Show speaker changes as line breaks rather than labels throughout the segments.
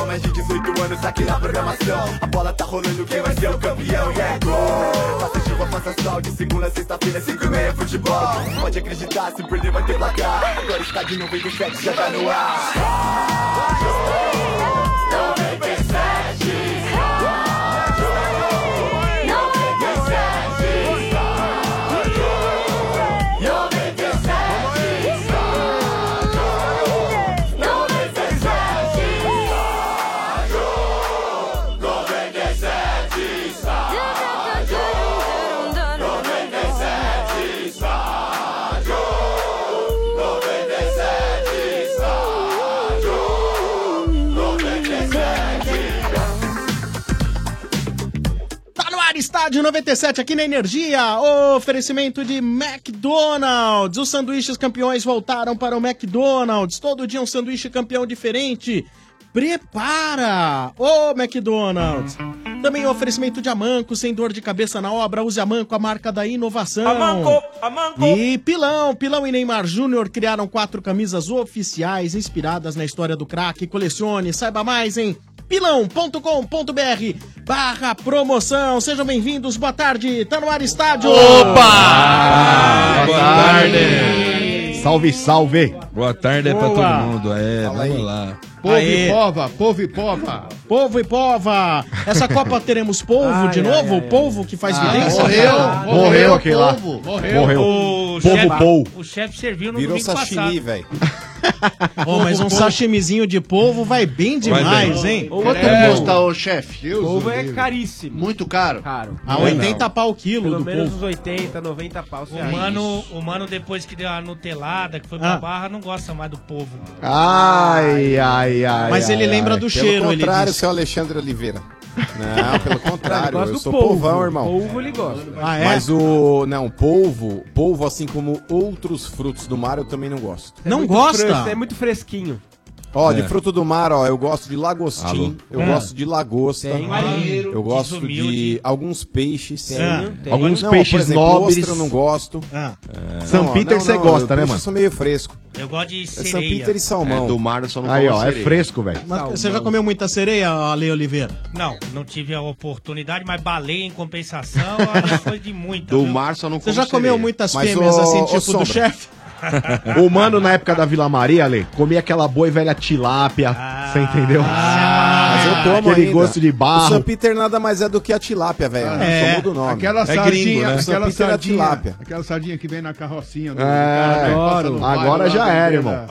Homens de 18 anos aqui na programação A bola tá rolando, quem vai ser o campeão? E é gol! Faça chuva, faça sol, de segunda a sexta-feira, 5 e meia, futebol Pode acreditar, se perder vai ter placar Agora está de 97, já tá no ar Rádio 97
Tá no ar, estádio 97 aqui na Energia. Oferecimento de McDonald's. Os sanduíches campeões voltaram para o McDonald's. Todo dia um sanduíche campeão diferente. Prepara! Ô McDonald's! Também oferecimento de Amanco, sem dor de cabeça na obra, use Amanco, a marca da inovação.
Amanco, Amanco.
E Pilão, Pilão e Neymar Júnior criaram quatro camisas oficiais inspiradas na história do craque. Colecione, saiba mais em pilão.com.br barra promoção. Sejam bem-vindos, boa tarde, tá no ar estádio.
Opa! Boa tarde!
Salve, salve!
Boa tarde
Boa.
pra todo mundo. É, vamos lá.
Povo e
pova, povo e pova.
Povo e pova. Essa Copa teremos polvo de novo? o polvo que faz
Ah,
vidência?
Ah, Morreu aquele lá. Morreu.
O
Povo
chefe-
Pou.
O chefe serviu no
Virou
domingo
sashimi,
passado.
velho.
Ô, mas um sashimizinho de polvo vai bem
Vai
demais,
bem.
hein?
Ô, quanto É. custa,
o chefe?
Ovo é caríssimo.
Muito caro.
Caro.
A
É,
80 pau o quilo
Pelo
do
menos
polvo.
uns 80, 90 pau.
O mano, o mano, depois que deu a nutelada, que foi pra barra, não gosta mais do povo.
Ai, ai, ai.
Mas ele
ai,
lembra
ai.
do
Pelo
cheiro, ele
contrário,
disse.
seu Alexandre Oliveira. assim. Não, pelo contrário,
gosta
eu
do
sou
polvo.
polvão, irmão.
Polvo ele gosta.
é?
Ah,
Mas o. Não, polvo, polvo, assim como outros frutos do mar, eu também não gosto.
É muito fresco, É muito fresquinho.
Ó, de
É.
fruto do mar, ó, eu gosto de lagostim,
Alô?
eu
É.
gosto de lagosta,
Tem. Marinheiro,
eu gosto de
desumilde.
alguns peixes,
Tem, É. tem.
Alguns
Não,
peixes
por exemplo,
nobres.
ostra eu não gosto.
Ah.
É.
São
Não,
Peter
não,
você
não,
gosta,
eu
né,
peixe
mano?
Eu sou meio fresco.
Eu gosto de
É
sereia.
São Peter e salmão.
É, do mar eu só não
Aí,
como
ó,
sereia.
é fresco, velho.
Mas você já comeu muita sereia, Ale Oliveira?
Não, não tive a oportunidade, mas baleia em compensação, olha, foi de muita.
Do
viu?
mar só não
Você
Você
já
já comeu um, muitas fêmeas assim, tipo do chefe?
O mano, na época da Vila Maria, Ale, comia aquela boi velha tilápia. Você entendeu?
Mas eu como
Aquele
ainda.
gosto de
O São
barro.
Peter nada mais é do que a tilápia, velho.
É.
Só muda o nome.
Aquela
é
sardinha, aquela
Aquela
sardinha,
é tilápia.
aquela sardinha que vem na carrocinha. do-
É,
do cara,
adoro.
passa no bairro
Agora
lá,
já
do-
era,
da-
irmão.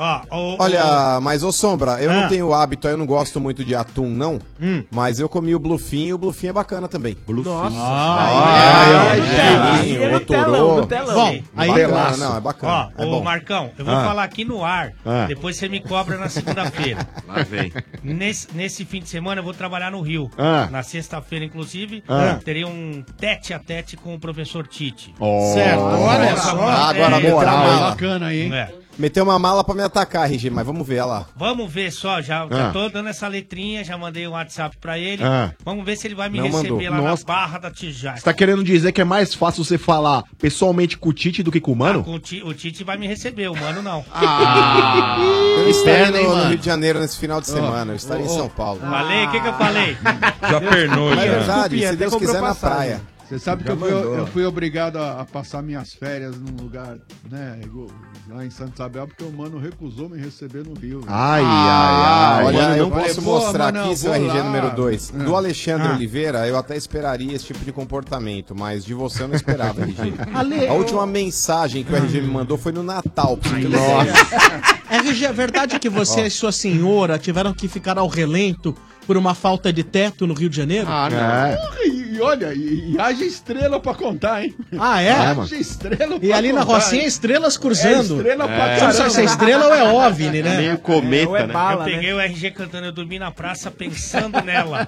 Olha, mas ô Sombra, eu
Ah.
não tenho hábito, eu não gosto muito de atum, não.
Hum.
Mas eu comi o Bluefin e o Bluefin é bacana também. Bluefin. Nossa.
Ah,
Ah,
é,
é,
é, é,
é,
no telão, no telão. Bom, aí-
bacana, não, é bacana.
Ó,
é
ô
bom.
Marcão, eu vou
Ah.
falar aqui no ar.
Ah.
Depois você me cobra na segunda-feira.
Lá vem.
Nesse, nesse fim de semana eu vou trabalhar no Rio.
Ah.
Na sexta-feira, inclusive,
Ah.
terei um tete a tete com o professor Tite.
Ó.
Certo, olha
Nossa,
só.
mano,
Ah, Agora, moral,
tá
hein?
bacana aí, hein? É.
Meteu uma mala pra me atacar, RG, mas vamos ver, olha lá.
Vamos ver só, já,
Ah.
já tô dando essa letrinha, já mandei um WhatsApp pra ele.
Ah.
Vamos ver se ele vai me
Não
receber
mandou.
lá
Nossa.
na Barra da Tijuca.
Você tá querendo dizer que é mais fácil você falar pessoalmente com o Tite do que com o
Ah,
mano?
com o, Ti- o Tite vai me receber, o Mano não.
Ah.
Eu estarei
Perna, hein,
no, no
mano?
Rio de Janeiro nesse final de semana, eu estarei
Ô, Ah.
em
ô,
São Paulo.
Falei, o que, que eu falei?
Já pernou,
É
já.
verdade,
Desculpinha,
se
até
Deus
comprou
quiser na
passagem.
praia.
Você sabe que
Já
eu fui,
mandou.
eu fui obrigado a, a passar minhas férias num lugar, né, igual- lá em Santa Isabel, porque o mano recusou me receber no Rio. velho. Ah,
Ai, ai, ai.
Ah, Olha,
Mano,
eu
não
posso
falei, "Pô,
mostrar
mano,
aqui
eu
seu
vou
RG
lá."
número 2. Do Alexandre
Ah.
Oliveira, eu até esperaria esse tipo de comportamento, mas de você eu não esperava, RG.
Ale,
a
eu-
última mensagem que o RG me mandou foi no Natal. pra você ter noção.
RG, é verdade que você
Ó.
e sua senhora tiveram que ficar ao relento por uma falta de teto no Rio de Janeiro? É.
Ah, não. Porra, E, e olha, e, e haja estrela pra contar, hein?
Ah, é? É, mano.
Haja estrela
E ali na
contar,
Rocinha,
é
hein?
estrelas cruzando.
É estrela pra É,
Você não sabe se é estrela ou é OVNI, né?
Ah, Meio cometa, né?
eu peguei o RG cantando, eu dormi na praça pensando nela.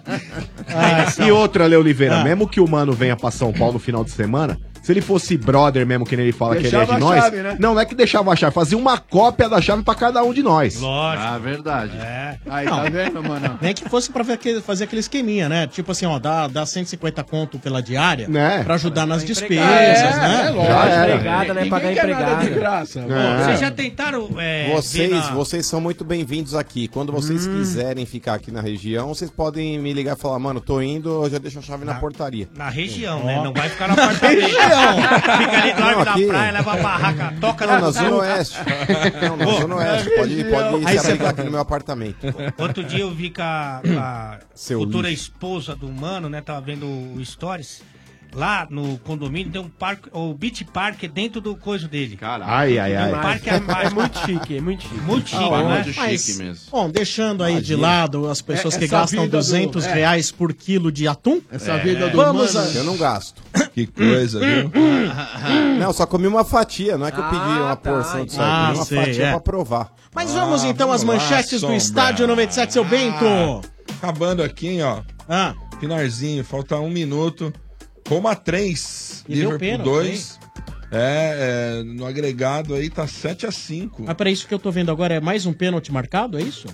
Ah, e outra, Ale Oliveira, mesmo que o mano venha pra São Paulo no final de semana, Se ele fosse brother mesmo, que nem ele fala que ele é de
Deixava a
nós.
chave, né?
Não, não é que deixava a chave, fazia uma cópia da chave pra cada um de nós.
Lógico.
Ah, verdade.
É.
Aí,
Não.
tá vendo, mano?
Nem que fosse pra ver aquele- fazer aquele esqueminha, né? Tipo assim, ó, dá, dá 150 conto pela diária
Né?
pra ajudar nas despesas,
É,
né?
Já era.
Empregada, né?
Ninguém
Pagar
quer nada
empregada.
de graça.
É.
Pô, Vocês já tentaram. É,
Vocês,
vir na-
vocês são muito bem-vindos aqui. Quando vocês
Hum.
quiserem ficar aqui na região, vocês podem me ligar e falar, mano, tô indo, eu já deixo a chave
Ah.
na portaria.
Na região, né? Não vai ficar no apartamento. Fica ali, dorme
Não,
na
aqui-
praia, leva a barraca, toca
Não,
na,
na Zona Oeste. Não, na Zona Oeste. Pode, pode se abrigar aqui no meu apartamento.
Outro dia eu vi com a, com a
Seu
futura
lixo.
esposa do mano, né? Tava vendo o Stories. Lá no condomínio tem um parque, o Beach Park é dentro do coiso dele.
Ai, ai,
Tem um
ai.
parque a mais,
É muito chique, é muito chique.
muito chique,
Aonde?
né?
Mas,
Chique mesmo.
Bom, deixando aí de lado as pessoas
É,
que
essa
gastam
vida do-
200
é.
reais por quilo de atum,
Essa vida do
Vamos
mano.
Eu não gasto.
Que coisa, viu?
Não, só comi uma fatia. Não é que eu pedi uma
Ah, tá.
porção disso aí.
Ah,
comi uma
sei,
fatia
é.
pra provar.
Mas vamos então às
Ah, vamos lá,
manchetes do
Sombra. Ah,
Estádio 97, seu Bento.
Acabando aqui, hein, ó.
Ah,
Finalzinho, falta um minuto. Roma 3,
E deu
Liverpool
pênalti,
2. É, é, no agregado aí tá 7 a 5
mas Ah, peraí, isso que eu tô vendo agora é mais um pênalti marcado, é isso?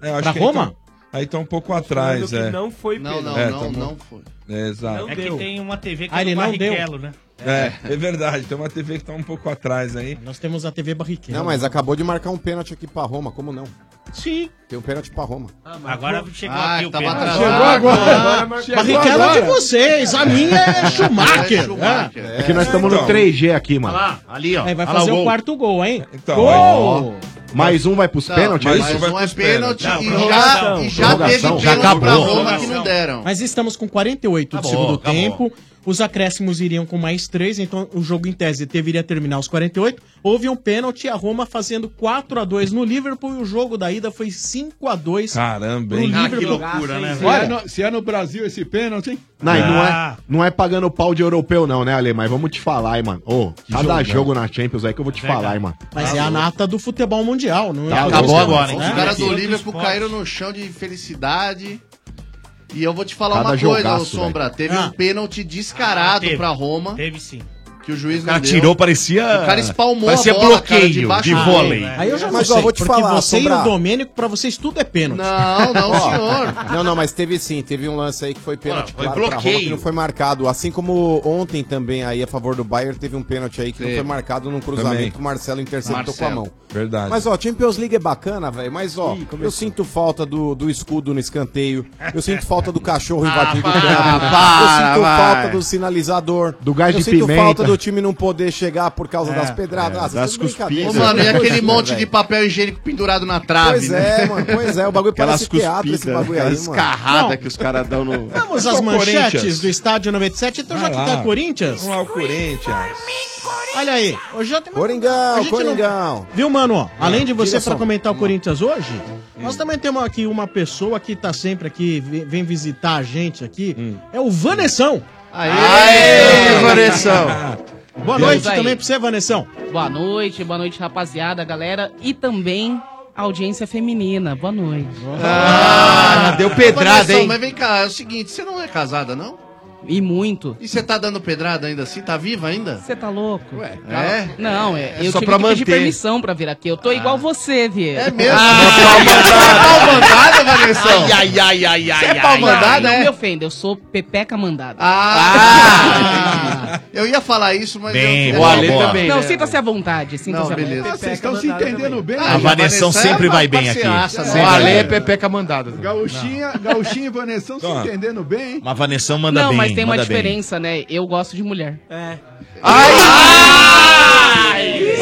É, acho
pra
que
Roma?
Aí tá, aí tá um pouco
Falando
atrás,
que
é.
Não foi
Não,
pênalti.
não,
É, tá
não,
bom.
não foi.
É, exato.
É que
Deu.
tem uma TV que
Ah,
é
ele
do
não deu.
Barrichello, né?
É, é verdade. Tem uma TV que tá um pouco atrás aí.
Nós temos a TV Barriqueira.
Não, mas acabou de marcar um pênalti aqui pra Roma. Como não?
Sim.
Tem um pênalti pra Roma.
Agora chegou
Ah,
tá
aqui o
tava
pênalti.
atrasado. Chegou
Ah,
agora.
Barrichello é de vocês, a minha é Schumacher. né?
É Schumacher.
É que nós estamos
então.
no 3G aqui, mano.
Lá, ali, ó.
É, vai
Olha lá
fazer o
gol.
quarto gol, hein?
Então,
gol!
Mais um vai pros
Não,
pênaltis?
mas-
é
mais
isso?
isso vai
um é
pros
pênalti
pênaltis.
e
Não,
já,
prorrogação.
e já teve
Prorrogação.
pênalti
Já
pra
acabou.
Roma que não deram.
Mas estamos com 48 do
Acabou,
segundo
acabou.
tempo. Os acréscimos iriam com mais 3, então o jogo em tese deveria terminar aos 48. Houve um pênalti, a Roma fazendo 4 a 2 no Liverpool e o jogo da ida foi 5 a 2
Caramba,
pro
hein?
Ah, que
Liverpool.
loucura, né?
Se, é no, se é no Brasil esse pênalti, hein?
Não, e não, é,
Ah.
não é pagando pau de europeu, não, né, Ale? Mas vamos te falar, hein, mano. Ô, cada jogo na Champions aí que eu vou te falar, hein, mano.
Mas é a nata do futebol mundial, não é?
Tá,
a
acabou
música,
agora,
né?
Os caras do
Outro
Liverpool
esporte.
caíram no chão de felicidade. E eu vou te falar
Cada
uma coisa, ô
jogaço,
Sombra. Teve
Ah.
um pênalti
Ah,
descarado
teve.
pra Roma
Teve sim.
que o juiz
O
não
cara
deu.
tirou, parecia.
O cara espalmou
parecia
a bola, cara,
bloqueio
debaixo
de
do-
vôlei.
Aí eu já não
Mas, ó,
sei,
vou te
porque
falar,
você e
Sombra.
o Domênico, pra vocês, tudo é pênalti.
Não, não, senhor.
Não, não, mas teve sim, teve um lance aí que foi pênalti.
Olha, foi
pra Roma,
bloqueio.
que não foi marcado. Assim como ontem também aí a favor do Bayern teve um pênalti aí que não
Teve.
foi marcado num cruzamento
Também.
que o Marcelo interceptou com
Marcelo.
a mão.
Verdade.
Mas ó, Champions League é bacana, velho. Mas ó, eu sinto falta do, do escudo no escanteio. Eu sinto falta do cachorro invadindo o
Ah,
campo.
para, para,
eu sinto
vai.
falta do sinalizador.
Do gás
eu
de
sinto
pimenta.
falta do time não poder chegar por
É,
causa das pedradas. Ah, vocês
das
estão de brincadeira.
Ô, mano, e
Coisa,
aquele monte
velho.
de papel higiênico pendurado na trave,
Pois
né?
é, mano, pois é. O bagulho
Aquelas
parece teatro
cuspidas,
esse bagulho aí,
aquelas
mano.
escarradas que os caras dão no.
Vamos às
Ô,
manchetes
Corinthians.
do Estádio 97. Então, já
Vai
que
lá.
tá Corinthians,
Vamos lá, o Corinthians.
olha aí. Hoje já tem um
Coringão,
A gente não-
Coringão.
Viu, mano? ó, Além
Ah,
de você
tira
para
só.
comentar o Corinthians hoje,
Hum.
nós também temos aqui uma pessoa que tá sempre aqui, vem vem visitar a gente aqui.
Hum.
É o Vanessão.
Aê,
Aê, Coração!
Boa
Deus
noite
aí.
também pra você, Vanessão.
Boa noite, boa noite, rapaziada, galera. E também audiência feminina. Boa noite.
Ah, deu pedrada, hein?
Mas vem cá, é o seguinte, você não é casada, não?
E muito.
E você tá dando pedrada ainda assim? Tá viva ainda?
Você tá louco? Ué,
É?
Não, é, eu
só
tive
pra
que
manter.
pedir permissão pra vir aqui. Eu tô igual você, Vieira.
É mesmo?
tá
pau mandada, Vanessão?
Ai, ai, ai, ai, ai.
tá Você é
ai,
pau
ai.
mandada,
não me
é?
ofenda, eu sou pepeca mandada.
Ah! Eu ia falar isso, mas
Bem,
eu...
o Ale
Boa.
também.
não,
né?
sinta-se à vontade, sinta-se
Não,
à vontade.
beleza.
Ah, vocês estão se entendendo bem.
Ah,
A Vanessão
Vanessa é
sempre
uma
vai bem aqui.
parceiraça, né?
O Ale é pepeca mandada.
Gauchinha, Gauchinha e Vanessão se
Toma.
entendendo bem. hein?
Mas a Vanessão manda
Não,
bem.
mas tem uma
manda bem.
diferença, né? Eu gosto de mulher.
É.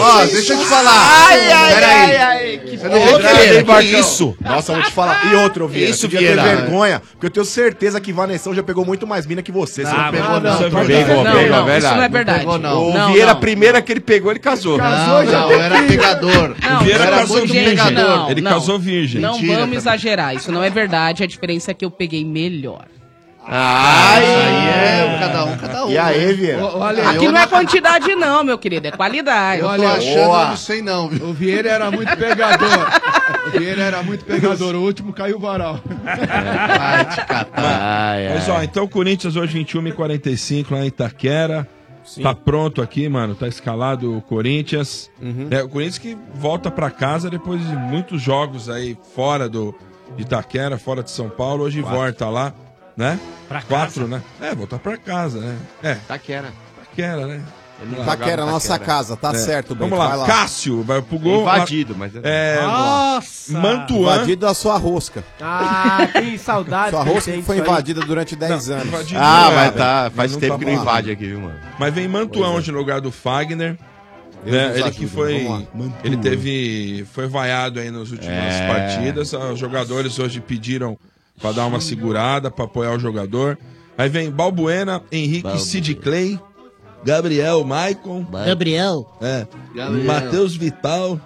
Ó, deixa eu te falar. Ai, ai, Peraí.
Ô, Vieira, que isso?
Nossa, eu vou te falar. E outro, Vieira.
Isso,
Isso, podia ter
Vieira.
vergonha, porque eu tenho certeza que Vanessão já pegou muito mais mina que você.
Ah,
Ah, você não pegou,
Isso é verdade.
Pegou,
não,
pegou,
não,
é
isso não é
verdade.
verdade.
pegou, não.
O
não,
Vieira, a
não.
primeira que ele pegou, ele casou.
Não, não, eu era pegador.
Não,
Vieira
não,
casou
gente,
virgem.
não,
Ele
não.
casou virgem.
Não
Mentira,
vamos
tá-
exagerar, isso não é verdade. A diferença é que eu peguei melhor.
Ai,
Isso aí é cada um, cada um.
E aí,
né?
Vieira?
O, o Ale,
Aqui
Aqui
Eu
não é
não-
quantidade, não, meu querido, é qualidade.
Eu tô
Olha,
achando,
boa.
eu não sei não, viu?
o Vieira era muito pegador. O Vieira era muito pegador. O último caiu o varal.
ai,
um Mas ó, então o Corinthians hoje 21h45 lá em Itaquera. Tá pronto aqui, mano. Tá escalado o Corinthians.
Uhum.
É, o Corinthians que volta pra casa depois de muitos jogos aí fora do de Itaquera, fora de São Paulo. Hoje
Quatro.
volta lá, né?
Pra
Quatro,
casa?
né? É, voltar pra casa, né? É.
Taquera.
Taquera, né?
Taquera, nossa casa, tá certo, Bento,
É. Vamos lá.
vai lá.
Cássio vai pro gol.
Invadido, mas-
É,
Nossa!
Mantuan.
Invadido da sua rosca.
Ah, tem saudade.
Sua
que eu
rosca
tenho
que foi
disso aí.
invadida durante 10 anos.
invadido
Ah,
não é,
mas
velho.
tá. Faz
Mas
tempo
tá
que não
bom.
invade aqui, viu, mano?
Mas vem Mantuan hoje no lugar do Fagner.
é. Deus
né?
nos
Ele
ajude,
que foi.
vamos lá. Mantuan.
Ele teve. Foi vaiado aí nas últimas
É.
partidas. Ah, Os jogadores hoje pediram pra dar uma segurada, pra apoiar o jogador. Aí vem Balbuena, Henrique, Sid Clay, Gabriel, Maicon.
Gabriel.
É.
Gabriel.
Matheus Vital,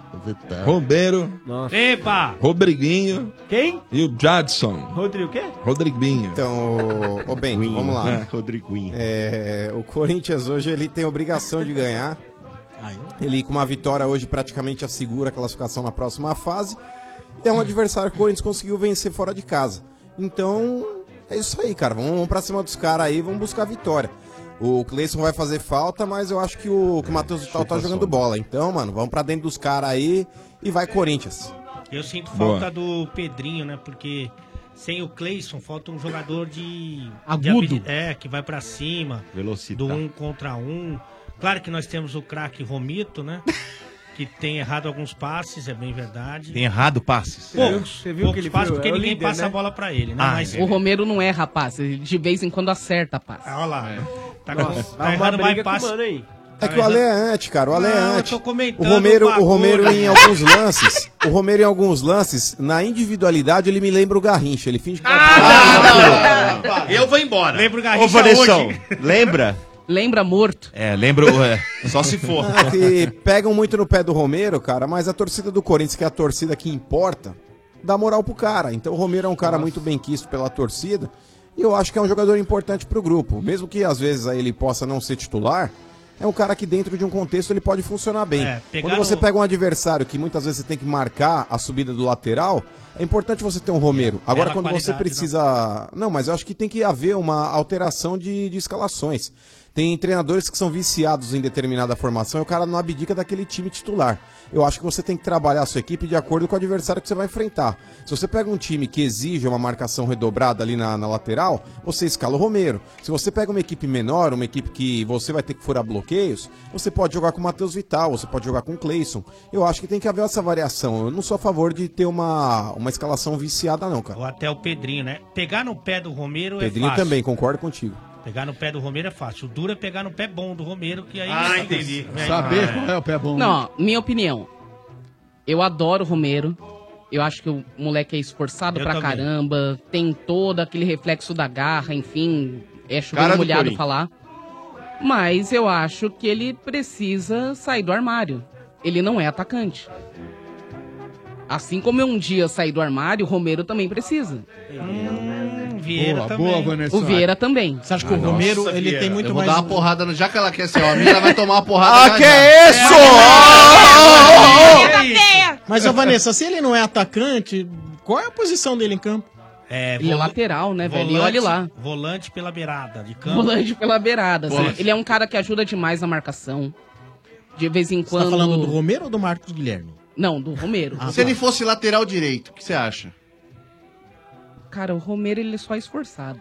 Romero,
Epa!
Rodriguinho.
Quem?
E o Jadson.
Rodrigo, o quê?
Rodriguinho.
Então, ô Bento, vamos lá.
É,
Rodriguinho. o Corinthians hoje ele tem obrigação de ganhar. Ele com uma vitória hoje praticamente assegura a classificação na próxima fase. E é um adversário que o Corinthians conseguiu vencer fora de casa. Então, é isso aí, cara. Vamos, vamos pra cima dos caras aí, vamos buscar a vitória. O Cleison vai fazer falta, mas eu acho que o, que o Matheus Vital tá jogando bola. Então, mano, vamos pra dentro dos caras aí e vai Corinthians.
Eu sinto
Boa.
falta do Pedrinho, né? Porque sem o Cleison falta um jogador de.
Agudo.
de habilidade- é, que vai pra cima.
Velocidade.
tá.
Do um contra um. Claro que nós temos o craque Romito, né? que tem errado alguns passes, é bem verdade.
Tem errado passes.
Poucos.
Você
viu poucos
que ele
passes,
viu?
porque
É o
ninguém
líder,
passa
né?
a bola pra ele, né?
Ah,
Mas-
O Romero não é rapaz, ele de vez em quando acerta passe.
Ah, Olha lá. Tá,
Nossa,
com-
vai
tá
arrumar
errando mais
briga com o
passe.
mano aí.
É
Tá
que o Ale é ante, cara. O Ale é
Não, eu
ante.
tô
O
comentando
Romero, o
bagulho.
Romero em alguns lances, o Romero em alguns lances, na individualidade ele me lembra o Garrincha, ele finge que
Eu vou embora.
Lembra o
Ô, Vanessão, lembra?
Lembra morto.
É, lembra. o- é, só se for.
Ah, que pegam muito no pé do Romero, cara, mas a torcida do Corinthians, que é a torcida que importa, dá moral pro cara. Então o Romero é um cara muito bem quisto pela torcida e eu acho que é um jogador importante pro grupo. Mesmo que às vezes aí ele possa não ser titular, é um cara que dentro de um contexto ele pode funcionar bem.
É, pegar
Quando você
no-
pega um adversário que muitas vezes você tem que marcar a subida do lateral, é importante você ter um Romero. Agora
Bela
quando você
É, qualidade,
precisa precisa- Não, mas eu acho que tem que haver uma alteração de, de escalações. Tem treinadores que são viciados em determinada formação e o cara não abdica daquele time titular. Eu acho que você tem que trabalhar a sua equipe de acordo com o adversário que você vai enfrentar. Se você pega um time que exige uma marcação redobrada ali na, na lateral, você escala o Romero. Se você pega uma equipe menor, uma equipe que você vai ter que furar bloqueios, você pode jogar com o Matheus Vital, você pode jogar com o Cleison. Eu acho que tem que haver essa variação. Eu não sou a favor de ter uma, uma escalação viciada, não, cara.
Ou até o Pedrinho, né? Pegar no pé do Romero
Pedrinho
é fácil.
também, concordo contigo.
Pegar no pé do Romero é fácil. O duro é pegar no pé bom do Romero, que aí. é
Ah, entendi. Saber qual é o pé bom.
né?
Não, ó, minha opinião. Eu adoro o Romero. Eu acho que o moleque é esforçado
Eu
pra
também.
caramba. Tem todo aquele reflexo da garra, enfim. É
Cara
chovendo
do
molhado
Corinthians.
falar. Mas eu acho que ele precisa sair do armário. Ele não é atacante. Assim como eu um dia saí do armário, o Romero também precisa.
Vieira
Boa, também. boa, Vanessa.
O Vieira também. Você
acha
que o Romero,
Ah, Nossa,
ele
Vieira.
tem muito
Eu vou
mais- um
dar uma porrada no. Já que ela quer ser homem, ela vai tomar uma porrada.
Ah,
já,
que
já.
é isso?
Ah,
É.
Mas, ô Vanessa, se ele não é atacante, qual é a posição dele em campo?
É,
Ele é lateral, né, velho? E olha lá.
Volante pela beirada de campo.
Volante pela beirada. assim.
Volante.
Ele é um cara que ajuda demais na marcação. De vez em
Você
quando.
tá falando do Romero ou do Marcos Guilherme?
Não, do Romero.
Ah,
Ah,
Se ele fosse lateral direito, o que você acha?
Cara, o Romero ele é só esforçado.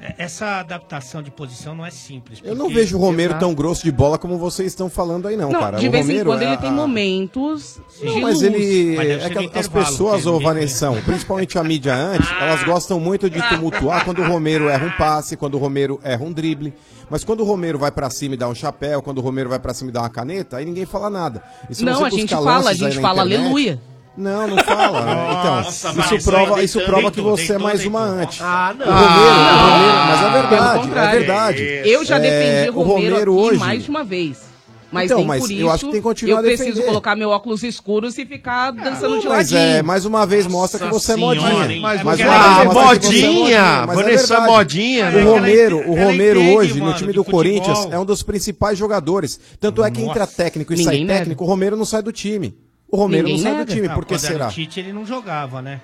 É, Essa adaptação de posição não é simples.
Eu não vejo o Romero tão grosso de bola como vocês estão falando aí, não,
Não,
cara.
de
o
vez
Romero
em quando
é
ele
a-
tem momentos.
Não,
de
mas
luz.
ele. é que as- as pessoas, ô
Ele-
Vanessão, principalmente a mídia antes, elas gostam muito de tumultuar quando o Romero erra um passe, quando o Romero erra um drible. Mas quando o Romero vai pra cima e dá um chapéu, quando o Romero vai pra cima e dá uma caneta, aí ninguém fala nada. E se
Não,
você
a gente
buscar
fala, a
lances aí
gente
na
fala
internet-
aleluia.
Não, não fala. né? Então,
Nossa,
isso,
Vanessa,
prova,
aí
isso
deitou,
prova que
deitou,
você é mais uma ante.
Ah,
O Romero,
Não.
o Romero, mas é
Pelo
verdade, é
contrário.
verdade.
Eu já
É,
defendi o Romero, aqui
hoje.
mais de uma vez. Mas
Então,
nem
mas
por isso
eu acho que tem que continuar
eu preciso
defendendo.
colocar meu óculos escuros e ficar dançando de
Mas
ladinho.
é, mais uma vez mostra que você é
Senhora,
modinha.
hein?
Mais
Mas
uma
ela
vez mostra
é
que você é
modinha,
mas é
Vanessa
verdade.
modinha, né?
O Romero, o
Ela- ela
Romero
entende,
hoje
mano,
no time
de
do
futebol.
Corinthians é um dos principais jogadores. Tanto é que entra
Nossa.
técnico e sai
Ninguém nega.
técnico, o Romero não sai do time. O Romero não sai do time,
Não,
por que
quando é era
será?
Ah, o Tite ele não jogava, né?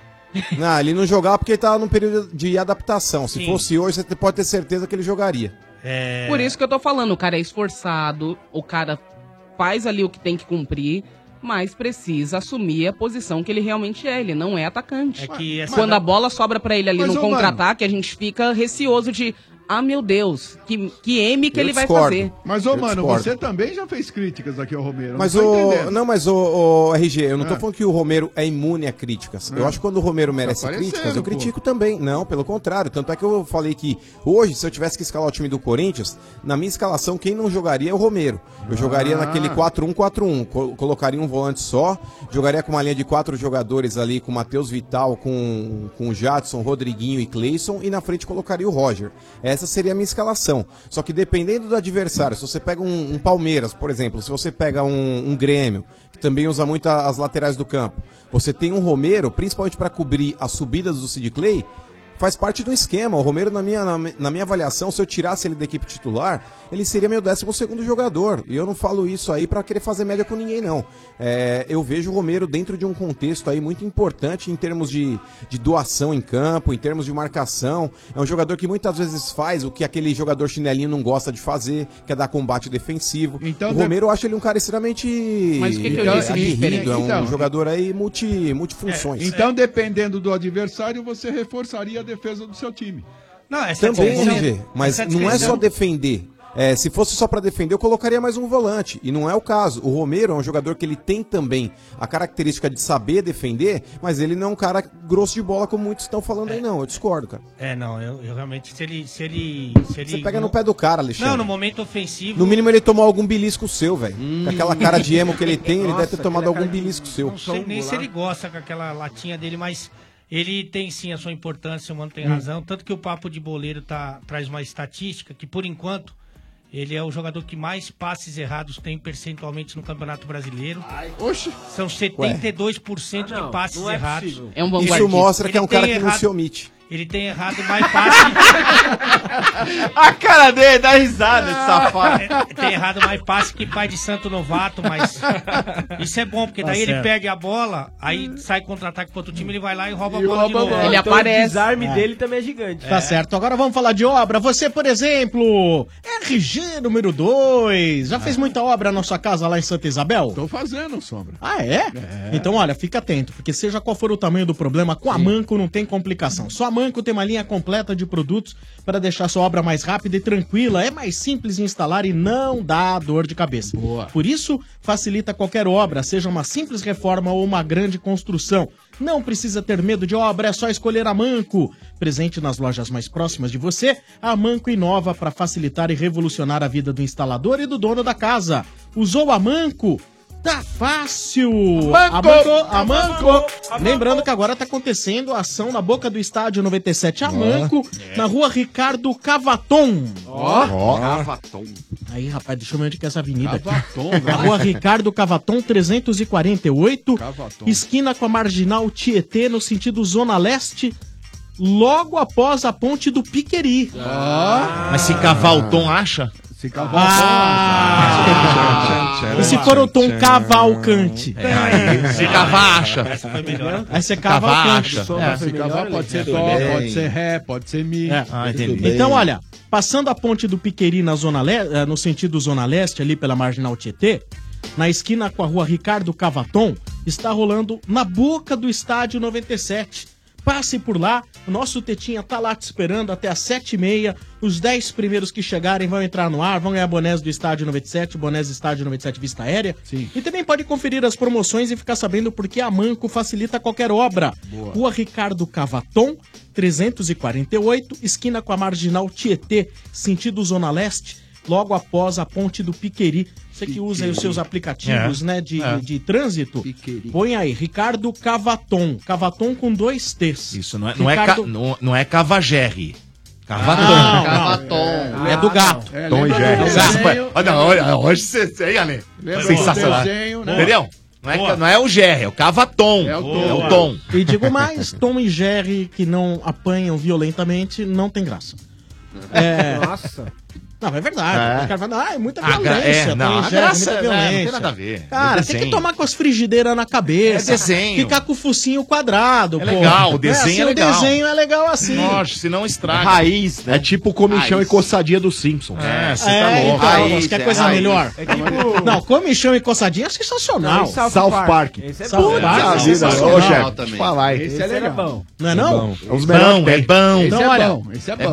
Não, ele não jogava porque ele tava num período de adaptação. Se
Sim.
fosse hoje, você pode ter certeza que ele jogaria.
É...
Por isso que eu tô falando, o cara é esforçado, o cara faz ali o que tem que cumprir, mas precisa assumir a posição que ele realmente é, ele não é atacante.
É que essa-
Quando a bola sobra pra ele ali
Mas,
no
ô, mano-
contra-ataque, a gente fica receoso de, ah, meu Deus, que, que M que ele vai fazer.
Mas, ô,
Eu
mano,
discordo.
você também já fez críticas aqui ao Romero.
Mas
não tô
o.
entendendo.
Não, mas o, RG, eu não tô
Ah.
falando que o Romero é imune a críticas. Eu
Ah.
acho que quando o Romero merece
aparecendo,
críticas, eu
pô.
critico também. Não, pelo contrário. Tanto é que eu falei que hoje, se eu tivesse que escalar o time do Corinthians, na minha escalação, quem não jogaria é o Romero. Eu jogaria
Ah.
naquele 4-1-4-1. co- colocaria um volante só, jogaria com uma linha de quatro jogadores ali, com o Matheus Vital, com, com o Jadson, Rodriguinho e Cleison, e na frente colocaria o Roger. Essa seria a minha escalação. Só que dependendo do adversário, se você pega um, um Palmeiras, por exemplo, se você pega um, um Grêmio, que também usa muito a- as laterais do campo, você tem um Romero, principalmente para cobrir as subidas do Sid Clay, faz parte do esquema. O Romero, na minha, na, mi- na minha avaliação, se eu tirasse ele da equipe titular, ele seria meu 12 segundo jogador. E eu não falo isso aí pra querer fazer média com ninguém, não. É, eu vejo o Romero dentro de um contexto aí muito importante em termos de, de doação em campo, em termos de marcação. É um jogador que muitas vezes faz o que aquele jogador chinelinho não gosta de fazer, que é dar combate defensivo. o
Então de-
Romero, eu acho ele um cara extremamente
Mas o que que eu disse de diferente?
aguerrido. É um
Então-
jogador aí multi, multifunções.
Então, dependendo do adversário, você reforçaria a defesa do seu time.
Não, essa
Também,
né?
RG, mas não é só defender. É, se fosse só pra defender, eu colocaria mais um volante. E não é o caso. O Romero é um jogador que ele tem também a característica de saber defender, mas ele não é um cara grosso de bola, como muitos estão falando aí, não. Eu discordo, cara.
É, não, eu, eu realmente, se ele, se ele, se ele...
Você pega no pé do cara, Alexandre.
Não, no momento ofensivo...
No mínimo, ele tomou algum belisco seu, velho. Com aquela cara de emo que ele tem, ele deve ter tomado algum belisco seu.
Não sei nem se ele gosta com aquela latinha dele, mas ele tem sim a sua importância, o Mano tem
Hum.
razão. Tanto que o Papo de Boleiro tá, traz uma estatística que, por enquanto, ele é o jogador que mais passes errados tem percentualmente no Campeonato Brasileiro.
Oxe!
São 72%
Ah, não,
de passes
não é
errados.
possível.
É um vanguardista. Isso mostra que é um
tem
cara que não se omite.
Ele tem errado mais passe.
A cara dele dá risada de safado.
É, Tem errado mais passe que pai de santo novato, mas isso é bom, porque
Tá
daí ele
certo.
perde a bola, aí sai contra-ataque pro outro time, ele vai lá e rouba a
E
bola de
rouba a
novo.
bola. Ele Então o aparece. desarme
É.
dele também é gigante.
Tá certo. Agora vamos falar de obra. Você, por exemplo, RG número 2. Já fez muita obra na sua casa lá em Santa Isabel?
Ah. Tô fazendo, Sombra.
Ah, é? Então, olha, fica atento, porque seja qual for o tamanho do problema, com a Manco não tem complicação. Só a Manco tem uma linha completa de produtos para deixar sua obra mais rápida e tranquila. É mais simples de instalar e não dá dor de cabeça. Por isso, facilita qualquer obra, seja uma simples reforma ou uma grande construção. Não precisa ter medo de obra, é só escolher a Manco. Presente nas lojas mais próximas de você, a Manco inova para facilitar e revolucionar a vida do instalador e do dono da casa. Usou a Manco? Tá fácil! A Manco! A Manco! Lembrando que agora tá acontecendo a ação na boca do estádio 97 a Manco, na rua Ricardo Cavaton.
Ó.
Aí, rapaz, deixa eu ver onde que é essa avenida
Cavaton,
aqui.
velho.
Na rua Ricardo Cavaton 348,
Cavaton.
esquina com a marginal Tietê, no sentido Zona Leste, logo após a ponte do Piqueri.
Mas se cavar o tom, acha?
Se
cavar
Ah! E se for o Tom Cavalcante?
Se cavar, acha.
Aí você cava o canto.
É, se cavar pode ser dó, pode ser ré, pode ser mi.
É. Então, olha, passando a ponte do Piqueri na zona Le- eh, no sentido Zona Leste, ali pela Marginal Tietê, na esquina com a rua Ricardo Cavaton, está rolando na boca do estádio 97. Passe por lá, o nosso Tetinha tá lá te esperando até às 7h30. Os 10 primeiros que chegarem vão entrar no ar, vão ganhar bonés do Estádio 97, bonés do Estádio 97 Vista Aérea. E também pode conferir as promoções e ficar sabendo porque a Manco facilita qualquer obra.
Boa.
Rua Ricardo Cavaton, 348, esquina com a Marginal Tietê, sentido Zona Leste, logo após a ponte do Piqueri. Você que usa aí os seus aplicativos,
É.
né, de,
É.
de trânsito, põe aí, Ricardo Cavaton, Cavaton com dois T's.
Isso, não é, não é, ca-
Ricardo-
não, não é cavagerre. Cavatom.
Não, não.
Ah,
É do gato.
É,
Tom e
lembra
Jerry.
do
Gato.
desenho? Olha, olha, hoje você, você- hein, Ale?
Lembra
Sensacional.
do desenho, né?
Entendeu? Não é,
Boa.
ca- não é o Jerry, é o cavatom. É o
Boa.
tom. É o tom.
E digo mais, Tom e Jerry que não apanham violentamente não tem graça. É,
Nossa.
Não, é verdade.
É.
O cara fala, ah, é muita
A gra-
violência.
é, não,
tem
a
gente, muita
graça, né, não tem
violência.
nada a ver.
Cara, tem
É
que
desenho.
tomar com as frigideiras na cabeça.
É desenho.
Ficar com o focinho quadrado, assim,
É legal, o desenho é legal.
O desenho é legal assim.
Lógico, senão estraga.
Raiz, né? É tipo comichão
Raiz.
e coçadinha dos Simpsons.
É,
tá
É, então,
Raiz,
você quer
é
coisa
raiz.
melhor? Não, comichão e coçadinha é sensacional.
Não, e South South Park. Park. Esse é
South
bom. Puta
Park é
vida,
sensacional.
ô, Jeff, deixa eu falar, hein? Esse
Esse
é
é
legal.
legal. Não é
É
não?
os melhores que tem.
Então,
Esse é
olha,
bom, esse é bom.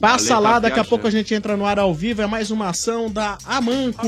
Passa
Valeu,
lá,
tá
daqui a
viajando.
pouco a gente entra no ar ao vivo. É mais uma ação da Amanco.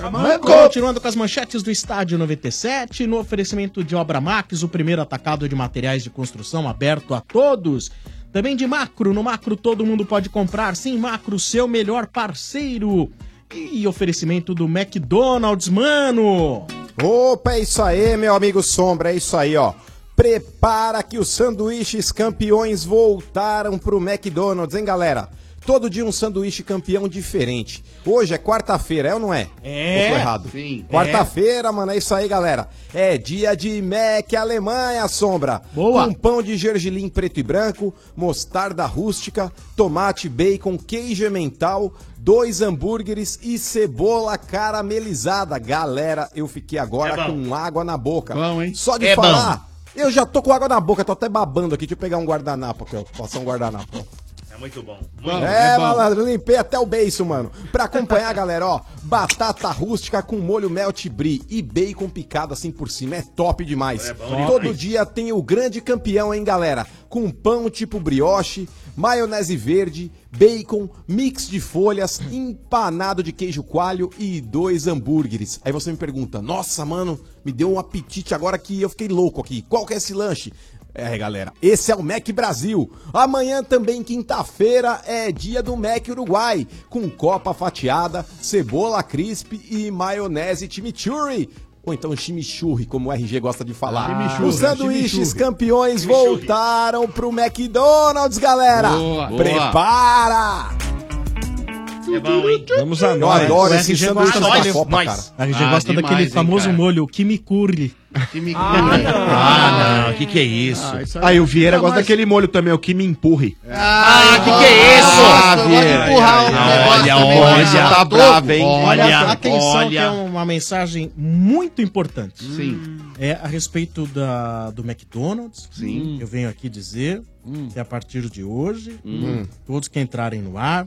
Amanco.
Continuando com as manchetes do Estádio 97, no oferecimento de Obra Max, o primeiro atacado de materiais de construção aberto a todos. Também de Macro, no Macro todo mundo pode comprar. Sim, Macro, seu melhor parceiro. E oferecimento do McDonald's, mano.
Opa, é isso aí, meu amigo Sombra, é isso aí, ó. Prepara que os sanduíches campeões voltaram pro McDonald's, hein, galera? Todo dia um sanduíche campeão diferente. Hoje é quarta-feira, é ou não é?
É.
Ou tô errado?
Sim.
Quarta-feira, mano, é isso aí, galera. É dia de Mac Alemanha, Sombra.
Boa.
Com pão de gergelim preto e branco, mostarda rústica, tomate, bacon, queijo mental, dois hambúrgueres e cebola caramelizada. Galera, eu fiquei agora com água na boca. Só de
É
falar, eu já tô com água na boca, tô até babando aqui. Deixa eu pegar um guardanapo aqui, ó. Passar um guardanapo.
É muito bom.
É, malandro, limpei até o beiço, mano. Pra acompanhar, galera, ó, batata rústica com molho melt brie e bacon picado assim por cima. É top demais.
É bom
Todo
demais.
dia tem o grande campeão, hein, galera? Com pão tipo brioche, maionese verde, bacon, mix de folhas, empanado de queijo coalho e dois hambúrgueres. Aí você me pergunta, nossa, mano, me deu um apetite agora que eu fiquei louco aqui. Qual que é esse lanche? É, galera, esse é o Mac Brasil. Amanhã também, quinta-feira, é dia do Mac Uruguai, com copa fatiada, cebola crisp e maionese chimichurri. Ou então chimichurri, como o RG gosta de falar.
Chimichurri,
Os sanduíches
chimichurri.
campeões voltaram pro McDonald's, galera.
Boa, boa.
Prepara!
É bom, hein?
Vamos a
Eu adoro esse sanduíche da
daquele-
Copa, cara.
nós.
A gente
Ah,
gosta
demais,
daquele
hein,
famoso
cara.
molho Kimicurli.
Ah, não, o que, que é isso?
Aí Ah, o Vieira gosta daquele molho também, o que me empurre.
Ah, que que é isso?
Ah,
Eu gosto de
Vieira.
empurrar o negócio
Olha,
também,
olha,
né?
tá
Tô-
bravo, hein?
Olha, atenção,
olha.
que é uma mensagem muito importante.
Sim.
É a respeito da, do McDonald's. Hum.
Sim.
Eu venho aqui dizer que a partir de hoje,
Hum.
todos que entrarem no ar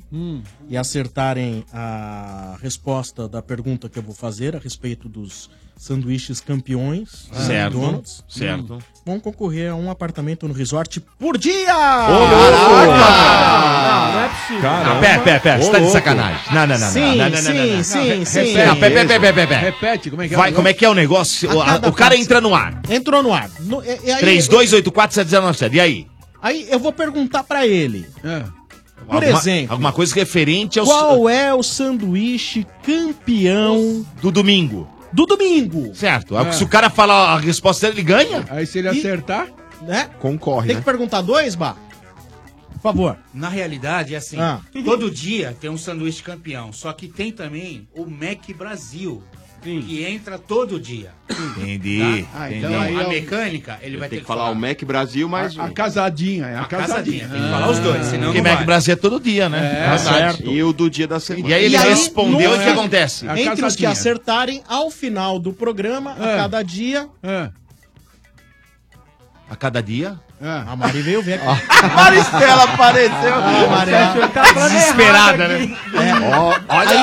e acertarem a resposta da pergunta que eu vou fazer a respeito dos sanduíches campeões do
Certo,
McDonald's,
certo.
vão concorrer a um apartamento no resort por dia!
Caraca!
Não, não é possível.
Não, pera, pera, pera, você tá de sacanagem. Não, não, não, não.
Sim,
não, não, não, não, não.
sim, sim, sim.
Não, pera, pera, pera, pera, pera.
Repete, como é que é?
Vai, como é que é o negócio? O,
A
a-
cada
o cara
fase.
entra no ar.
Entrou no ar. No-
é,
e- e aí-
3284-797, e aí? É.
Aí eu vou perguntar pra ele. Por
Alguma-
exemplo,
Alguma coisa referente ao...
qual é o sanduíche campeão
do domingo?
Do domingo.
Certo. É,
É.
Se o cara falar a resposta dele, ele ganha.
Aí se ele acertar...
Né?
Concorre,
Tem que perguntar dois, Bah? Por favor.
Na realidade, é assim,
Ah.
todo dia tem um sanduíche campeão, só que tem também o Mac Brasil, que entra todo dia.
Entendi.
Ah,
Tá?
é
entendi.
Então,
é
a mecânica, ele vai ter que falar.
o Mac Brasil, mas.
A casadinha, é a,
casadinha,
casadinha.
tem que falar os dois, senão
Porque
não vai.
Mac Brasil é todo dia, né?
É,
Tá
certo.
E o do dia da semana.
E aí ele respondeu
no-
e o que acontece?
Entre os que acertarem, ao final do programa,
É.
a cada dia.
A cada dia?
É. A Mari veio ver.
A Maristela
Ah,
apareceu. tá Desesperada, né?
Olha! É.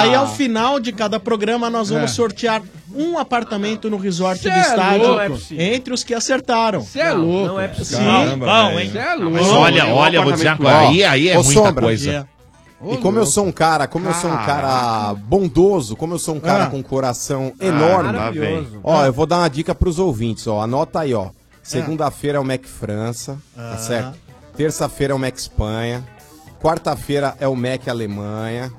Aí, aí, ao final de cada programa, nós vamos
É.
sortear um apartamento no resort
Cê
do
é
estádio
louco, é possível.
entre os que acertaram. Você
é louco.
Não é possível.
Caramba, velho.
hein?
Cê é louco. Mas olha, olha, vou dizer uma coisa, aí- aí é muita coisa.
É. E como eu sou um cara, como eu sou um cara bondoso, como eu sou um cara
Ah.
com um coração
Ah,
enorme.
lá vem.
ó, eu vou dar uma dica pros ouvintes, ó. Anota aí, ó. Segunda-feira é o Mac França,
Ah.
tá certo? Terça-feira é o Mac Espanha. Quarta-feira é o Mac Alemanha.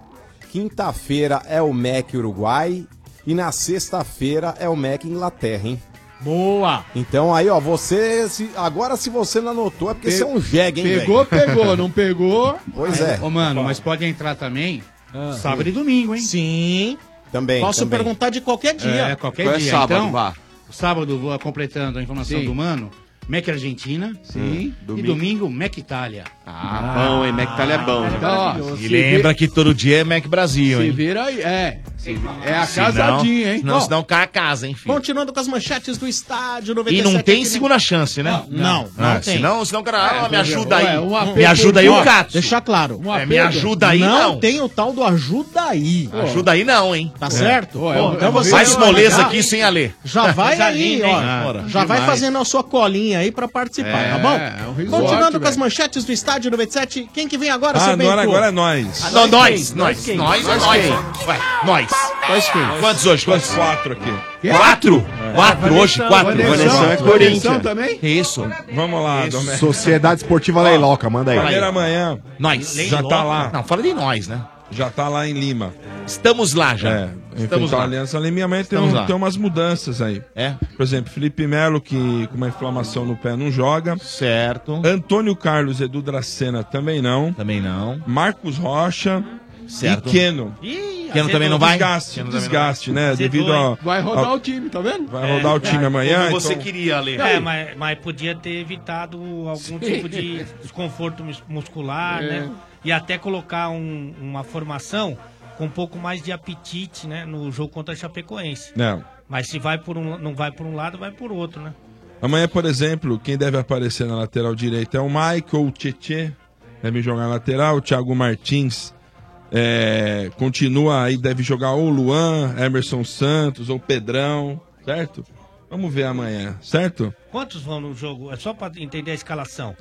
Quinta-feira é o Mac Uruguai. E na sexta-feira é o Mac Inglaterra, hein?
Boa!
Então aí, ó, você. se- agora, se você não anotou, é porque
Pe-
você é um jegue, hein?
Pegou,
velho?
pegou, não pegou.
Pois é.
Ô, mano, mas pode entrar também
Ah.
sábado
sim.
e domingo, hein?
Sim.
Também.
Posso
Posso
também.
É,
perguntar de qualquer dia.
É, qualquer dia. então, o sábado, vou completando a informação
Sim.
do mano, Mac Argentina.
Sim.
E domingo, Mac Itália.
Ah, bom, hein? Mac Itália é bom.
Ah,
Então, ó,
e lembra que todo dia é Mac Brasil,
Se
hein?
vira aí, é. Se vi- É a
Senão-
casadinha, hein?
senão-
Ó,
senão cai a casa, hein, filho?
Continuando com as manchetes do estádio 97.
E não tem
aqui, né?
segunda chance, né?
Não, não,
Ah,
não tem.
Senão, senão o cara, ah,
É,
me ajuda aí.
é, um apê
me ajuda aí
por-
o gato.
Deixar claro.
Um É, me apê, ajuda aí, não.
tem o tal do ajuda aí.
Ajuda aí não, hein?
Tá certo?
É.
Pô, então você
Mais
já-
moleza aqui sem a ler.
Já vai aí, ó. já vai
fazer
fazendo a sua colinha aí pra participar,
Ah, É,
tá
é
bom?
um resort,
Continuando com
velho.
as manchetes do estádio 97, quem que vem agora,
Ah,
seu Bento?
agora, agora é nós.
Ah, não,
nós,
quem?
nós,
quem?
nós, nós,
quem?
Vai, nós. Nós quem? É. Quantos hoje? Quantos?
Quatro aqui.
Quatro? Quatro hoje, quatro.
Vanessão é Corinthians.
também?
Isso.
Vamos lá, Domé.
Sociedade Esportiva Leiloca, manda aí.
Primeira manhã.
Nós.
Já tá
Leiloca?
lá.
Não, fala de nós, né?
Já tá lá em Lima.
Estamos lá já.
É,
Estamos
enfrentar a
lá.
Aliança Lima e amanhã tem,
Estamos
um-
lá.
tem umas mudanças aí.
É.
Por exemplo, Felipe Melo, que com uma inflamação no pé não joga.
Certo.
Antônio Carlos Edu Dracena também não.
Também não.
Marcos Rocha.
Certo.
E Keno.
Keno também não vai?
Desgaste,
Keno também não
desgaste,
vai.
né?
Azedou,
Devido
hein?
ao...
Vai rodar
ao-
o time, tá vendo?
Vai rodar o time amanhã. então-
queria, Ale.
É, mas, mas podia ter evitado algum tipo de desconforto mus- muscular,
É.
né? E até colocar um- uma formação com um pouco mais de apetite, né? No jogo contra a Chapecoense.
Não.
Mas se vai por um, não vai por um lado, vai por outro, né?
Amanhã, por exemplo, quem deve aparecer na lateral direita é o Michael, o Tietê, deve jogar na lateral, o Thiago Martins é, continua aí, deve jogar ou o Luan, Emerson Santos, ou o Pedrão, certo? Vamos ver amanhã, certo?
Quantos vão no jogo? É só pra entender a escalação.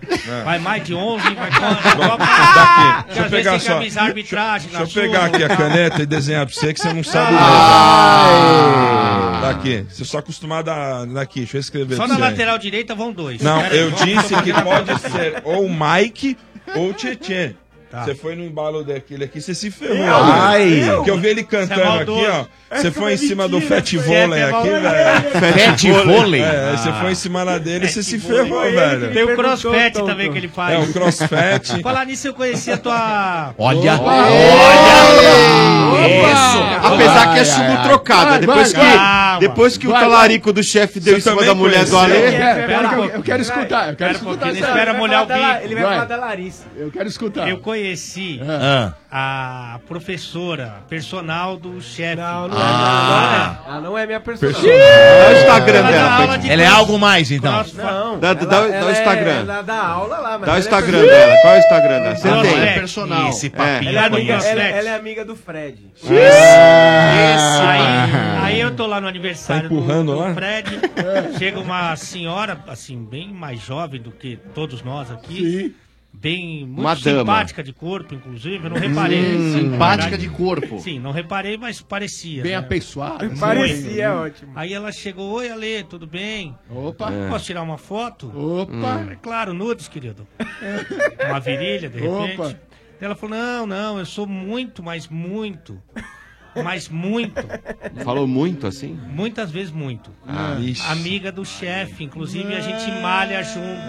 Vai mais de 11, vai quanto? Só pra-
Dá É. aqui.
Porque às vezes tem que avisar a arbitragem
Deixa eu
na
pegar
chuva,
aqui a
tá?
caneta e desenhar pra você que você não sabe
Ai.
nada. Tá aqui. Você só acostumado a... Daqui, deixa eu escrever
Ah. Só
pra
na
você aí.
lateral direita vão dois.
Não,
Pera aí,
eu
vamos-
disse que pode ser ou Mike ou o Tietchan.
Tá.
Você foi no embalo daquele aqui, você se ferrou.
Eu?
velho.
Ai.
Porque eu vi ele
Você é
cantando aqui,
maldoso.
ó.
É
Você
que
foi
é
em cima do
mentira,
Fat
foi.
Volley
É,
aqui,
é
velho.
Fat Volley?
É, você
Ah.
foi em cima lá dele, você se
Foi ele
ferrou,
É que
velho.
Tem o crossfit também que ele faz.
É, o crossfit.
Falar nisso, eu conheci a tua.
Olha!
Opa!
É Isso! Apesar que é sumo trocado.
vai,
depois,
vai,
que,
calma.
depois que o
Vai,
talarico do chefe deu em
Você
cima da
também
mulher do Ale. É,
conheceu?
Pera que eu- eu quero escutar, eu quero
Espera um
escutar.
pouquinho,
essa-
espera molhar o bico.
Ele vai falar da
Larissa.
Eu quero escutar.
Eu conheci
Ah.
a professora personal do chefe. Não,
não é, Ah. Ela não é minha personal.
Personal. Dá o Instagram
Ela dá
dela,
aula
Pedro.
de
Ela é
cross-
algo mais, então?
crossfit.
Não.
Dá- dá o-
ela-
dá o
ela é-
Instagram.
Ela dá aula lá, mas.
Dá o
ela é
Instagram
personal.
dela, qual é o Instagram dela? Você
Ela
tem?
é
Personal. Esse papinho
Ela é amiga-
conhece.
ela- ela é amiga do Fred.
Isso.
É. Isso.
Ah.
Aí, aí eu tô lá no aniversário
Tá empurrando
do, do
lá?
Fred. chega uma senhora, assim, bem mais jovem do que todos nós aqui. Bem, muito
Uma dama.
simpática de corpo, inclusive. Eu não reparei.
Hum,
Sim,
simpática
verdade.
de corpo.
Sim, não reparei, mas parecia.
Bem apessoada.
Muito.
Parecia, é ótimo.
Aí ela chegou, oi Ale, tudo bem?
Opa.
É. Posso tirar uma foto?
Hum.
Opa.
Hum.
É Claro, nudes, querido. É. Uma virilha, de repente.
Opa.
Ela falou, não, não, eu sou muito, mas muito, mas muito,
Falou muito assim?
muitas vezes muito.
Ah.
Hum.
Ixi.
Amiga do chefe, inclusive a gente
Ah.
malha junto.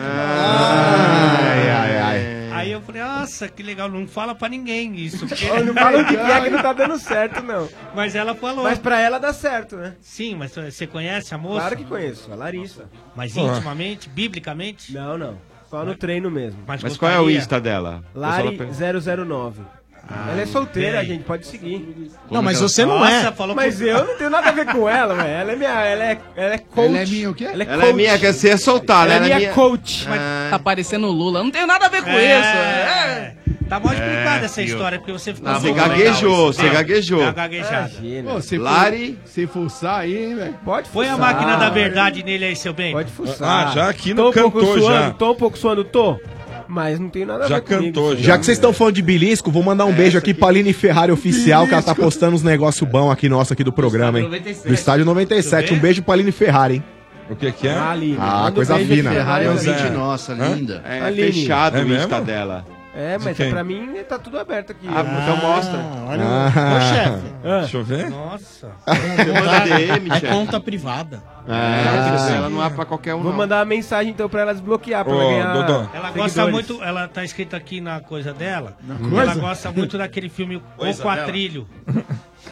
Ai, ai,
É.
ai.
Aí eu falei, nossa, que legal, não fala pra ninguém isso. porque-
Ó, Não fala o que que é que não tá dando certo, não.
Mas ela falou.
Mas pra ela dá certo, né?
Sim, mas eh, você conhece a moça?
Claro que conheço, a Larissa.
Mas
Ah.
intimamente, biblicamente?
Não, não. Só no treino mesmo.
Mas qual é o Insta dela?
Lari009.
Ah,
Ah,
ela é solteira, gente, pode seguir.
Não, mas você não é.
mas eu não tenho nada a ver com ela, ué. Ela é minha. Ela é, ela é coach.
Ela é minha o quê?
Ela é,
Ela é minha, quer ser soltar, né?
Ela é minha coach.
É.
Tá parecendo o Lula. Não tem nada a ver com
É.
isso. É.
Tá mal explicada
É,
essa
tio.
história, porque você ficou.
Ah, você
muito
gaguejou,
legal É, tá esse
você
tempo.
gaguejou.
Deu uma gaguejada.
É.
Pô, se for-
Lari-
Se forçar aí, hein,
né?
velho.
Pode
Põe a máquina da verdade nele aí, seu bem.
Pode
Ah, já aqui não
Tô um pouco
cantou,
suando,
já.
Tô um pouco suando, tô. Mas não tem nada a
Já
ver comigo. assim.
cantou,
Já que vocês estão falando de belisco, vou mandar um beijo aqui pra Aline Ferrari Oficial, que ela tá postando uns negócios bons aqui nosso aqui do programa, hein? Do estádio 97. Um beijo pra Aline Ferrari, hein?
O que que é?
Aline.
Ah,
Manda
coisa
um beijo,
fina.
Ferrari,
Pois
Aline.
é.
nossa,
Hã?
linda.
É,
Aline.
fechado
É
o Insta
mesmo?
dela.
É, mas
quem?
pra mim tá tudo aberto aqui.
Ah, então mostra.
Olha,
Ah.
ô chefe.
Deixa eu ver.
Nossa.
Manda DM,
é
chefe.
conta privada.
É, ela não é pra qualquer um,
Vou
não.
mandar uma mensagem então pra ela desbloquear, pra
Ô,
ela ganhar.
Dodô.
Ela gosta
seguidores.
muito, ela tá escrita aqui na coisa dela,
coisa?
ela gosta muito daquele filme O
Coisa
Quatrilho.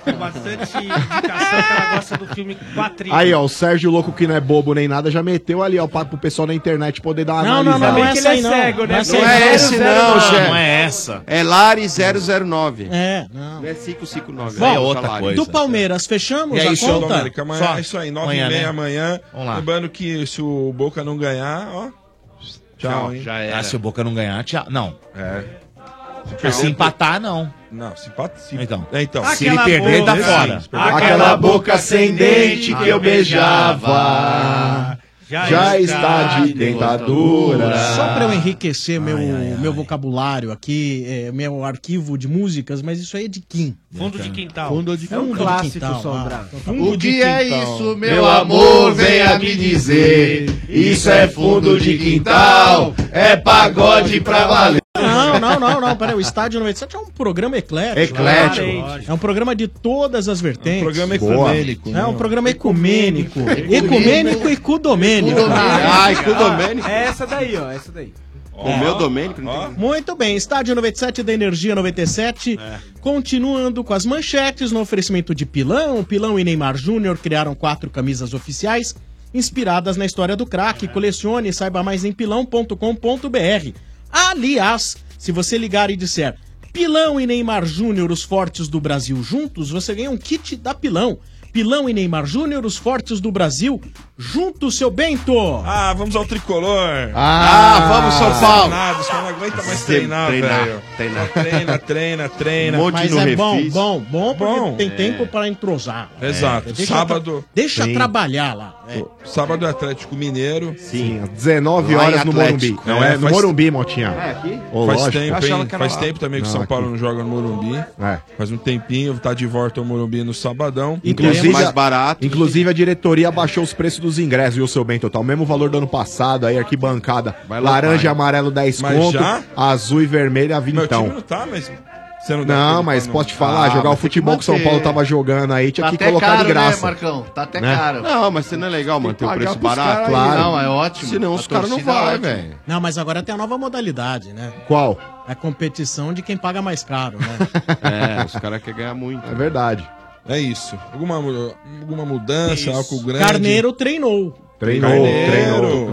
com bastante indicação que ela gosta do filme Quatrilha.
Aí, ó, o Sérgio Louco, que não é bobo nem nada, já meteu ali, ó, pra, pro pessoal na internet poder dar uma
Não, não,
analisada.
mas não é essa aí, não. Não é essa aí, não.
esse não, chefe.
Não é essa.
É Lari 009.
É,
não. é 559.
Bom,
é outra coisa.
Do Palmeiras, fechamos
E aí,
a
é
show,
conta?
América, amanhã é isso aí, 9
Amanhã,
h 30
né?
amanhã.
Vamos lá.
Lembrando que se o Boca não ganhar, ó. Tchau, hein?
Ah, se o Boca não ganhar, tchau. Não.
Tchau.
É. Se empatar, não.
Não, se empatar.
Então.
então.
Se ele perder, tá fora.
Aquela boca sem dente que eu beijava
Já
já,
está
está de dentadura.
Só para eu enriquecer meu, meu vocabulário aqui, é, meu arquivo de músicas, mas isso aí é de Kim.
Fundo de quintal.
Fundo de
É um
fundo de
clássico,
quintal,
Sombra.
ah, então tá bom.
Fundo
O
de
que é
quintal.
isso,
Meu amor, venha me dizer, isso é fundo de quintal, é pagode pra valer.
Não, não, não, não, peraí, o Estádio 97 é um programa eclético.
Eclético.
É um programa de todas as vertentes. É um
programa ecumênico,
É um programa ecumênico. Ecumênico e cudomênico.
Ah, É essa daí, ó. Essa daí.
O meu Domênico não tem
Muito bem, Estádio 97 da Energia 97. Continuando com as manchetes, no oferecimento de Pilão, Pilão e Neymar Júnior criaram quatro camisas oficiais inspiradas na história do craque. Colecione e saiba mais em pilão.com.br. Aliás, se você ligar e disser Pilão e Neymar Júnior, os fortes do Brasil juntos, você ganha um kit da Pilão. Pilão e Neymar Júnior, os fortes do Brasil, juntos, seu Bento!
Ah, vamos ao tricolor!
Ah, vamos, São Paulo.
Treinados, que eu não aguenta mais
Sempre
treinar,
treinar,
velho.
treinar.
Treina, treina, treina.
Mas é bom, bom, bom, porque
Bom.
tem
É.
tempo para entrosar.
Exato.
É, deixa
Sábado.
tra- deixa
Sim.
trabalhar lá.
Sábado é Atlético Mineiro.
Sim, às 19
Lá em
horas no
Atlético.
Morumbi. Não é,
É,
no
faz-
Morumbi, Motinha.
É, aqui?
Ô,
faz
lógico. Eu
tempo,
achava
hein?
que era
Faz
lá.
tempo também que o
Não,
São
aqui. É.
Paulo não joga no Morumbi. Faz um tempinho, tá de volta ao Morumbi no sabadão.
Inclusive, a- Inclusive a diretoria abaixou os preços dos ingressos, viu, seu bem total? mesmo valor do ano passado, aí arquibancada.
lá,
laranja e
vai.
amarelo 10
Mas
conto,
já?
azul e vermelho a
Meu time
20.
não tá, mas. Você não dá
Não,
tempo
mas
pra
posso te
não-
falar,
Ah,
jogar o
mas tem que
futebol que o São
manter.
Paulo tava jogando aí, tinha
Tá
que
até
colocar
caro,
de
né,
graça.
Marcão?
Tá até
Né?
caro. Não, mas não é legal manter o
pagar
preço
pros
barato.
caras aí, Claro.
Não, é ótimo.
Senão
A
os caras não
torcida
vai,
é ótima.
velho.
Não, mas agora tem a nova modalidade, né?
Qual?
É a competição de quem paga mais caro, né?
É, os caras querem ganhar muito.
É verdade.
É isso. Alguma, mu- alguma mudança, algo grande.
Carneiro treinou.
Treinou,
treinou.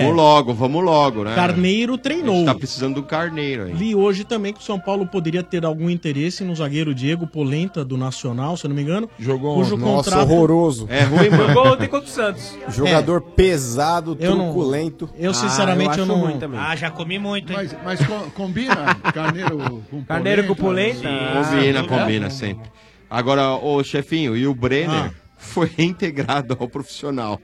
Vamos logo, vamos logo, né?
Carneiro
A
treinou.
gente tá precisando do carneiro aí.
Li hoje também que o São Paulo poderia ter algum interesse no zagueiro Diego Polenta do Nacional, se eu não me engano.
Jogou
cujo
Nossa,
contrato...
horroroso. É ruim, mano.
Jogou ontem contra o Santos.
Jogador
É.
pesado,
Eu não-
truculento.
eu, sinceramente, eu não-
Ah, já comi muito, hein?
Mas, mas co- combina carneiro com
Carneiro com polenta?
Combina, combina sempre. Agora, ô chefinho, e o Brenner foi reintegrado ao profissional.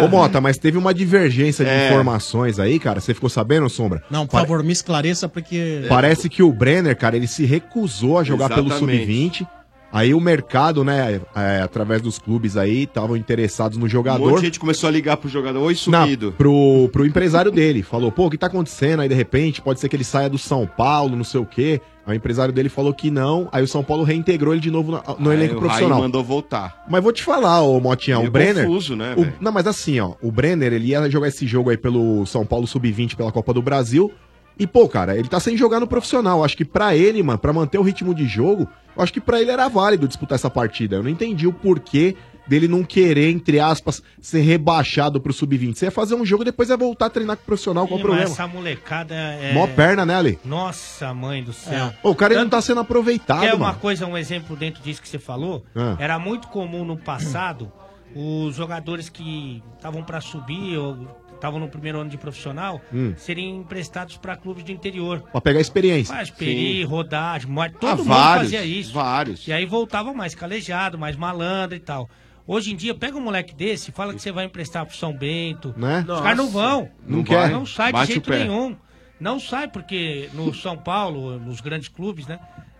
Ô,
Um
Mota, mas teve uma divergência de
É.
informações aí, cara. Você ficou sabendo, Sombra?
Não, por favor, me esclareça, porque...
Parece que o Brenner, cara, ele se recusou a jogar pelo
Exatamente.
Sub-20. Aí o mercado, né, é, através dos clubes aí, estavam interessados no jogador.
Um monte de gente começou a ligar pro jogador. Oi, sumido.
Não, pro, pro empresário dele. Falou, pô, o que tá acontecendo? Aí de repente pode ser que ele saia do São Paulo, não sei o quê. Aí o empresário dele falou que não. Aí o São Paulo reintegrou ele de novo na- no
Aí
elenco
o
profissional.
Raí mandou voltar.
Mas vou te falar, ô Motinha,
Meio
o Brenner.
confuso, né,
o-
velho?
não, mas assim, ó, o Brenner, ele ia jogar esse jogo aí pelo São Paulo Sub-20 pela Copa do Brasil. E, pô, cara, ele tá sem jogar no profissional. Acho que pra ele, mano, pra manter o ritmo de jogo, eu acho que pra ele era válido disputar essa partida. Eu não entendi o porquê dele não querer, entre aspas, ser rebaixado pro Sub-20. Você ia fazer um jogo e depois ia voltar a treinar com o profissional, qual o
Ih, mas
problema?
Essa molecada é...
Mó perna, né, Ali?
Nossa, mãe do céu.
Ô, o cara ele não tá sendo aproveitado,
é. Quer uma
mano.
coisa, um exemplo dentro disso que você falou?
Ah.
Era muito comum no passado os jogadores que estavam para subir ou estavam no primeiro ano de profissional
Hum.
serem emprestados para clubes do interior.
Pra pegar experiência.
Mas peri, rodagem, morte, todo
Ah,
mundo
vários,
fazia isso.
Vários.
E aí voltava mais calejado, mais malandro e tal. Hoje em dia, pega um moleque desse e fala que você vai emprestar pro São Bento.
Né?
Os caras não
Nossa.
vão.
Não quer.
Não sai de
Bate o
jeito
pé.
nenhum. Não sai, porque no São Paulo, nos grandes clubes, né?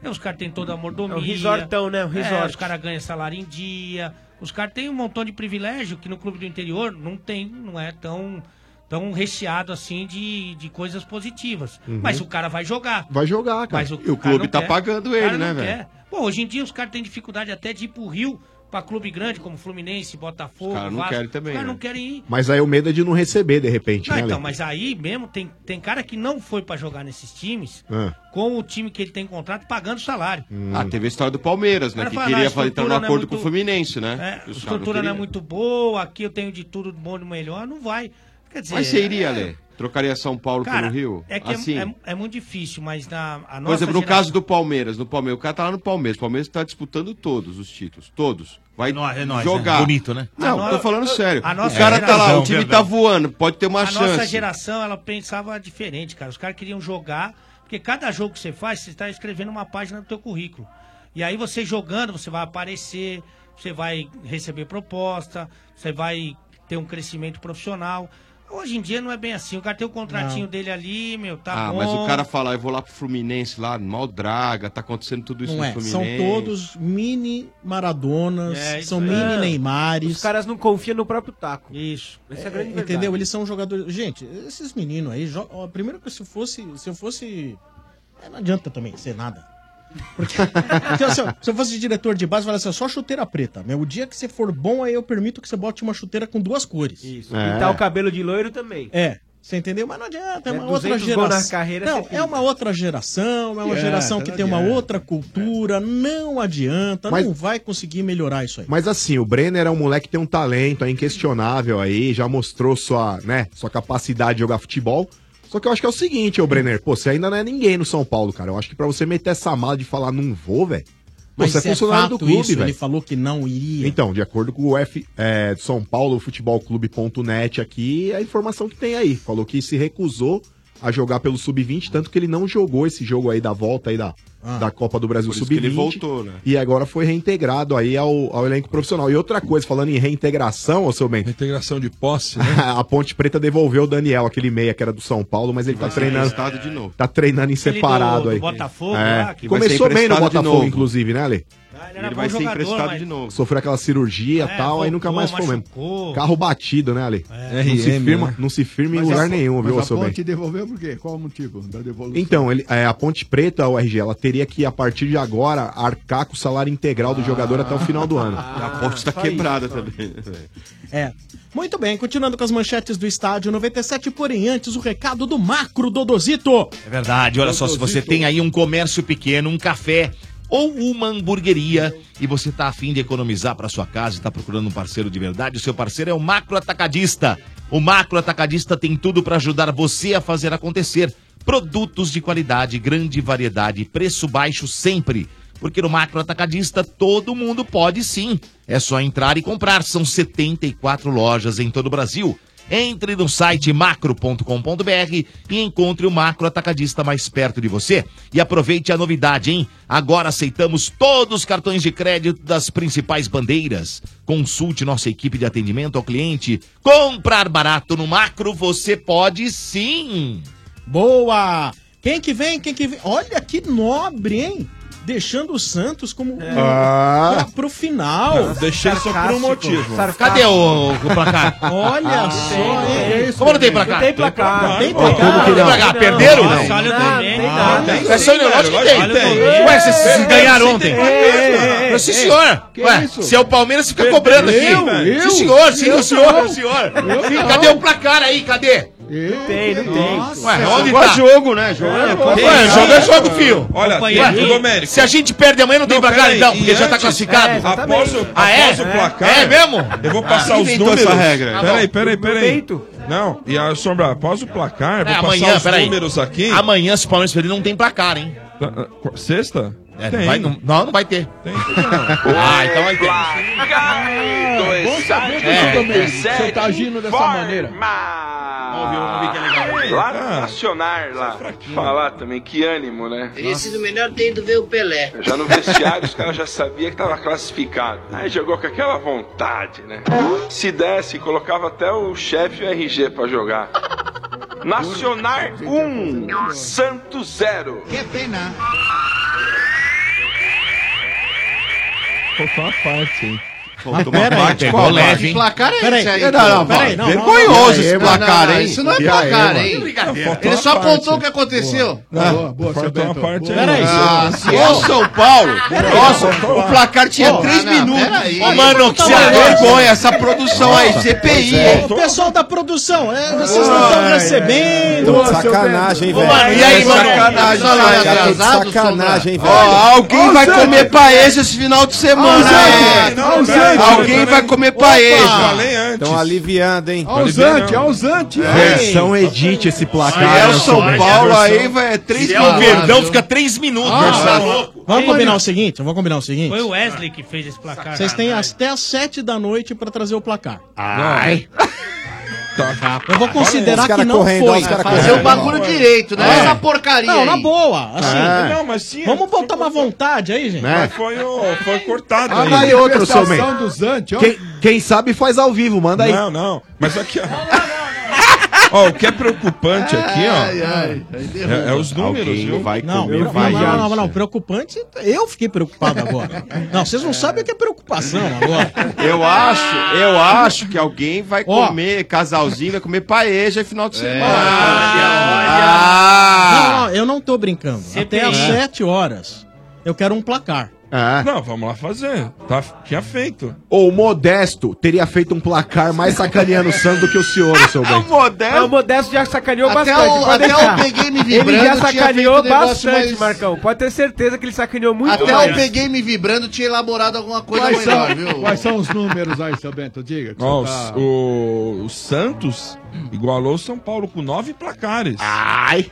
Os caras têm toda a mordomia.
É um resortão, né? Um resort.
É, os caras ganham salário em dia. Os caras têm um montão de privilégio que no clube do interior não tem, não é tão, tão recheado assim de, de coisas positivas.
Uhum.
Mas o cara vai jogar.
Vai jogar, cara.
Mas o,
E o
cara
clube
não
tá
quer.
pagando
O cara
ele,
não
né, velho?
quer. Pô, hoje em dia os caras têm dificuldade até de ir pro Rio Pra clube grande como Fluminense, Botafogo,
Os caras não querem também,
Os caras
né?
não querem ir.
Mas aí o medo é de não receber, de repente,
Ah,
né,
então,
Lê?
mas aí mesmo tem, tem cara que não foi pra jogar nesses times
Ah.
com o time que ele tem contrato pagando salário.
Ah, teve a história do Palmeiras, né?
Cara,
Que
fala,
queria
a
fazer entrar no
estrutura não é
acordo
muito-
com o Fluminense, né?
É,
E
a
os caras
estrutura não é
queriam.
muito boa, aqui eu tenho de tudo bom e melhor, não vai. Quer dizer,
Mas você iria,
é-
Ale? Trocaria São Paulo
Cara,
pelo Rio?
É que é-
assim.
é, é muito difícil, mas na a
Por
nossa
exemplo, no
geração-
caso do Palmeiras, no Palmeiras, o cara tá lá no Palmeiras, o Palmeiras tá disputando todos os títulos, todos. Vai
é nóis,
jogar.
né? Bonito, né?
Não,
A no-
tô falando sério.
a nossa
o cara tá lá,
geração,
o time
verdade.
tá voando, pode ter uma
a nossa
chance.
geração, ela pensava diferente, cara. Os caras queriam jogar, porque cada jogo que você faz, você está escrevendo uma página do teu currículo. E aí você jogando, você vai aparecer, você vai receber proposta, você vai ter um crescimento profissional. Hoje em dia não é bem assim. O cara tem o contratinho
Não.
dele ali, meu, tá
Ah,
bom.
mas o cara fala, eu vou lá pro Fluminense, lá, mal draga, tá acontecendo tudo isso
Não
no
é, são
Fluminense.
todos mini Maradonas,
É, isso
são
aí.
mini
É.
Neymares.
Os caras não confiam no próprio taco.
Isso.
Essa é a grande verdade.
Entendeu? Eles são jogadores. Gente, esses meninos aí, jo... ó, primeiro que se eu fosse. Se eu fosse. é, Não adianta também ser nada. Porque, Porque, assim, ó, se eu fosse diretor de base, eu falaria assim, ó, só chuteira preta. Meu, o dia que você for bom, aí eu permito que você bote uma chuteira com duas cores.
Isso.
É.
É.
Pintar tá o cabelo de loiro também.
É. Você entendeu? Mas não adianta, é uma
É,
outra
200 gols na
geração.
carreira,
não,
você
é uma outra geração, é uma
É,
geração que
não
tem uma
adianta.
outra cultura, não adianta,
Mas-
não vai conseguir melhorar isso aí.
Mas assim, o Brenner é um moleque que tem um talento, é inquestionável aí, já mostrou sua, né, sua capacidade de jogar futebol. Só que eu acho que é o seguinte, ô Brenner, pô, você ainda não é ninguém no São Paulo, cara. Eu acho que pra você meter essa mala de falar não vou, velho. pô, Você é funcionário do clube,
ele
velho.
falou que não iria.
Então, de acordo com o F, é, São Paulo Futebol Clube.net aqui, é a informação que tem aí. Falou que se recusou a jogar pelo Sub-20, tanto que ele não jogou esse jogo aí da volta aí da,
Ah.
da Copa do Brasil
Por isso que
Sub-20.
ele voltou, né?
E agora foi reintegrado aí ao, ao elenco profissional. E outra coisa, falando em reintegração, ô seu bem.
Reintegração de posse, né?
a Ponte Preta devolveu o Daniel, aquele meia que era do São Paulo, mas ele tá
Vai ser
treinando.
emprestado de novo.
Tá treinando em
Aquele
separado
do- do
aí. é.
Botafogo lá, que vai ser
Começou bem no
emprestado de
Botafogo,
novo.
inclusive, né, Ale?
Ele, vai ser
jogador,
emprestado
mas-
de novo.
Sofreu aquela cirurgia e
É,
tal, aí nunca mais foi
voltou,
mesmo.
machucou.
Carro batido, né, Ale?
É.
Não se
RM,
firma,
né?
não se firma em
Mas
lugar
a po-
nenhum, viu,
Mas a
seu bem?
ponte devolveu por quê? Qual o motivo da devolução?
Então, ele, é, a Ponte Preta, o RG, ela teria que, a partir de agora, arcar com o salário integral do jogador até o final do ano.
a ponte tá
só
quebrada
isso, só.
também.
É. Muito bem, continuando com as manchetes do estádio 97, porém antes o recado do macro Dodozito.
É verdade, olha só, se você tem aí um comércio pequeno, um café ou uma hamburgueria e você tá afim de economizar para sua casa e tá procurando um parceiro de verdade, o seu parceiro é o Macro Atacadista. O Macro Atacadista tem tudo para ajudar você a fazer acontecer. Produtos de qualidade, grande variedade, preço baixo sempre. Porque no Macro Atacadista todo mundo pode sim. É só entrar e comprar. São 74 lojas em todo o Brasil. Entre no site macro.com.br e encontre o macro atacadista mais perto de você. E aproveite a novidade, hein? Agora aceitamos todos os cartões de crédito das principais bandeiras. Consulte nossa equipe de atendimento ao cliente. Comprar barato no macro você pode sim!
Boa! Quem que vem? Quem que vem? Olha que nobre, hein? Deixando o Santos como ah. pra, pro final.
Não, deixei só por um motivo.
Cadê o, o placar?
Olha
Ah,
só,
tem.
hein?
Como não tem placar? Tem
placar. É Tem
Como
placar.
que não?
Não.
Perderam?
Nossa, olha o Não, Dolberg. tem nada.
É só
Tem,
lógico que
velho,
tem.
olha o Dolberg.
Ué, vocês
Perdeu,
ganharam
você
ontem.
tem placar.
Ei, Sim,
Ei,
senhor.
que
Ué,
isso?
se é o Palmeiras, fica
Perdeu,
cobrando aqui.
velho.
Sim, senhor,
Eu?
sim, o
Eu
senhor,
não.
o senhor.
Eu não.
Cadê o placar aí? Cadê?
Não
tem, não tem.
Ué, onde
Jogo é
tá?
jogo, né? Jogo é, jogo.
Ué, jogo é jogo, filho.
Olha, tem
Ué,
aqui, Domênico.
Se a gente perde amanhã, não tem pra cá, então, porque já tá
É,
classificado.
É, após o,
Ah, é?
após o placar.
É mesmo?
Eu vou passar
Ah,
os
inventou
números.
essa regra.
Peraí,
Tá bom.
peraí, peraí.
Perfeito.
Não, e a Sombra, após o placar,
É,
vou passar
amanhã,
os
peraí.
números aqui.
Amanhã, se o Palmeiras perder, não tem placar, hein?
Tá, ah, Sexta?
É, não, vai, não, não, não vai ter.
Tem.
ah, então vai ter.
É, Bom saber
que você também-
você tá agindo dessa maneira.
é
Lá
Ah.
no Nacionar,
é
lá. Falar também, que ânimo, né?
Esse do melhor tem ido ver o Pelé.
Já no vestiário, os caras já sabiam que tava classificado. Aí jogou com aquela vontade, né? Se desse, colocava até o chefe e o RG pra jogar. Nacionar 1, Santos 0.
Que pena.
Faltou uma parte, hein?
Faltou uma parte, pegou leve, hein?
placar é
Peraí,
esse
não,
aí?
não, peraí, não, não, não, não, não,
Isso não é
e aí,
placar,
mano?
hein?
Brincadeira.
Ele
Faltou
só
uma
apontou
parte.
o que aconteceu.
Boa.
Boa, boa, seu Bento. Boa.
Peraí.
Ah,
se é o São Paulo, nossa, o placar tinha
Pô,
3
ah, não,
minutos.
peraí.
Ô, Mano, que
Tá
você é
maluco?
vergonha, essa produção aí,
Nossa,
CPI,
pois é.
hein?
O pessoal da produção, é, vocês não estão recebendo.
Sacanagem, hein,
Ô,
velho.
mano, e aí, mano?
Sacanagem,
Olha lá,
velho.
atrasado,
Sacanagem, hein,
Ó,
velho.
alguém vai comer paeja esse final de semana, hein? Alguém vai comer paeja.
Estão Então, aliviando, hein?
Ó, o Zante, ó,
o
Zante.
Versão edit esse placar.
Se
né,
é o São Paulo aí, vai, é Ah, 3
Se é o Verdão,
fica 3 minutos.
Vamos combinar o seguinte, vamos combinar o seguinte.
Foi o Wesley que fez esse placar.
Vocês têm até as 7 da noite pra trazer o placar.
Ah,
Ai.
Eu vou considerar que não foi.
Fazer o bagulho direito,
né?
né?
não é essa porcaria.
Não, na
aí.
boa. Assim,
Ah.
É.
Não, mas sim.
Vamos voltar pra vontade aí, gente.
Né? Mas foi, o- foi cortado
Ah,
aí.
daí outro, seu men.
Manifestação do Zante, ó.
Quem, quem sabe faz ao vivo, manda aí.
Não, não. Mas aqui, ó. Ó, o que é preocupante aqui, ó.
Ai, ai, ai, derruba.
é, é os números,
Alguém
viu?
vai Não, comer não, não, não, não, não, preocupante, eu fiquei preocupado agora. Não, vocês não sabem o que é preocupação agora.
Eu acho, eu acho que alguém vai
Ó.
comer, casalzinho vai comer paeja final de semana.
Ah.
Ah,
Não, não, eu não tô brincando. Até às 7 horas, eu quero um placar.
É.
Não, vamos lá fazer. Tá, tinha feito.
Ou o Modesto teria feito um placar mais sacaneando o Santos do que o senhor, seu bem.
Modesto.
É, O Modesto já sacaneou
Até
bastante.
o-
pode
até
deixar.
o Peguei Me
Ele
Vibrando
já
tinha
sacaneou
feito um negócio
bastante,
mais-
Marcão. Pode ter certeza que ele sacaneou muito
Até
mais.
eu peguei me vibrando, tinha elaborado alguma coisa
Quais
melhor,
um-
são,
viu?
quais são os números aí, seu Bento? Diga. que
Ó,
você
os-
tá-
o, o Santos igualou o São Paulo com nove placares.
Ai!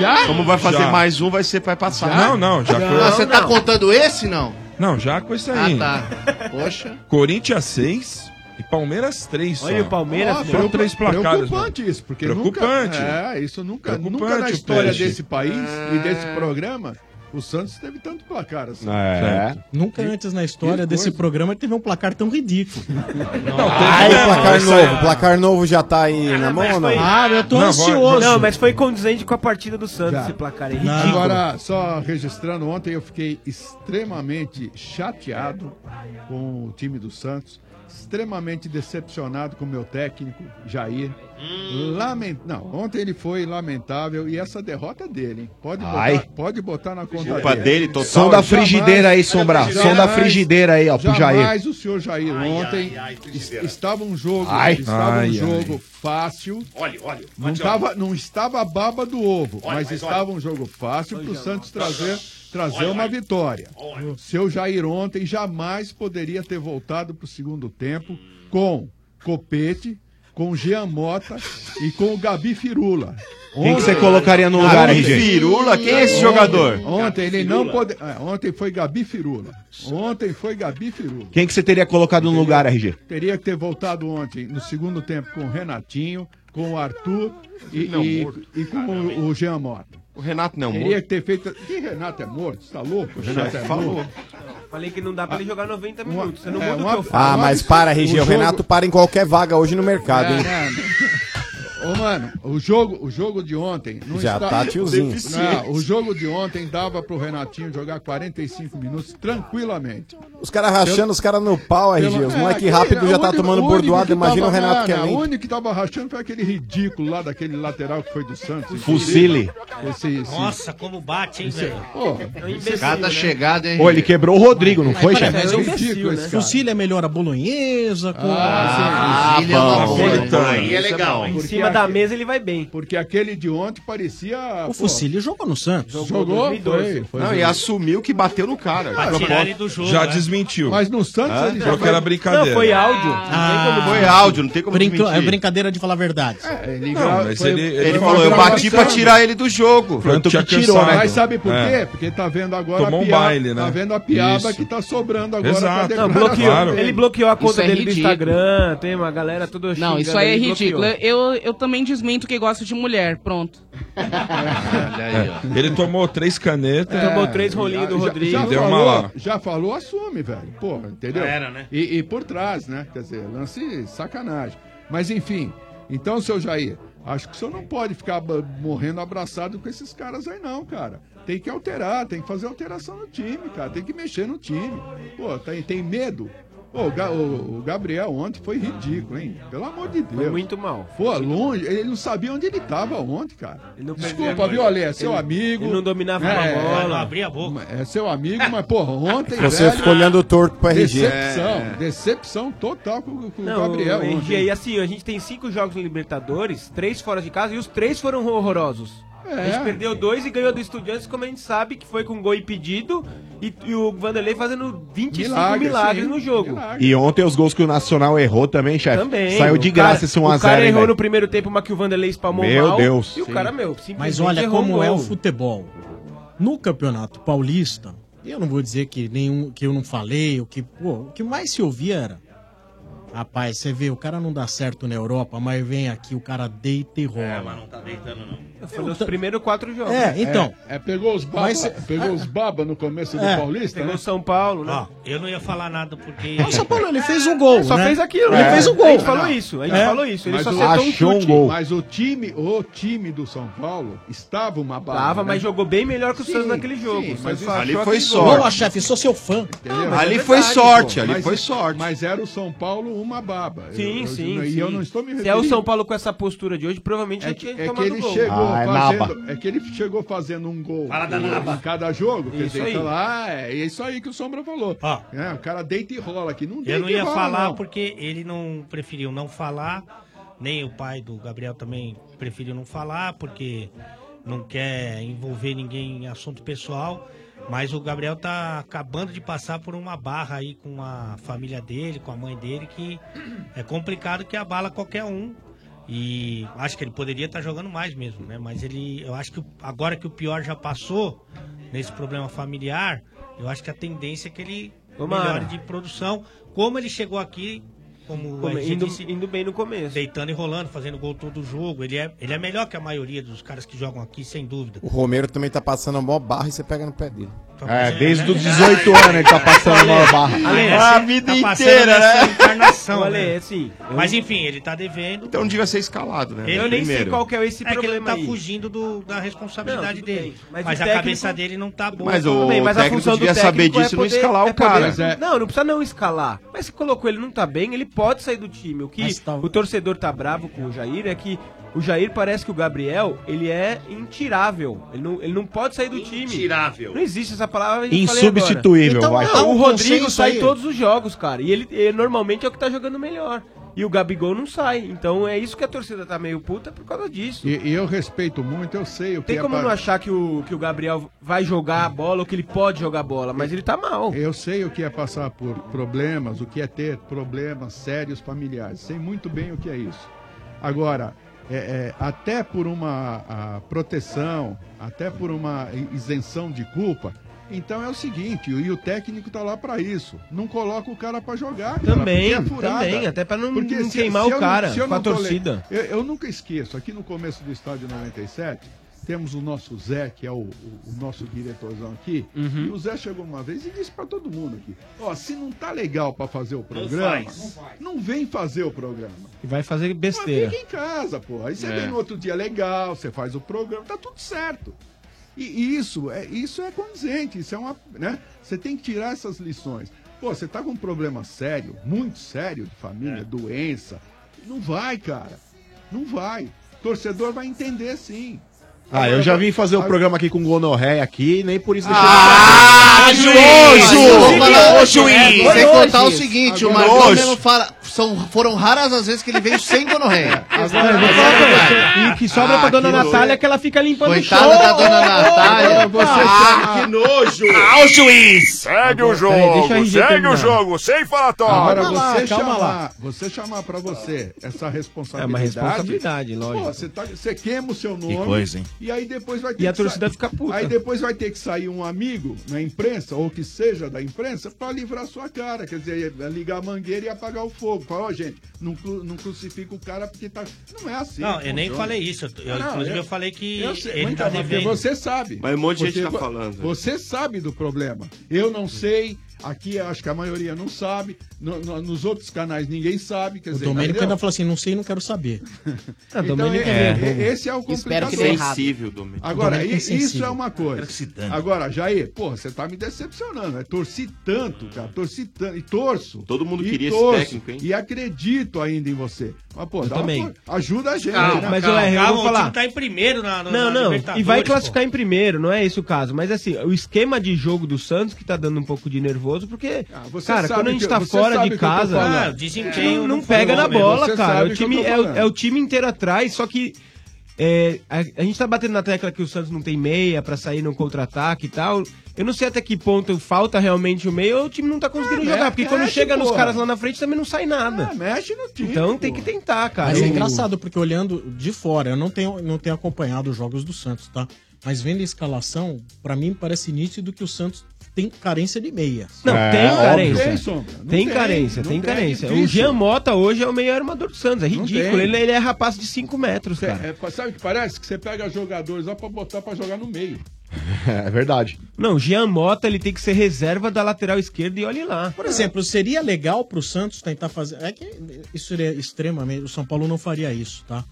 Já?
Como vai fazer
Já.
mais um, vai ser vai passar.
Não, não, já foi.
Não,
Não,
você
não.
tá
contando esse, não?
Não, já com isso aí.
tá. Poxa.
Corinthians 6 e Palmeiras 3.
Olha o Palmeiras,
só
preocupa-
três placares. né?
Preocupante isso, porque
Preocupante.
nunca. É, isso nunca, nunca
Preocupante,
na história
peixe.
desse país e desse programa, o Santos teve tanto placar assim.
É.
Certo.
Nunca antes na história desse programa teve um placar tão ridículo.
Ai, o placar novo. O placar novo já tá aí na mão ou não?
Ah, eu tô ansioso.
Não, mas foi condizente com a partida do Santos esse placar. É ridículo.
Agora, só registrando, ontem eu fiquei extremamente chateado com o time do Santos, extremamente decepcionado com o meu técnico, Jair.
Hum.
Lament... Não, ontem ele foi lamentável e essa derrota é dele, hein? Pode
Ai.
botar, pode botar na conta
Culpa dele total.
Som da frigideira aí, Sombra. Som da frigideira aí, ó, pro Jair.
Mas o senhor Jair ontem es- estava um jogo,
Ai.
estava
Ai,
um
ai.
jogo fácil.
Olha, olha.
Não estava, não estava a baba do ovo, mas estava um jogo fácil para o Santos trazer, trazer uma vitória. Seu Jair ontem jamais poderia ter voltado para o segundo tempo com Copete, com Jean Mota e com o Gabi Firula.
Quem que você
Ontem-
colocaria no lugar,
Gabi
RG? Firula? Quem é esse
Ontem-
jogador?
Ontem ele
Firula?
não pode. é, ontem foi Gabi Firula. Ontem foi Gabi Firula.
Quem que você teria colocado no lugar, RG?
Teria que ter voltado ontem, no segundo tempo, com o Renatinho, com o Arthur e,
Não,
e-
morto.
e com o, o Jean Mota.
O Renato não,
Teria
morto.
que ter feito. Que Renato é morto? Você tá louco? O
Renato
Renato é
falou.
morto.
Falei que não dá pra ele jogar 90 minutos. Você não
é,
muda o
uma-
que eu falo.
Ah, mas para, RG. O,
jogo- É,
Renato para em qualquer vaga hoje no mercado, hein?
Ô, mano, o jogo, o jogo de ontem. Não
Já tá tiozinho.
Não, o jogo de ontem dava pro Renatinho jogar 45 minutos tranquilamente.
Os caras rachando, os caras no pau, RG. Os
Pelo- é,
moleque
aquele-
rápido já
o
tá
único-
tomando
o único
bordoada.
que
Imagina o
tava
Renato
lá,
que é
né? O
lento.
único que tava rachando foi aquele ridículo lá daquele lateral que foi do Santos.
Fuzile.
Esse, esse-
Nossa, como bate, hein, velho? né?
Cada chegada, hein?
Ô, ele quebrou o Rodrigo, não foi,
peraí,
chefe?
mas é um
Ridículo
imbecil,
esse
né?
cara.
Fusilha é melhor a bolonhesa. Com...
Ah,
Fusilha
bom.
é
Porque
Em cima da
aquele-
mesa ele vai bem.
Porque aquele de ontem parecia.
O
pô,
Fusilha jogou no Santos.
Jogou? Foi, foi.
Não, e assumiu que bateu no cara.
Ah, tirar ele do jogo, Já né?
desmentiu.
Mas no Santos
Ah,
ele
falou que era brincadeira.
Não, foi Ah. áudio.
Foi áudio, não tem como
Brincou-
desmentir.
É brincadeira de falar a verdade.
É, ele,
Não, gra- mas foi- ele- ele falou,
uma
"Eu bati
gravação."
pra tirar ele do jogo."
Tanto
Tinha
que tirou,
cansado.
né? Mas sabe por
É.
quê? Porque tá vendo agora
Tomou um
piaba-
baile, né?
Tá vendo a piaba
Isso.
que tá sobrando agora.
Exato.
pra
Não,
declarar.
bloqueou. Ele bloqueou a
Isso
conta
é
dele do
ridículo.
Instagram. Tem uma galera toda
Não,
xingando
isso aí é
ele, bloqueou.
ridículo. Eu, eu também desminto que gosto de mulher, pronto.
É. Ele tomou três canetas.
É.
Já-
Já,
E deu uma
falou,
lá.
já falou, assume, velho. Pô, entendeu?
Já era, né?
E, e por trás, né? Quer dizer, lance sacanagem. Mas enfim, então, seu Jair, acho que o senhor não pode ficar ba- morrendo abraçado com esses caras aí, não, cara. Tem que alterar, tem que fazer alteração no time, cara. Tem que mexer no time. Pô, tem, tem medo. Ô, o, Ga- o- o Gabriel ontem foi ridículo, hein? Pelo amor de Deus.
Foi muito mal.
Pô, longe, ele não sabia onde ele tava ontem, cara. Desculpa,
perdia
viu,
a
Olé? Seu
Ele-
amigo.
ele não dominava
É,
a bola.
é,
abria a boca.
É seu amigo, mas, porra, ontem.
Você ficou olhando torto pro RG.
né? Decepção,
É.
decepção total com, com
Não,
o Gabriel.
o RG,
ontem.
e assim, a gente tem cinco jogos no Libertadores, três fora de casa, e os três foram horrorosos.
É.
A gente perdeu dois e ganhou do Estudiantes, como a gente sabe, que foi com gol impedido, e, e o Vanderlei fazendo 25
Milagre,
milagres
sim, Ah,
no jogo.
E ontem os gols que o Nacional errou também,
É,
chefe.
Também.
Saiu de
O cara-
graça esse 1x0.
O cara
hein,
errou
velho?
no primeiro tempo, mas que o Vanderlei espalmou
Meu
mal.
Deus.
E o
Sim.
cara, meu, simplesmente
Mas olha
errou um
como é
gol.
o futebol. No Campeonato Paulista, eu não vou dizer que nenhum que eu não falei, o que, pô, o que mais se ouvia era Rapaz, você vê, o cara não dá certo na Europa, mas vem aqui, o cara deita e rola.
É,
tá deitando, não.
Foi nos primeiros quatro jogos.
É, então.
É, pegou os baba,
Mas-
pegou os baba no começo do Paulista,
Pegou
né?
São Paulo, né?
É. Eu não ia falar nada porque.
Não, o São Paulo, ele fez um gol,
Só
né?
fez aquilo.
Ele
né?
fez um gol.
A gente falou
Não.
isso, a gente
É.
falou isso. Ele
Mas
só
o-
acertou um chute.
Mas o time, o time do São Paulo estava uma bala.
Tava, mas jogou bem melhor que o
Sim,
Santos naquele jogo.
sim,
Só
mas
só
ali
achou
foi
aquele
sorte.
gol.
Pô, chefe, sou seu fã.
Entendeu? Mas é verdade, pô. Mas- é- Mas era o São Paulo uma baba.
Sim,
É, Eu-
sim,
eu- E
sim.
eu não estou me
Se é o
referindo-
São Paulo com essa postura de hoje, provavelmente
É
já
que,
tinha
é que
tomado
ele
gol.
chegou
Ah,
fazendo, é, que ele chegou fazendo um gol
Fala da
em-
naba.
em cada jogo. quer
Isso
dizer,
aí.
então, ah, é isso aí que o Sombra falou. É, o cara deita e rola aqui. Não deita
Eu não
e
ia
rola,
falar
não.
porque ele não preferiu não falar, nem o pai do Gabriel também preferiu não falar, porque não quer envolver ninguém em assunto pessoal. Mas o Gabriel tá acabando de passar por uma barra aí com a família dele, com a mãe dele, que é complicado que abala qualquer um. E acho que ele poderia estar jogando mais mesmo, né? Mas ele, eu acho que o- agora que o pior já passou nesse problema familiar, eu acho que a tendência é que ele
Tomara.
melhore de produção. Como ele chegou aqui, como
Come-
o RG
indo-
disse,
indo bem no começo.
Deitando e rolando, fazendo gol todo jogo. Ele é, ele é melhor que a maioria dos caras que jogam aqui, sem dúvida.
O Romero também tá passando a maior barra e você pega no pé dele.
É,
desde os 18 anos ele tá passando a maior barra.
Ale,
A
assim,
vida
passando
inteira,
nessa
né?
Encarnação,
Ale,
né?
assim, eu-
Mas enfim, ele tá devendo.
Então devia ser escalado,
É,
né?
Ele-
Primeiro.
que é esse
que ele
problema
tá
aí.
fugindo do- da responsabilidade
Não, tudo
dele.
bem.
Mas,
Mas
a
o técnico-
cabeça dele não tá boa.
Mas
Tudo
o
bem,
mas a
técnico
função do
devia
técnico
saber
é
disso e não
poder-
escalar
é
o cara.
poder- Não, não precisa não escalar. Mas se colocou ele não tá bem, ele pode sair do time. O que
Mas tá-
o torcedor tá bravo com o Jair é que o Jair parece que o Gabriel, ele é intirável. Ele não, ele não pode sair do time. Intirável. Não existe essa palavra. eu falei agora.
Insubstituível,
Então,
vai.
não,
Tá um
o Rodrigo
consenso
sai
aí.
todos os jogos, cara. E ele, ele normalmente é o que tá jogando melhor. E o Gabigol não sai. Então é isso que a torcida tá meio puta por causa disso.
E, e eu respeito muito, eu sei o que
Tem
é
como
pa-
não achar que o, que o Gabriel vai jogar a bola ou que ele pode jogar a bola, mas ele tá mal.
Eu sei o que é passar por problemas, o que é ter problemas sérios familiares. Sei muito bem o que é isso. Agora, é, é, até por uma a, proteção, até por uma i- isenção de culpa. Então é o seguinte, e o técnico tá lá para isso. Não coloca o cara para jogar. cara,
Também,
porque é furada.
também, até pra não-
Porque
não queimar o
eu
cara
se eu
com a
não tô le-
torcida.
eu, eu nunca esqueço, aqui no começo do estádio 97, temos o nosso Zé, que é o, o- o nosso diretorzão aqui, e o Zé chegou uma vez e disse pra todo mundo aqui: ó, se não tá legal pra fazer o programa, não,
faz.
vem fazer o programa.
E vai fazer besteira.
Fica em casa, porra. Aí você
É.
vem no outro dia legal, você faz o programa, tá tudo certo. E- E isso é, isso é condizente, isso é uma. né? Você tem que tirar essas lições. Pô, você tá com um problema sério, muito sério de
É.
família, doença. Não vai, cara. Não vai. Torcedor vai entender sim.
Ah, eu já vim fazer o
Agora-
programa aqui com gonorreia aqui e nem por isso
Ah,
Nojo!
Ô, juiz!
Foi
Sem contar o
hoje.
seguinte, o
Agora-
Marcão
Nojo.
mesmo fala... São, foram raras as vezes que ele veio sem gonorreia. Ah,
E que sobra pra dona Natália que ela fica limpando
é Coitada da dona Natália.
que nojo!
Ah, o juiz! Segue
o jogo, segue o jogo,
sem
Agora,
falatório.
você,
calma
chamar,
lá.
você chamar pra você essa responsabilidade.
É responsabilidade, lógico.
Pô, você, tá, você queima o seu nome.
coisa, hein?
E aí depois vai ter
E a
que sa-
torcida fica puta.
Aí depois vai ter que sair um amigo na imprensa, ou que seja da imprensa, pra livrar sua cara. Quer dizer, é ligar a mangueira e apagar o fogo. Falar, ó, gente, não, cru- não crucifica o cara porque tá. Não é assim.
Não,
que
eu nem
funciona.
falei isso. Eu- eu-
é.
inclusive, eu falei que
eu sei,
ele
mas
tá
então, mas
devendo. um
Você sabe.
tá
Mas um monte de gente
Você-
tá falando.
Você sabe do problema. Eu não sei, Aqui eu acho que a maioria não sabe. no- no- nos outros canais ninguém sabe. Quer
O
dizer,
Domênico
entendeu?
ainda falou assim: não sei, não quero saber.
Então,
Domênico
é-
meio
é-
bobo.
esse é o complicador. Agora, i- isso é uma coisa. Agora, Jair, porra, você tá me decepcionando. né? torci tanto, cara. Torci tanto. E torço. Todo
mundo queria esse técnico, hein?
E acredito ainda em você. Mas, pô,
Eu
dá uma
também.
co- ajuda a gente.
Calma,
né?
mas, calma, ué, eu calma, vou
O
falar.
time tá em primeiro na, na, na
Não, não. E
Libertadores,
vai
pô.
classificar em primeiro, não é esse o caso. Mas assim, o esquema de jogo do Santos que tá dando um pouco de nervoso, porque,
Ah, você
cara,
sabe
quando a
que
gente
eu-
tá
você
fora
sabe
de
que eu tô
casa,
falando.
cara,
Ah, o desempenho
não, não
não
pega
foi
na
bom mesmo.
bola,
Você
cara.
sabe
O
que eu
time,
tô
é, o-
falando.
é o time inteiro atrás, só que é, a, a gente tá batendo na tecla que o Santos não tem meia pra sair no contra-ataque e tal. Eu não sei até que ponto falta realmente o meia ou o time não tá conseguindo
É,
jogar,
me-
porque quando
mexe,
chega nos
porra.
caras lá na frente também não sai nada.
Ah, mexe no é time.
Então tem que
ah,
tentar, cara.
Mas é
Eu-
engraçado, porque olhando de fora, eu não tenho, não tenho acompanhado os jogos do Santos, tá? Mas vendo a escalação, pra mim parece nítido que o Santos tem carência de meia.
Não, É,
É,
tem carência. tem, carência, tem,
É
carência. o Jean Mota hoje é o meio armador do Santos. É ridículo.
tem.
Ele, ele é rapaz de 5 metros, cara.
É, pa- sabe o que parece? Que você pega jogadores lá pra botar pra jogar no meio.
É verdade.
Não, Jean Mota ele tem que ser reserva da lateral esquerda e olhe lá.
Por exemplo, seria legal pro Santos tentar fazer. É que isso seria extremamente. O São Paulo não faria isso, tá?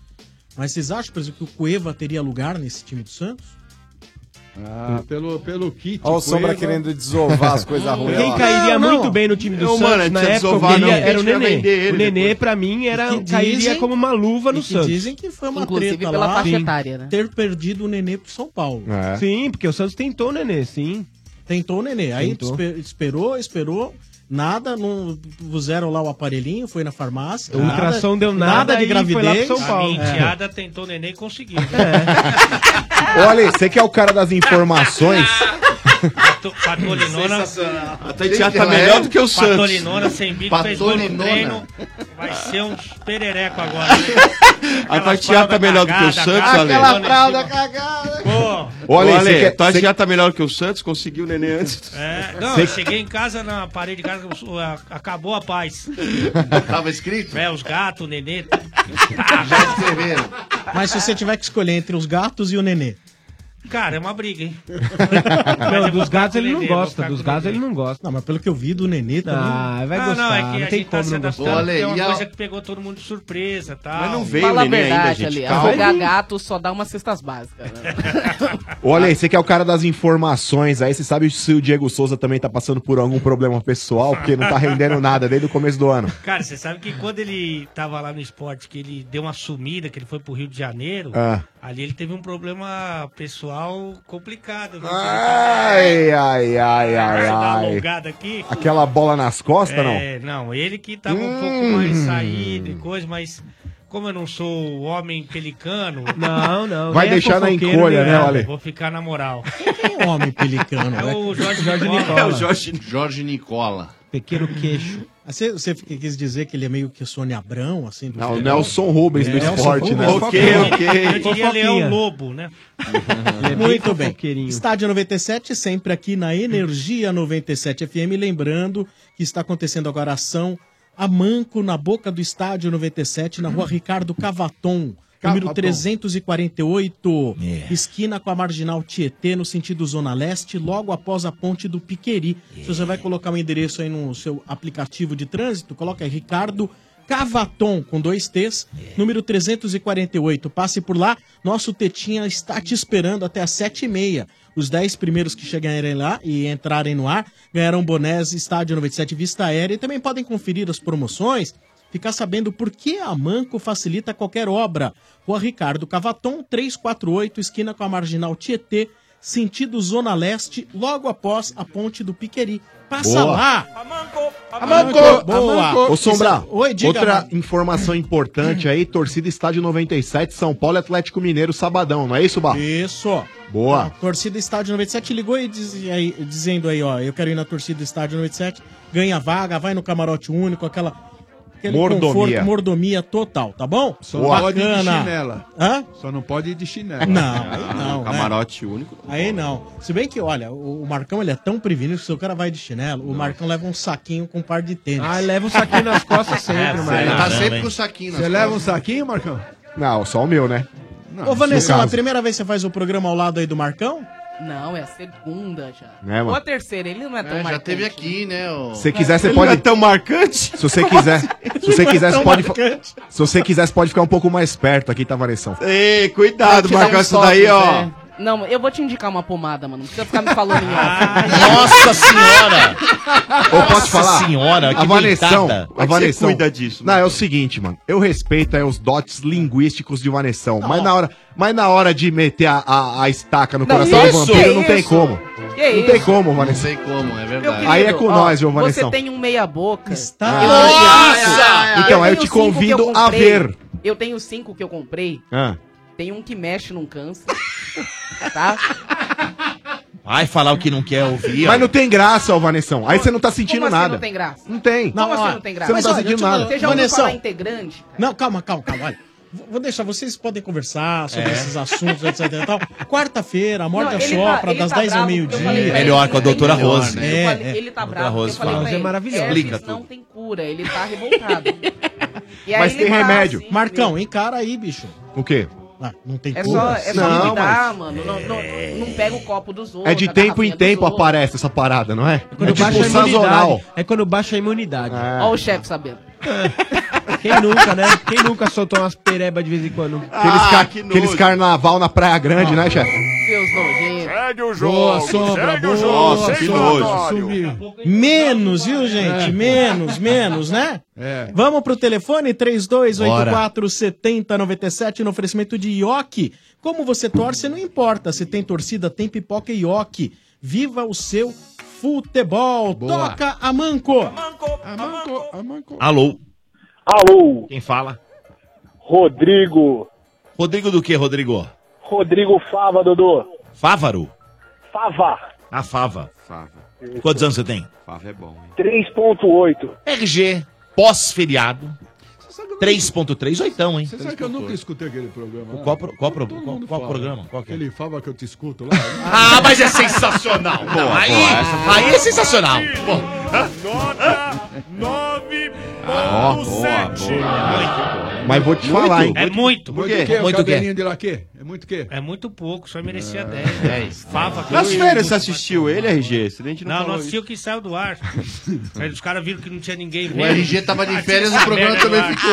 Mas vocês acham, por exemplo, que o Cueva teria lugar nesse time do Santos?
Ah, pelo, pelo kit. né?
Olha o Sombra querendo desovar as coisas ruins.
Tipo Quem
Não,
cairia
não.
muito bem no time do
Não,
Santos
mano,
na
tinha
época eu
desovar,
queria-
não,
era o
porque a gente vai
Nenê.
vender ele
O Nenê,
depois.
pra mim, era,
E que
cairia
dizem-
como uma luva no
e que
Santos.
Dizem que foi uma
Inclusive
treta
pela
lá,
faixa
sim,
etária, né?
ter perdido o Nenê pro São Paulo.
É.
Sim, porque o Santos tentou o Nenê, sim.
Tentou o Nenê. Aí
Tentou.
espe- esperou, esperou, nada, não puseram lá o aparelhinho, foi na farmácia.
O ultrassom deu nada
de
e foi lá pro
gravidez.
São
A
Paulo. É.
minha
É.
enteada tentou o neném e conseguiu.
Olha, você que é o cara das informações.
Patolinona.
Até já tá melhor do que o Santos.
Patolinona sem bico fez gol no
Patolinona.
treino. Vai ser um perereco agora. né?
A
Aquelas
Tatiá tá
fraldas
melhor do que o
cagadas,
Santos,
cara.
Ale.
Aquela fralda
cagada.
Pô,
Ô, Ale,
Ô, Ale,
você quer-
cê-
Tatiá tá melhor do que o Santos, conseguiu o neném antes.
É, não,
Cê-
eu cheguei em casa, na parede de casa, eu- a- acabou a paz.
Tava escrito?
É, os gatos, o nenê, tudo.
Mas se você tiver que escolher entre os gatos e o Nenê.
Cara, é uma briga, hein?
Não, dos gatos ele não gosta. Dos gatos ele não gosta.
Não, mas pelo que eu vi do Nenê também.
Ah, vai gostar. Não,
a
tem
gente
como
tá se
não
adaptando,
gostar.
porque é
Olha,
uma
e a-
coisa que pegou todo mundo de surpresa, tá?
Mas
não
Ah, Fala a
Nenê ainda,
verdade,
gente,
Ale.
calma.
Arrogar gato só dá umas cestas básicas. Né?
Olha aí, você que é o cara das informações aí, você sabe se o Diego Souza também tá passando por algum problema pessoal, porque não tá rendendo nada desde o começo do ano.
Cara, você sabe que quando ele tava lá no esporte, que ele deu uma sumida, que ele foi pro Rio de Janeiro,
Ah.
ali ele teve um problema pessoal complicado. né?
Ah.
viu?
Ai, ai, ai, ai,
Deixa eu dar uma
ai.
alongada Tá aqui.
Aquela bola nas costas, não? Hum.
É, não, ele que tava um pouco mais saído e coisa, mas como eu não sou o homem pelicano...
Não, não,
Vai nem é deixar na fofoqueiro, encolha, nem né, nada. Ale?
Vou ficar na moral.
Quem é o homem pelicano?
É o Jorge,
Jorge
Nicola.
Nicola. É o
Jorge, Jorge Nicola.
Pequeno queixo.
Ah, Você, você quis dizer que ele é meio que Sônia Abrão, assim? do
Não, o
futebol?
Nelson Rubens do
Nelson
esporte, né?
Rubens, é fofoqueiro.
Eu diria é Leão Lobo, né?
Muito é bem.
fofoqueirinho.
Estádio 97, sempre aqui na Energia 97 FM. Lembrando que está acontecendo agora a ação a manco na boca do Estádio 97, na rua Ricardo Cavaton, número 348, esquina com a marginal Tietê, no sentido Zona Leste, logo após a ponte do Piqueri. Se você vai colocar o endereço aí no seu aplicativo de trânsito, coloca aí Ricardo Cavaton, com dois T's, número 348. Passe por lá, nosso Tetinha está te esperando até às sete e meia. Os 10 primeiros que chegarem lá e entrarem no ar ganharão bonés Estádio 97 Vista Aérea e também podem conferir as promoções, ficar sabendo por que a Manco facilita qualquer obra. Rua Ricardo Cavaton, 348, esquina com a Marginal Tietê, sentido Zona Leste, logo após a ponte do Piqueri. Passa
Boa.
lá!
Amanco!
é-
Boa!
Ô, Sombra,
Oi, diga,
outra
Amanco.
informação importante aí, torcida estádio 97, São Paulo e Atlético Mineiro, sabadão, não é isso, Bá?
Isso. A
Boa.
torcida Estádio 97 ligou e diz- aí, dizendo aí, ó, eu quero ir na torcida Estádio 97, ganha vaga, vai no camarote único, aquela aquele
Mordomia.
mordomia total, tá bom?
Só não pode ir de chinela.
Hã?
Só não pode ir de chinela. Ah,
Não, aí não, né?
um Camarote único.
Aí não. Se bem que, olha, o o Marcão ele é tão prevenido que se o cara vai de chinelo, o Marcão leva um saquinho com um par de tênis. É, né? Ah,
leva um saquinho nas costas sempre,
mano. Ele tá sempre
com o
saquinho
Você leva um saquinho, Marcão?
Não, só o meu, né?
Ô,
no
Vanessa, é a
caso.
primeira vez que você faz o programa ao lado aí do Marcão?
Não, é a segunda já.
É, mano.
Ou a terceira, ele não é
Então,
tão
É, já
marcante,
teve
aqui,
né?
Se você quiser, você
é
pode. Se você quiser.
assim?
Se você quiser, você pode. fa- Se você quiser, você pode ficar um pouco mais perto aqui, tá, Vanessão?
Ei, cuidado, Marcão, isso daí, ó.
É. Não, eu vou te indicar uma pomada, mano. Não precisa ficar me falando em off.
Nossa senhora!
Ou posso falar?
senhora, que
a Vanessão,
deitada. Como é
a
que você
Vanessão.
cuida
né?
disso,
Não, é o seguinte, mano. Eu respeito aí os dotes linguísticos de Vanessão, mas na hora, mas na hora de meter a, a- a estaca no
Não,
coração do
isso,
vampiro,
que
não tem
isso?
como.
Que
não tem
isso?
como, Vanessão.
Não sei como, é
Meu
verdade.
querido,
Aí é com
um- ó,
nós, viu,
Você
Vanessão?
tem um meia boca. Está.
Nossa! Então, aí eu te convido a ver.
Eu tenho cinco que eu comprei.
Ah.
Tem um que mexe num câncer. tá?
Vai falar o que não quer ouvir.
Mas não tem graça, ô Vanessão. Aí você não tá sentindo
Como assim
nada.
não tem graça?
Não tem.
Como
Não,
assim
ó,
não tem graça?
você não tá
Mas, olha,
sentindo
eu te falo,
nada.
Você já ouviu
Vanessão.
falar integrante?
Não, calma, calma, calma. Olha. Vou- Vou deixar, vocês podem conversar sobre
É.
esses assuntos, etc e tal. Quarta-feira, a morte
Não,
é
ele
só,
tá-
pra
ele
das
tá
10 ao
bravo porque eu
meio-dia.
falei pra ele
Melhor com a
que ele
doutora
melhor,
Rose.
né?
É,
Eu falei-
é.
ele tá
Doutora
bravo, porque
Rose
eu falei
fala.
pra
É
ele,
maravilhosa.
herpes
Explica
não
tudo.
tem cura, ele tá revoltado. E aí
Mas
ele
tem
tá
remédio.
assim,
Marcão, encara aí, bicho.
O quê?
Ah, não tem
É
cura.
só, é só
Não,
cuidar,
mas-
mano. Não, não, não pega o copo dos outros.
É de
a
tempo em
garrafinha dos
tempo
outros.
aparece essa parada, não é?
Quando
é
baixa a imunidade.
sazonal. É.
É quando baixa a imunidade.
Ó o chefe sabendo.
Quem nunca, né? Quem nunca soltou umas perebas de vez em quando?
Aqueles,
Ah,
car- aqueles carnaval na Praia Grande,
Ah.
né, chefe?
Seus nojentos.
Segue o
jogo, Boa, Sombra, segue o boa, jogo,
Nossa,
segue
que
o
nojo.
otário.
Sumiu. Menos, viu, gente?
É.
Menos, menos, né?
É.
Vamos pro telefone 32847097 no oferecimento de Ioki. Como você torce, não importa. Se tem torcida, tem pipoca e Ioki. Viva o seu futebol.
Boa.
Toca a Manco.
Alô?
Alô?
Quem fala?
Rodrigo.
Rodrigo do que, Rodrigo?
Rodrigo Fava, Dodô.
Fávaro?
Fava,
A Fava. Quantos anos você tem? Fava é bom.
3.8.
RG, pós-feriado. 3.3, oitão, hein?
Você sabe que eu nunca escutei aquele programa?
Qual pro- qual pro- qual- qual
programa?
Qual que é?
Ele fala que eu te escuto lá.
Ah, mas é sensacional. Não,
Boa,
aí,
boa, essa foi
aí é sensacional. Pô,
Ah,
Ó, boa, boa. Mas vou te falar, hein?
É muito.
Por
Muito
quê?
quê?
Muito
Muito quê?
de laque? É muito quê?
É muito pouco, só merecia 10. 10. Fava.
Nas
dois,
férias você
dois,
assistiu ele, RG? Você nem
Não, não
falou
assistiu que saiu do ar. Aí os caras viram que não tinha ninguém. Ah,
O RG
tava de férias, o programa também ficou.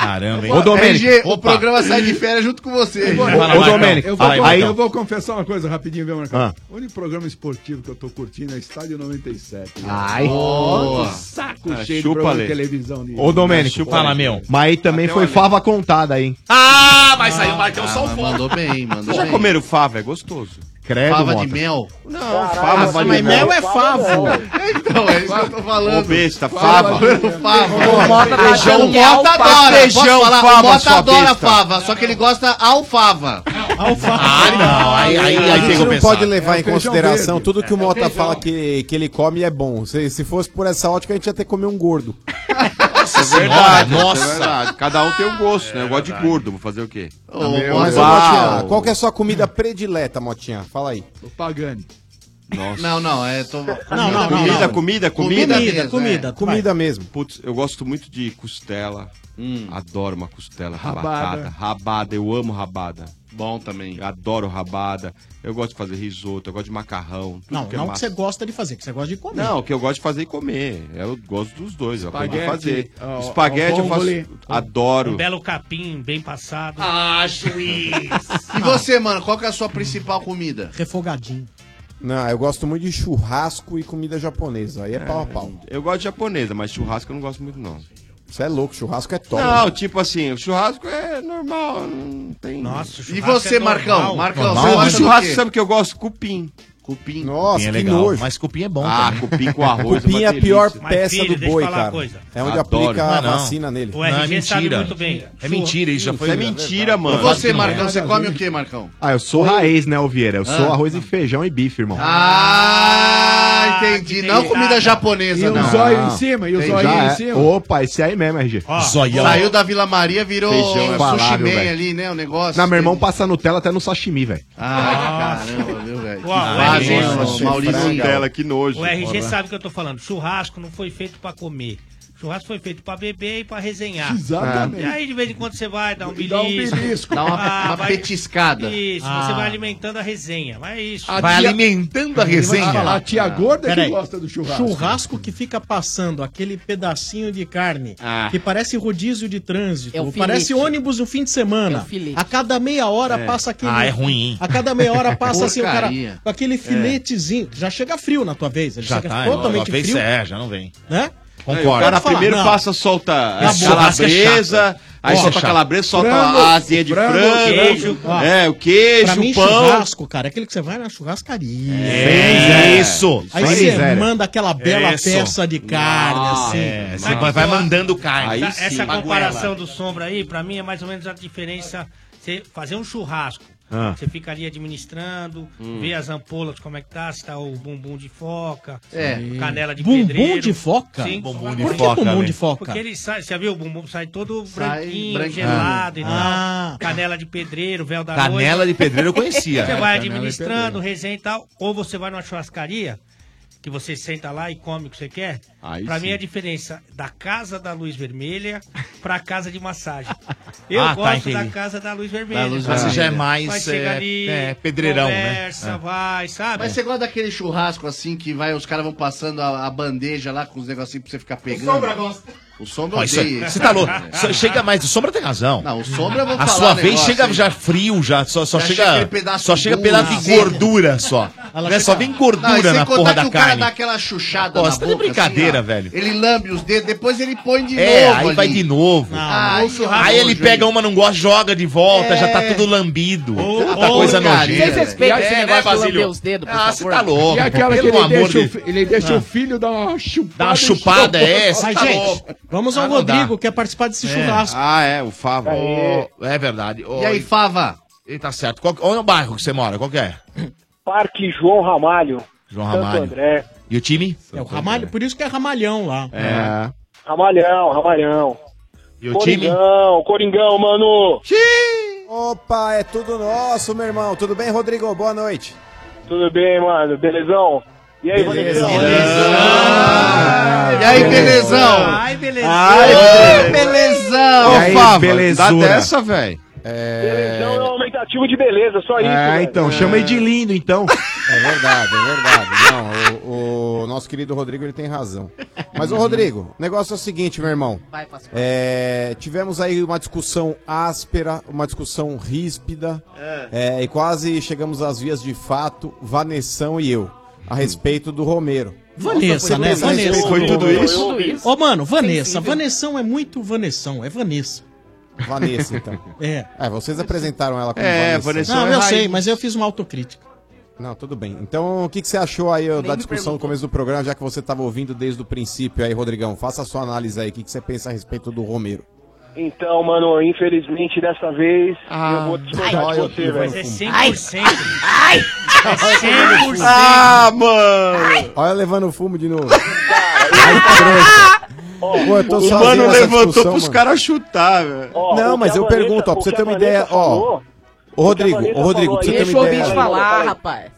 Caramba, hein?
Ô,
Domênico.
RG, o
Opa.
programa sai de férias junto com você.
Ô,
Fala, Marcão. Domênico,
eu vou,
fala aí,
con-
Marcão.
eu vou confessar uma coisa rapidinho, viu, Marcão?
Ah.
O único programa esportivo que eu tô curtindo é Estádio 97.
Ai.
né? Ó, que saco
Ah,
cheio de
chupa,
programa de
Lê.
televisão. de-
Ô, Domênico.
Fala, meu.
Mas aí também foi fava contada, hein?
Ah, mas aí o Marcão salvou.
Mandou bem, mandou
Vocês já
bem.
comeram fava? É gostoso.
Credo,
Fava de
Mota.
mel?
Não,
Caralho,
fava de
mas
mel.
mel é favo.
Então, é isso que eu tô falando. Ô, besta, fava.
Fava.
O Mota tá
feijão,
achando que é
Mota
alfafa.
adora. Posso
Feijão,
falar?
fava,
o Mota
sua
adora
besta.
fava, só que ele gosta alfava.
Ah,
não.
Aí, aí,
a gente não pode levar
É
em
feijão
consideração
verde.
tudo que o
É
Mota
feijão.
fala que, que ele come é bom. Se, se fosse por essa ótica, a gente ia ter que comer um gordo.
Isso é
Senhora,
verdade. Nossa.
nossa.
É verdade. Cada um tem um gosto, né? Eu gosto de
verdade.
gordo. Vou fazer o quê?
Ô, mas, ô, Motinha, qual que é a sua comida predileta, Motinha? Fala aí.
O Pagani.
Nossa.
Não, não, é... Tô...
não, não,
comida,
não.
comida, comida,
Comida mesmo,
comida, Hum.
é. Comida
Vai.
mesmo.
Putz, eu gosto muito de costela. Adoro uma costela
Rabada.
rabatada. Rabada, eu amo rabada.
Bom também.
Adoro rabada. Eu gosto de fazer risoto, eu gosto de macarrão. tudo
Não,
que é
não que
massa.
você gosta de fazer, que você gosta de comer.
Não, o que eu gosto de fazer e comer. Eu gosto dos dois. é Eu aprendi a fazer.
Espaguete, ó,
Espaguete
ó,
eu faço.
vongole.
Adoro.
Um belo capim, bem passado.
Ah, juiz. E você, mano, qual que é a sua principal comida?
Refogadinho.
Não, eu gosto muito de churrasco e comida japonesa. Aí é, pau a pau.
Eu gosto de japonesa, mas churrasco eu não gosto muito, não.
Você é louco, churrasco é top.
Não, tipo assim, o churrasco é normal, não tem. Nossa,
E você, Marcão? Marcão, você
normal,
gosta
mas
do
churrasco
quê?
sabe o que eu gosto? Cupim.
Cupim.
Nossa,
Cupim é
que
legal,
nojo.
mas cupim é bom
Ah,
também.
cupim com arroz
Cupim é a
uma
pior
delícia.
peça do boi, cara. É onde aplica a
Não, não.
vacina nele.
Não, é mentira. É mentira, isso já foi.
é mentira, mano.
E você, Marcão, você come o quê, Marcão?
Ah, eu sou raiz, né, ô Vieira? Eu sou
Ah.
arroz e feijão e bife, irmão.
Ah, entendi. Não comida japonesa, não. Ah, Entendi.
Já é. Opa, esse aí mesmo, RG.
Saiu da Vila Maria, virou
Feijão
sushi
infalável,
man
velho.
ali, né? O negócio.
Na meu irmão passa Nutella até no sashimi, velho.
Ah, caramba, viu, velho?
Uau, é
Que
o
Ah,
fase, hein,
RG,
Maurício?
Nutella,
que nojo.
O RG
Porra.
sabe o que eu tô falando. Churrasco não foi feito pra comer. Churrasco foi feito pra beber e pra resenhar.
Exatamente.
E aí, de vez em quando, você vai dar um
Dá um
belisco.
belisco. Dá
uma-
Ah,
uma petiscada.
Isso,
Ah.
você vai alimentando a resenha. Mas é isso.
Vai alimentando a resenha. Ah.
falar, Ah, Peraí.
Churrasco.
Churrasco que fica passando aquele pedacinho de carne
Ah.
que parece rodízio de trânsito,
É o É filete.
parece ônibus no fim de semana. a cada meia hora
É.
passa aquele.
Ah, é ruim.
A cada meia hora passa assim o cara
Porcaria. É.
com aquele filetezinho. Já chega frio na tua vez, ele
Já
chega
tá,
totalmente
uma vez
frio.
cê é, já não vem.
Né?
Concordo.
O cara primeiro
Não.
passa, solta
Na
a
boa. Churrasco é
calabresa,
chato.
aí
Porra,
solta a
chato.
calabresa, solta
Frango,
a asinha de
frango,
frango,
queijo.
ó. é, o queijo,
pra mim,
o pão.
churrasco, cara, é aquele que você vai na churrascaria.
É, isso.
Aí
Sem
você
miséria.
manda aquela bela
Isso.
peça de carne,
Ah,
assim.
é, você vai- vai mandando carne. Aí
Essa,
sim,
essa
baguela.
comparação do sombra aí, pra mim, é mais ou menos a diferença. Você fazer um churrasco.
Ah.
Você fica ali administrando,
Hum.
vê as ampolas, como é que tá, se tá o bumbum de foca,
É.
canela de
Bumbum
pedreiro.
de foca?
Sim.
Bumbum de Por que foca, bumbum velho? de foca?
Porque ele sai, você viu, o bumbum sai todo
Sai
branquinho,
branquinho.
gelado e
Ah.
tal. Canela de pedreiro, véu da
Canela
noiva.
de pedreiro eu conhecia.
Você
É,
vai
canela de
administrando, resenha e tal, ou você vai numa churrascaria, que você senta lá e come o que você quer.
Aí
pra
sim.
mim, é a diferença da casa da luz vermelha pra casa de massagem. Eu
Ah, tá,
gosto da
entendi.
casa da luz vermelha.
Da luz Mas você vermelha. já é mais,
Mas chega
é,
ali,
é, pedreirão, né?
conversa,
É.
vai, sabe?
Mas você gosta daquele churrasco assim que vai, os caras vão passando a, a bandeja lá com os negocinhos pra você ficar pegando?
Sombra gosta.
O sombra É.
Ó, isso aí,
odeia.
Você tá louco. Só Chega mais. O Sombra tem razão.
Não, o Sombra eu vou
A
falar
sua
um
vez
negócio
chega
aí.
já frio, já só, só
Já chega
chega.
aquele pedaço
só chega
duro,
pedaço de
seca.
gordura só.
Ela
Né? Só
fica-
vem
Não, e
gordura
sem
na
contar
porra
que
da
o cara dá
carne.
aquela chuchada
Pô,
na
você tá
boca.
de brincadeira,
assim, ó.
velho.
Ele lambe os dedos, depois ele põe de
É,
novo
aí
ali.
vai de novo.
Ah,
aí,
o churrasco
aí ele
nojo,
pega
hein?
uma, não gosta, joga de volta, já tá tudo lambido. Tanta coisa nojenta.
Vocês respeitam esse negócio de lamber os
dedos, Ah, você tá louco.
E aquela que
Pelo
ele
amor
deixa,
de
o, fi- ele deixa
Ah.
o filho dar uma chupada.
Dá uma chupada, é, você
Mas,
tá
gente,
louco.
vamos ao
Ah, não
Rodrigo,
dá.
que quer participar desse
É.
churrasco.
Ah, é, o Fava.
Aê.
Ô, é verdade. Ô,
E aí,
Fava? Ele tá certo. Qual, onde é o bairro que você mora? Qual que é?
Parque João Ramalho.
João
Santo
Ramalho.
André.
E o time?
É o Ramalho, por isso que é Ramalhão lá.
Ah, É.
Ramalhão, Ramalhão.
E
o time?
Coringão, Coringão, mano.
Opa, é tudo nosso, meu irmão. Tudo bem, Rodrigo? Boa noite.
Tudo bem, mano? Belezão? E aí, Belezão?
E aí, belezão?
Ai, belezão.
Ai, belezão.
E aí,
belezura.
belezura?
velho.
Belezão é um aumentativo de beleza, só isso.
É,
velho.
então, chama ele de lindo, então. É verdade, é verdade. Não, o, o nosso querido Rodrigo, ele tem razão. Mas, ô Rodrigo, o negócio é o seguinte, meu irmão.
Vai, Pascoal.
É, tivemos aí uma discussão áspera, uma discussão ríspida, é, e quase chegamos às vias de fato, Vanessão e eu, a respeito do Romero.
Uhum. Vanessa, né?
Nossa,
Vanessa.
respeito do Romero.
Ô, mano, Vanessa. Vanessão é muito Vanessão. É Vanessa.
Vanessa, então.
É.
É, vocês apresentaram ela como
É,
Vanessa.
Vanessão Não, é eu raiz. sei, mas eu fiz uma autocrítica.
Não, tudo bem. Então, o que, que você achou aí ó, da
me
discussão no começo do programa, já que você estava ouvindo desde o princípio aí, Rodrigão? Faça a sua análise aí, o que, que você pensa a respeito do Romero?
Então, mano, infelizmente dessa vez eu vou discordar de você, velho.
É 100%.
É
100%.
Ah, mano! Olha eu levando fumo de novo. Pô, eu tô
O
sozinho
mano
nessa
levantou
discussão,
pros
mano.
caras chutar, velho.
Não, mas eu pergunto, ó, pra você ter uma ideia, ó. Ô, Rodrigo, ô, Rodrigo, pra você ter
Deixa
uma
o
ideia.
ouvinte falar, rapaz.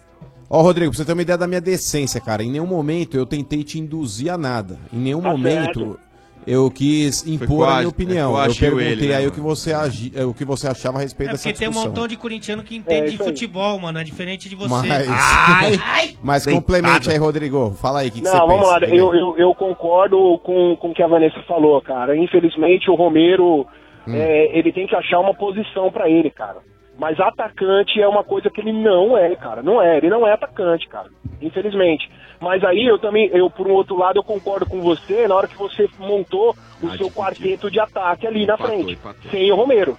Ó, Rodrigo, pra você ter uma ideia da minha decência, cara. Em nenhum momento eu tentei te induzir a nada. Em nenhum momento
certo.
eu quis impor a
coag-
minha opinião. eu
é, coagiu
perguntei
ele, né,
aí o
mano?
que, você agi, é, o que você achava a respeito
É
dessa
porque tem um
discussão.
montão de corintiano que entende
É
de
isso aí.
futebol, mano. É diferente de você.
Mas, mas complemente aí, Rodrigo. Fala aí o que, que você
Não, vamos
pensa. né?
lá, eu, eu, eu concordo com, com o que a Vanessa falou, cara. Infelizmente o Romero,
Hum.
Hum.
é, ele tem que achar uma posição pra ele, cara. Mas atacante é uma coisa que ele não é, cara. Não é, ele não é atacante, cara. Infelizmente. Mas aí eu também, eu por um outro lado, eu concordo com você na hora que você montou o seu quarteto de ataque
Hum.
ali na
Ah, Empatou,
frente,
empatou.
sem o Romero.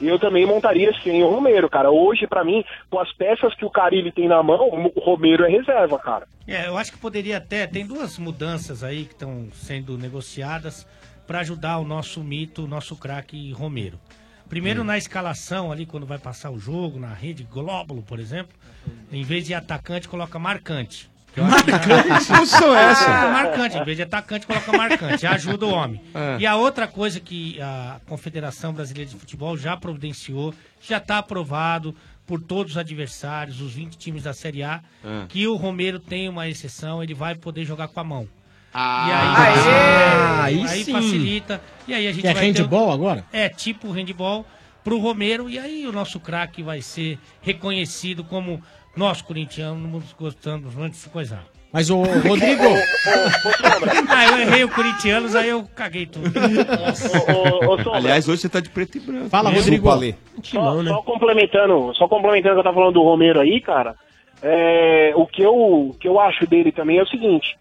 E eu também montaria sem o Romero, cara. Hoje, pra mim, com as peças que o Carilli tem na mão, o Romero é reserva, cara.
É, eu acho que poderia até. Tem duas mudanças aí que estão sendo negociadas para ajudar o nosso mito, o nosso craque Romero. Primeiro, na escalação ali, quando vai passar o jogo, na rede Glóbulo, por exemplo, em vez de atacante, coloca marcante. Que eu acho que-
Marcante? Que discussão é essa?
Coloca Marcante, em vez de atacante, coloca marcante. Ajuda o homem.
É.
E a outra coisa que a Confederação Brasileira de Futebol já providenciou, já está aprovado por todos os adversários, os 20 times da Série A,
É.
Ah.
que o Romero tem uma exceção, ele vai poder jogar com a mão.
Ah.
E aí, aí, facilita. E aí a gente
É
vai ter-
handball agora?
É, tipo handball pro Romero. E aí o nosso craque vai ser reconhecido como nós, corintianos, gostamos muito de coisar.
Mas o Rodrigo,
ah, eu errei o corintianos, aí eu caguei tudo.
Aliás, hoje você tá de preto e branco.
Fala,
Isso,
Rodrigo.
Palê.
Timão,
só,
né?
só complementando, só complementando o que eu tava falando do Romero aí, cara, é, o que eu, o que eu acho dele também é o seguinte.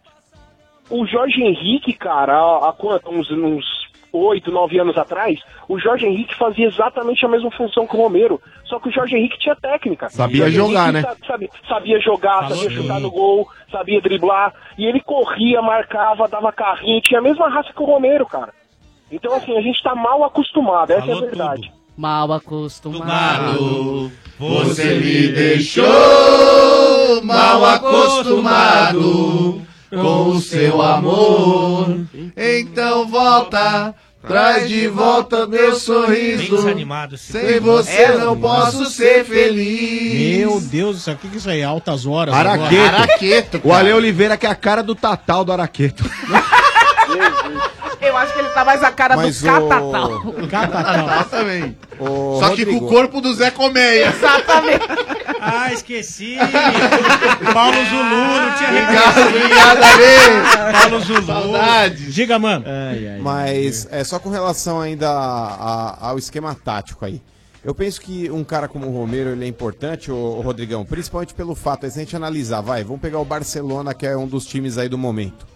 O Jorge Henrique, cara, há, há quanto? Uns, uns 8, 9 anos atrás, o Jorge Henrique fazia exatamente a mesma função que o Romero. Só que o Jorge Henrique tinha técnica.
Sabia
O Jorge
jogar,
Henrique
né?
sa- Sabia, sabia jogar,
Falou
sabia
bem.
chutar no gol, sabia driblar. E ele corria, marcava, dava carrinho, tinha a mesma raça que o Romero, cara. Então, assim, a gente tá mal acostumado, essa é a verdade.
Mal acostumado.
Você me
deixou
mal acostumado com o seu amor. Então volta, traz de volta meu sorriso. Sem você
É.
não posso ser feliz.
Meu Deus do céu, o que, que isso aí? Altas horas.
Araqueto.
Araqueto,
o Ale Oliveira, que é a cara do Tatal do Araqueto.
Eu acho que ele tá mais a cara
Mas
do
o-
catatal.
tá
Catatal.
também.
Só
que com o corpo do Zé Colmeia.
Exatamente.
Ah, esqueci. Paulo Zulu, não tinha
Ah,
obrigado, Ale.
Paulo Zulu.
Saudades.
Diga, mano.
Mas é só com relação ainda a- a- ao esquema tático aí. Eu penso que um cara como o Romero ele é importante, o, Rodrigão, principalmente pelo fato, aí se a gente analisar, vai, vamos pegar o Barcelona, que é um dos times aí do momento.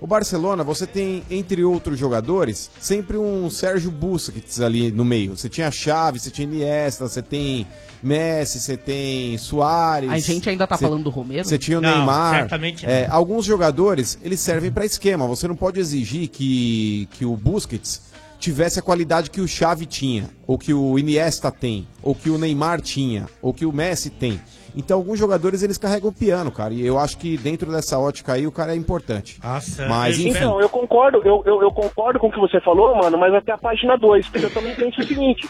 O Barcelona, você tem, entre outros jogadores, sempre um Sérgio Bussa que está ali no meio. Você tinha Chave, você tinha Iniesta, você tem Messi, você tem Soares.
A gente ainda tá
você-
falando do Romero?
Você tinha o
Não,
Neymar.
certamente não.
É, alguns jogadores, eles servem para esquema. Você não pode exigir que, que o Busquets tivesse a qualidade que o Xavi tinha, ou que o Iniesta tem, ou que o Neymar tinha, ou que o Messi tem. Então, alguns jogadores, eles carregam o piano, cara. E eu acho que dentro dessa ótica aí, o cara é importante. Mas, enfim.
Então, eu concordo, eu, eu, eu concordo com o que você falou, mano, mas até a página 2, porque eu também penso o seguinte,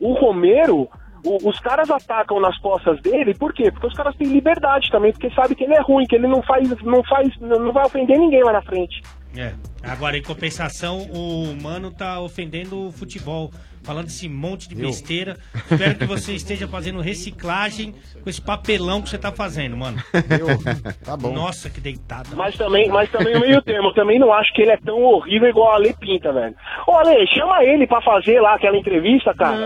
o Romero, o- os caras atacam nas costas dele, por quê? Porque os caras têm liberdade também, porque sabe que ele é ruim, que ele não faz, não faz, não vai ofender ninguém lá na frente.
É. Agora, em compensação, o Mano tá ofendendo o futebol, falando esse monte de
Eu?
besteira. Espero que você esteja fazendo reciclagem com esse papelão que você tá fazendo, mano.
Tá
bom.
Nossa, que deitada.
Mas também, mas também o meio termo, eu também não acho que ele é tão horrível igual o Ale Pinta, velho. Ô Ale, chama ele pra fazer lá aquela entrevista, cara.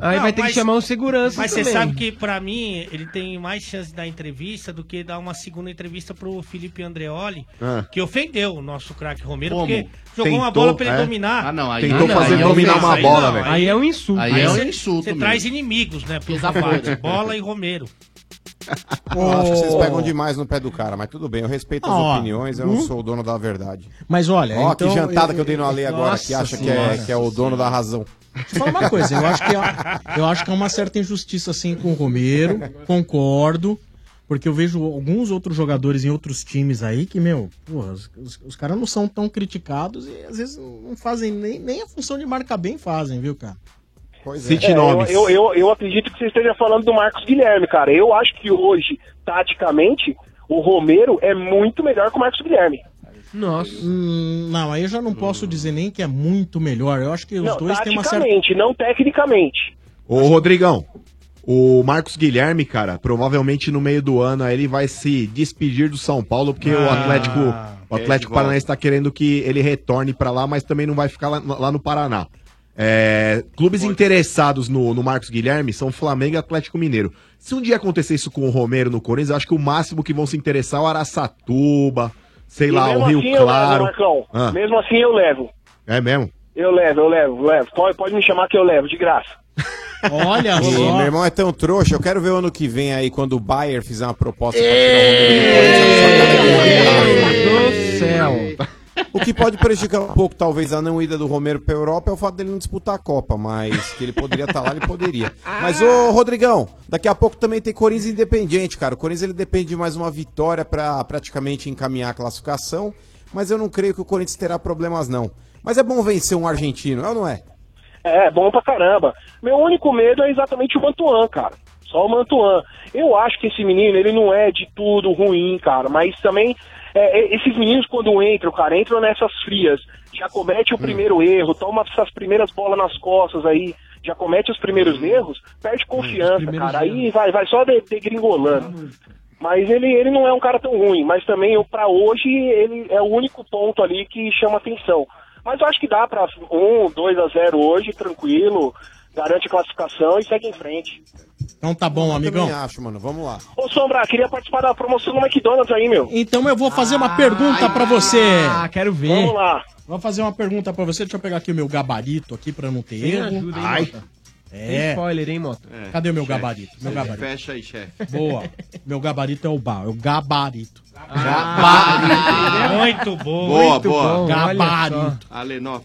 Aí vai ter que chamar um segurança
Mas
também.
você sabe que, pra mim, ele tem mais chance da entrevista do que dar uma segunda entrevista pro Felipe Andreoli,
Ah.
que ofendeu o nosso craque Romero,
Como?
porque jogou uma
Tentou,
bola pra ele
é.
dominar.
Ah, não, aí Tentou não, fazer aí é dominar ofensa, uma aí bola, não, velho. aí é um insulto. Aí é um
né?
você-
insulto
Você
mesmo.
traz inimigos, né, pro
Desafogo.
combate. Bola e Romero.
Eu acho que vocês
Ô.
pegam demais no pé do cara, mas tudo bem, eu respeito as
Ó,
opiniões, eu não
hum?
sou o dono da verdade.
Mas olha,
Ó,
então,
que jantada
eu-
que eu dei no Ale agora, que
Nossa
acha que é,
Senhora.
que é o dono da razão.
Deixa eu falar uma coisa, eu acho, que é, eu acho que é uma certa injustiça assim com o Romero, concordo, porque eu vejo alguns outros jogadores em outros times aí que, meu, porra, os, os- os caras não são tão criticados e às vezes não fazem nem, nem a função de marcar bem fazem, viu, cara?
Pois
É, eu- Eu, eu, eu acredito que você esteja falando do Marcos Guilherme, cara. Eu acho que hoje, taticamente, o Romero é muito melhor que o Marcos Guilherme.
Nossa. Hum, não, aí eu já não posso dizer nem que é muito melhor. Eu acho que os
não,
dois têm uma certa.
taticamente, não tecnicamente.
Ô, Rodrigão, o Marcos Guilherme, cara, provavelmente no meio do ano aí ele vai se despedir do São Paulo, porque o
Ah,
Atlético, o
é, de
Atlético
volta.
Paranaense tá querendo que ele retorne pra lá, mas também não vai ficar lá, lá no Paraná. É, clubes interessados no, no Marcos Guilherme são Flamengo e Atlético Mineiro. Se um dia acontecer isso com o Romero no Corinthians, eu acho que o máximo que vão se interessar é o Araçatuba, sei
E
lá,
mesmo
o Rio
assim eu
Claro.
levo, Marcão.
Ah,
Mesmo assim eu levo.
é mesmo?
Eu levo, eu levo, levo. Pode, pode me chamar que eu levo, de graça.
Olha
e
só.
Meu irmão é tão trouxa, eu quero ver o ano que vem aí quando o Bayer fizer uma proposta do
é
céu. O que pode prejudicar um pouco, talvez, a não ida do Romero pra Europa é o fato dele não disputar a Copa, mas que ele poderia estar lá, ele poderia. Mas, ô, Rodrigão, daqui a pouco também tem Corinthians independente, cara. O Corinthians ele depende de mais uma vitória pra praticamente encaminhar a classificação, mas eu não creio que o Corinthians terá problemas, não. Mas é bom vencer um argentino, é ou não é?
É, bom pra caramba. Meu único medo é exatamente o Mantuan, cara. Só o Mantuan. Eu acho que esse menino, ele não é de tudo ruim, cara, mas também é, é, esses meninos quando entram, cara, entram nessas frias, já comete o primeiro erro, toma essas primeiras bolas nas costas aí, já comete os primeiros erros, perde confiança, cara. Aí vai, vai só de- degringolando. Mas ele, ele não é um cara tão ruim, mas também eu- pra hoje ele é o único ponto ali que chama atenção. Mas eu acho que dá pra 1, 2 a 0 hoje, tranquilo, garante a classificação e segue em frente.
Então tá bom, amigão.
também acho, mano. Vamos lá.
Ô Sombra, queria participar da promoção do McDonald's aí, meu.
Então eu vou fazer uma pergunta pra você. Ah,
quero
ver. Vamos lá.
Vou fazer uma pergunta pra você. Deixa eu pegar aqui o meu gabarito aqui pra não ter
Sem
erro.
ajuda, hein, Mota? Tem
É.
spoiler, hein, Mota?
Cadê o meu gabarito? Meu gabarito.
Fecha aí, chefe.
Boa. Meu gabarito é o bar, é o gabarito.
Gabarito. Ah, Muito bom. Boa, Muito boa. bom, olha
Gabarito.
só. Alenó.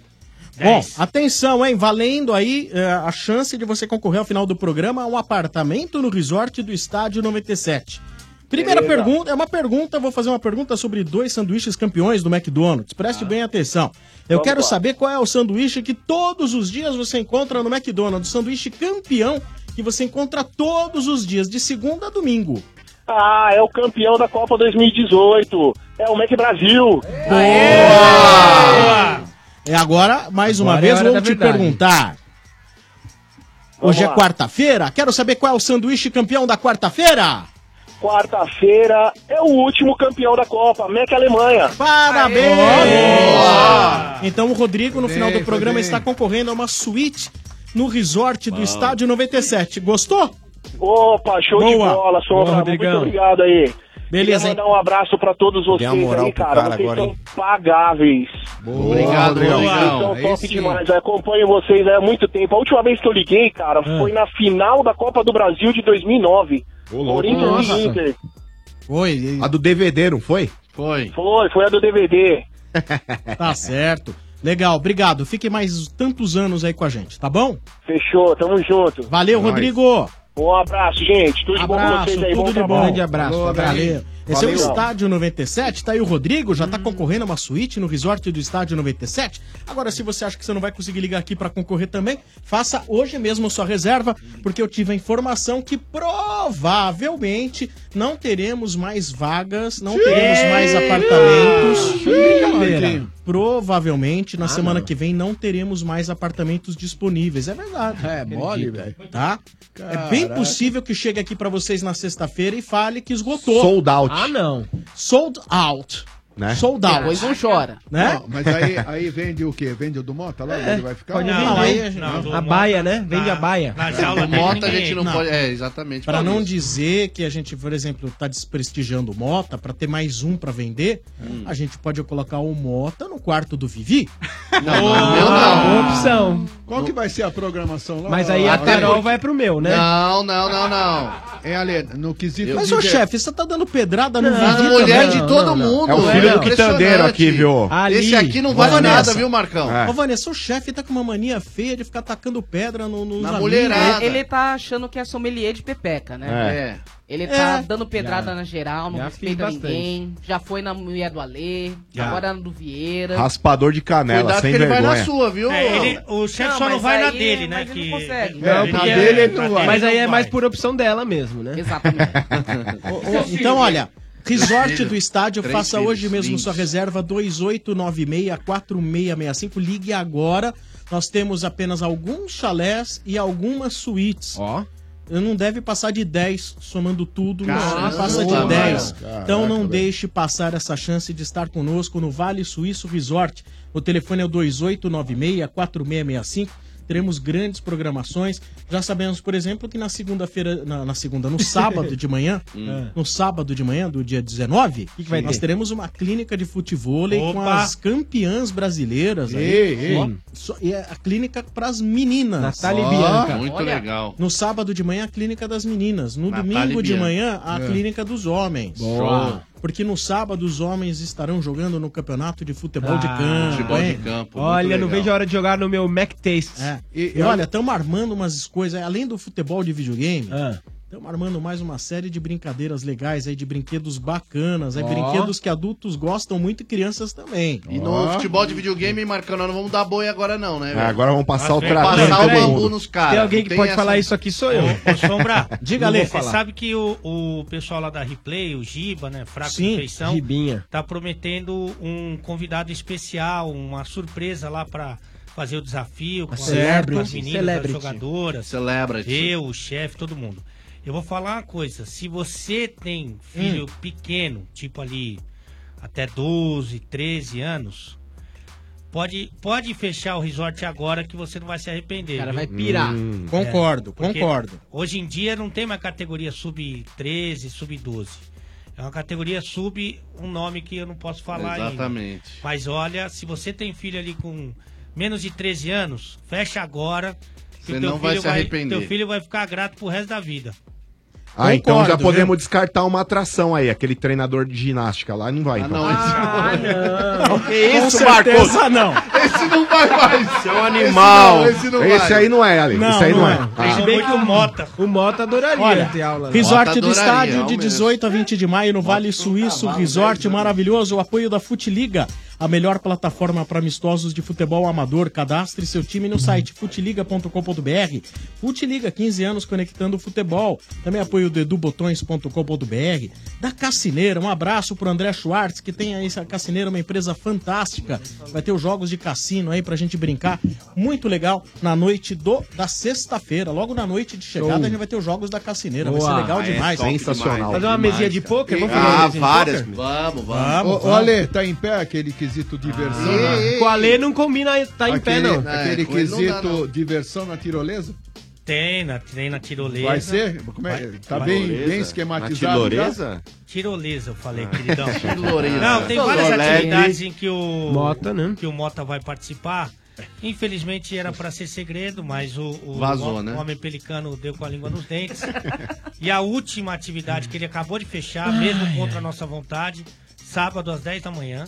Bom, atenção, hein? Valendo aí eh, a chance de você concorrer ao final do programa a um apartamento no resort do Estádio 97. Primeira
Beleza.
pergunta, é uma pergunta, vou fazer uma pergunta sobre dois sanduíches campeões do McDonald's. Preste
Ah.
bem atenção. Eu
Vamos
quero
lá.
saber qual é o sanduíche que todos os dias você encontra no McDonald's. O sanduíche campeão que você encontra todos os dias, de segunda a domingo.
Ah, é o campeão da Copa 2018. É o Mac Brasil.
E É agora, mais uma
Agora é
vez,
a hora
vamos
da
te
verdade.
perguntar.
Vamos
Hoje é
lá.
quarta-feira. Quero saber qual é o sanduíche campeão da quarta-feira.
Quarta-feira é o último campeão da Copa, Mac Alemanha.
Parabéns! Então o Rodrigo, no final do programa, está concorrendo a uma suíte no resort do Estádio 97. Gostou?
Opa, show de
Boa.
bola,
Boa,
Sombra. Muito
Rodrigão.
obrigado aí.
Beleza,
Queria mandar um abraço pra todos vocês
Dê uma moral
aí,
pro
cara.
cara
vocês
agora,
são
hein?
pagáveis.
Obrigado, Rodrigão.
Vocês são
Aí
top
sim.
demais. Eu acompanho vocês há muito tempo. A última vez que eu liguei, cara,
Ah.
foi na final da Copa do Brasil de 2009. Corinthians
Nossa.
e Inter.
Foi.
A do DVD, não foi?
Foi.
Foi, foi a do DVD.
Tá certo. Legal, obrigado. Fique mais tantos anos aí com a gente, tá bom?
Fechou, tamo junto.
Valeu,
Nós.
Rodrigo.
Um abraço, gente. Tudo de bom com
Abraço,
vocês aí.
tudo de bom.
trabalho.
Falou, Valeu. Esse é o
Valeu.
Estádio 97, tá aí o Rodrigo, já tá concorrendo a uma suíte no resort do Estádio 97. Agora, se você acha que você não vai conseguir ligar aqui pra concorrer também, faça hoje mesmo sua reserva, porque eu tive a informação que provavelmente não teremos mais vagas, não teremos mais apartamentos.
Brincadeira.
Provavelmente na
Ah,
semana que vem não teremos mais apartamentos disponíveis. É verdade. É,
mole, velho.
Tá? É bem
Caraca.
possível que chegue aqui pra vocês na sexta-feira e fale que esgotou.
Sold out.
Ah, não. Sold out.
Né?
Sold out.
Depois
não chora. Né?
Não, mas aí, aí vende o quê? Vende o do Mota lá? onde ele vai ficar?
Pode
Não,
vender.
aí-
Não,
não.
a baia, né? Vende a baia.
Mota a gente não, pode. É, exatamente.
Pra
por
não
isso.
dizer que a gente, por exemplo, tá desprestigiando o Mota, pra ter mais um pra vender, a gente pode colocar o Mota no quarto do Vivi.
Não,
não,
Boa opção.
Qual que vai ser a programação lá?
Mas aí a
Até
Carol
porque-
vai pro meu, né?
Não, não, não, não.
É, Ale, no quesito.
Mas,
de-
ô chefe, você tá dando pedrada no né?
Não,
Vivi
mulher
também?
de todo mundo, É o filho velho, do quitandeiro
impressionante.
aqui, viu?
Esse aqui não vale
Ô,
nada,
Vanessa.
viu, Marcão? É.
Ô, Vanessa, o chefe tá com uma mania feia de ficar tacando pedra no, nos
Na
amigos.
Ele, ele tá achando que é sommelier de pepeca, né?
É.
Ele
É.
tá dando pedrada
Já.
na geral, não
Já
respeita
fiz bastante.
ninguém. Já foi na mulher do Alê,
Já.
agora na do Vieira.
Raspador de canela,
Cuidado
sem
que ele vai
vergonha.
na sua, viu?
É, ele- o chefe só não
mas
vai na
aí-
dele, né?
mas
que...
ele não consegue.
Não,
É,
pra
porque-
dele ele não
pra
vai. Mas aí é
não
mais por opção dela mesmo, né?
Exatamente.
Então, olha, Resort do Estádio,
Três
faça
filhos,
hoje mesmo
lindos.
sua reserva 2896-4665. Ligue agora. Nós temos apenas alguns chalés e algumas suítes.
Ó.
Não deve passar de 10, somando tudo. não
Caramba,
passa de
mano.
10.
Caraca,
então não
velho.
deixe passar essa chance de estar conosco no Vale Suíço Resort. O telefone é o 2896-4665. Teremos grandes programações. Já sabemos, por exemplo, que na segunda-feira, na, na segunda, no sábado de manhã,
Hum.
no sábado de manhã, do dia 19,
que vai
nós
ter?
teremos uma clínica de futebol com
Opa!
as campeãs brasileiras. aí.
Ei,
Ó,
ei.
só- e é a clínica para as meninas.
Natália e Ó, Bianca. muito
legal.
No sábado de manhã, a clínica das meninas. No
Natália
domingo
e
de
Bianca.
manhã, a
É.
clínica dos homens.
Boa.
Show. Porque no sábado os homens estarão jogando no campeonato de futebol de
Ah,
campo.
futebol de
hein?
campo, Olha, muito não legal. vejo a hora de jogar no meu Mac Taste.
É. E, olha, estamos armando umas coisas, além do futebol de videogame, Estamos armando mais uma série de brincadeiras legais aí, de brinquedos bacanas, aí,
Ó.
brinquedos que adultos gostam muito e crianças também.
E
Ó.
no futebol de videogame, Marcão, nós não vamos dar boi agora, não, né?
É,
velho?
agora vamos passar o
Tá
Vamos
trator em
Passar o
todo
bambu
mundo.
nos caras.
Tem alguém que
Tem
pode
essa-
falar isso aqui, sou eu.
Sombra,
Diga,
não
Lê,
vou
fala.
Você sabe que o, o pessoal lá da Replay, o Giba, né? Fraco
Sim,
de feição,
Gibinha.
tá prometendo um convidado especial, uma surpresa lá pra fazer o desafio com as-
Certo.
com as meninas, as
Celebrity.
jogadoras.
Celebrity.
Eu, o chefe, todo mundo. Eu vou falar uma coisa. Se você tem filho
Hum.
pequeno, tipo ali até 12, 13 anos, pode, pode fechar o resort agora que você não vai se arrepender. O
cara vai pirar. Hum. Concordo, concordo.
Hoje em dia não tem mais categoria sub-13, sub-12. É uma categoria sub, um nome que eu não posso falar ainda.
Exatamente.
Mas olha, se você tem filho ali com menos de 13 anos, fecha agora. que
Você
o
não vai se arrepender.
Teu filho vai ficar grato pro resto da vida.
Ah, então
Concordo,
já podemos
viu?
descartar uma atração aí, aquele treinador de ginástica lá, não vai. então.
não.
Com certeza não.
Esse não vai mais.
Esse é um
animal. Esse aí não é, Ale. Esse aí não é. Ah.
Deixa bem que o Mota. O Mota adoraria
Olha,
ter
né?
aula. né?
Resort do Estádio de 18 a 20 de maio no Vale Suíço. Resort maravilhoso. O apoio da Futiliga, a melhor plataforma para amistosos de futebol amador. Cadastre seu time no site futiliga.com.br. Futiliga, 15 anos conectando o futebol. Também apoio do edubotões.com.br. Da Cassineira, um abraço pro André Schwartz, que tem aí a Cassineira, uma empresa fantástica. Vai ter os jogos de cassino aí pra gente brincar. Muito legal. Na noite do da sexta-feira, logo na noite de chegada,
Show.
a gente vai ter os jogos da Cassineira. Mineira, Vai
Boa.
ser legal
Ah, é
demais.
top demais. Fazer uma mesinha de pôquer? Vamos fazer uma
Ah,
mesinha de
várias.
pôquer?
Vamos,
Ô, ô, Ale, tá em pé aquele quesito diversão? na-
Com a Lê não combina, tá em pé,
Aquele-
não.
Aquele quesito diversão na tirolesa?
Tem na, tem na tirolesa.
Vai ser? Como é? Tá bem-
tirolesa?
bem esquematizado Na tirolesa? já? Ah.
Tirolesa, eu falei, queridão.
Tirolesa.
Não, tem várias
Tirolesa.
atividades em que o
Mota, né?
que o Mota vai participar. Infelizmente era pra ser segredo, mas o, o,
Vazou,
o,
né?
homem pelicano deu com a língua nos dentes. e a última atividade que ele acabou de fechar, mesmo contra a nossa vontade, sábado às 10 da manhã.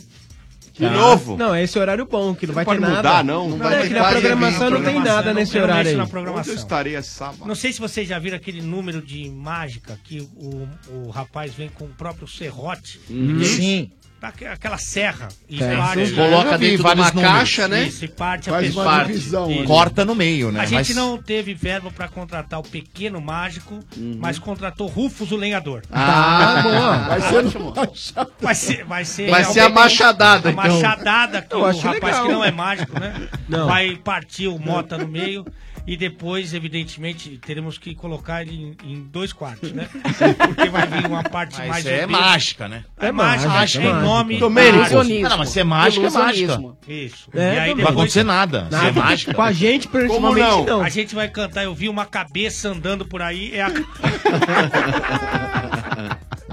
De
novo?
Não, é esse horário bom, que não vai
pode
ter
mudar,
nada.
não?
Não,
Vai
é
ter
que na
quase
programação
evento, né?
não tem nada né?
programação,
nesse
não
horário
mexe
aí.
na programação.
Onde eu estaria sábado?
Não sei se vocês já viram aquele número de mágica que o, o rapaz vem com o próprio serrote.
Uhum.
E ele
Sim.
dá aque- Aquela serra. E
É.
parte.
Coloca dentro de uma caixa, né?
Isso, e parte
Faz
pessoa.
uma Parte. divisão, né? Corta no meio, né?
A gente
Mas-
não teve verba pra contratar o pequeno mágico, mas contratou Rufus o lenhador.
Ah, boa.
Vai
Vai
ser
ser
Vai ser, vai ser,
Vai ser a machadada,
A
então.
machadada que
Eu
o
acho
rapaz
legal.
que não é mágico, né?
Não.
Vai partir o Mota no meio e depois, evidentemente, teremos que colocar ele em, em dois quartos, né? Porque vai vir uma parte
Mas
mais.
isso é
obesa.
mágica, né?
É mágica,
mágica,
mágica, em
é
nome.
mágica. Domênico.
mágico.
Ah, não, mas se é mágica, é mágica.
Isso.
É, Domênico. Não vai acontecer nada, se é mágica. Com a gente,
principalmente,
principalmente, Como não? não.
A gente vai cantar Eu Vi Uma Cabeça Andando Por Aí. É a...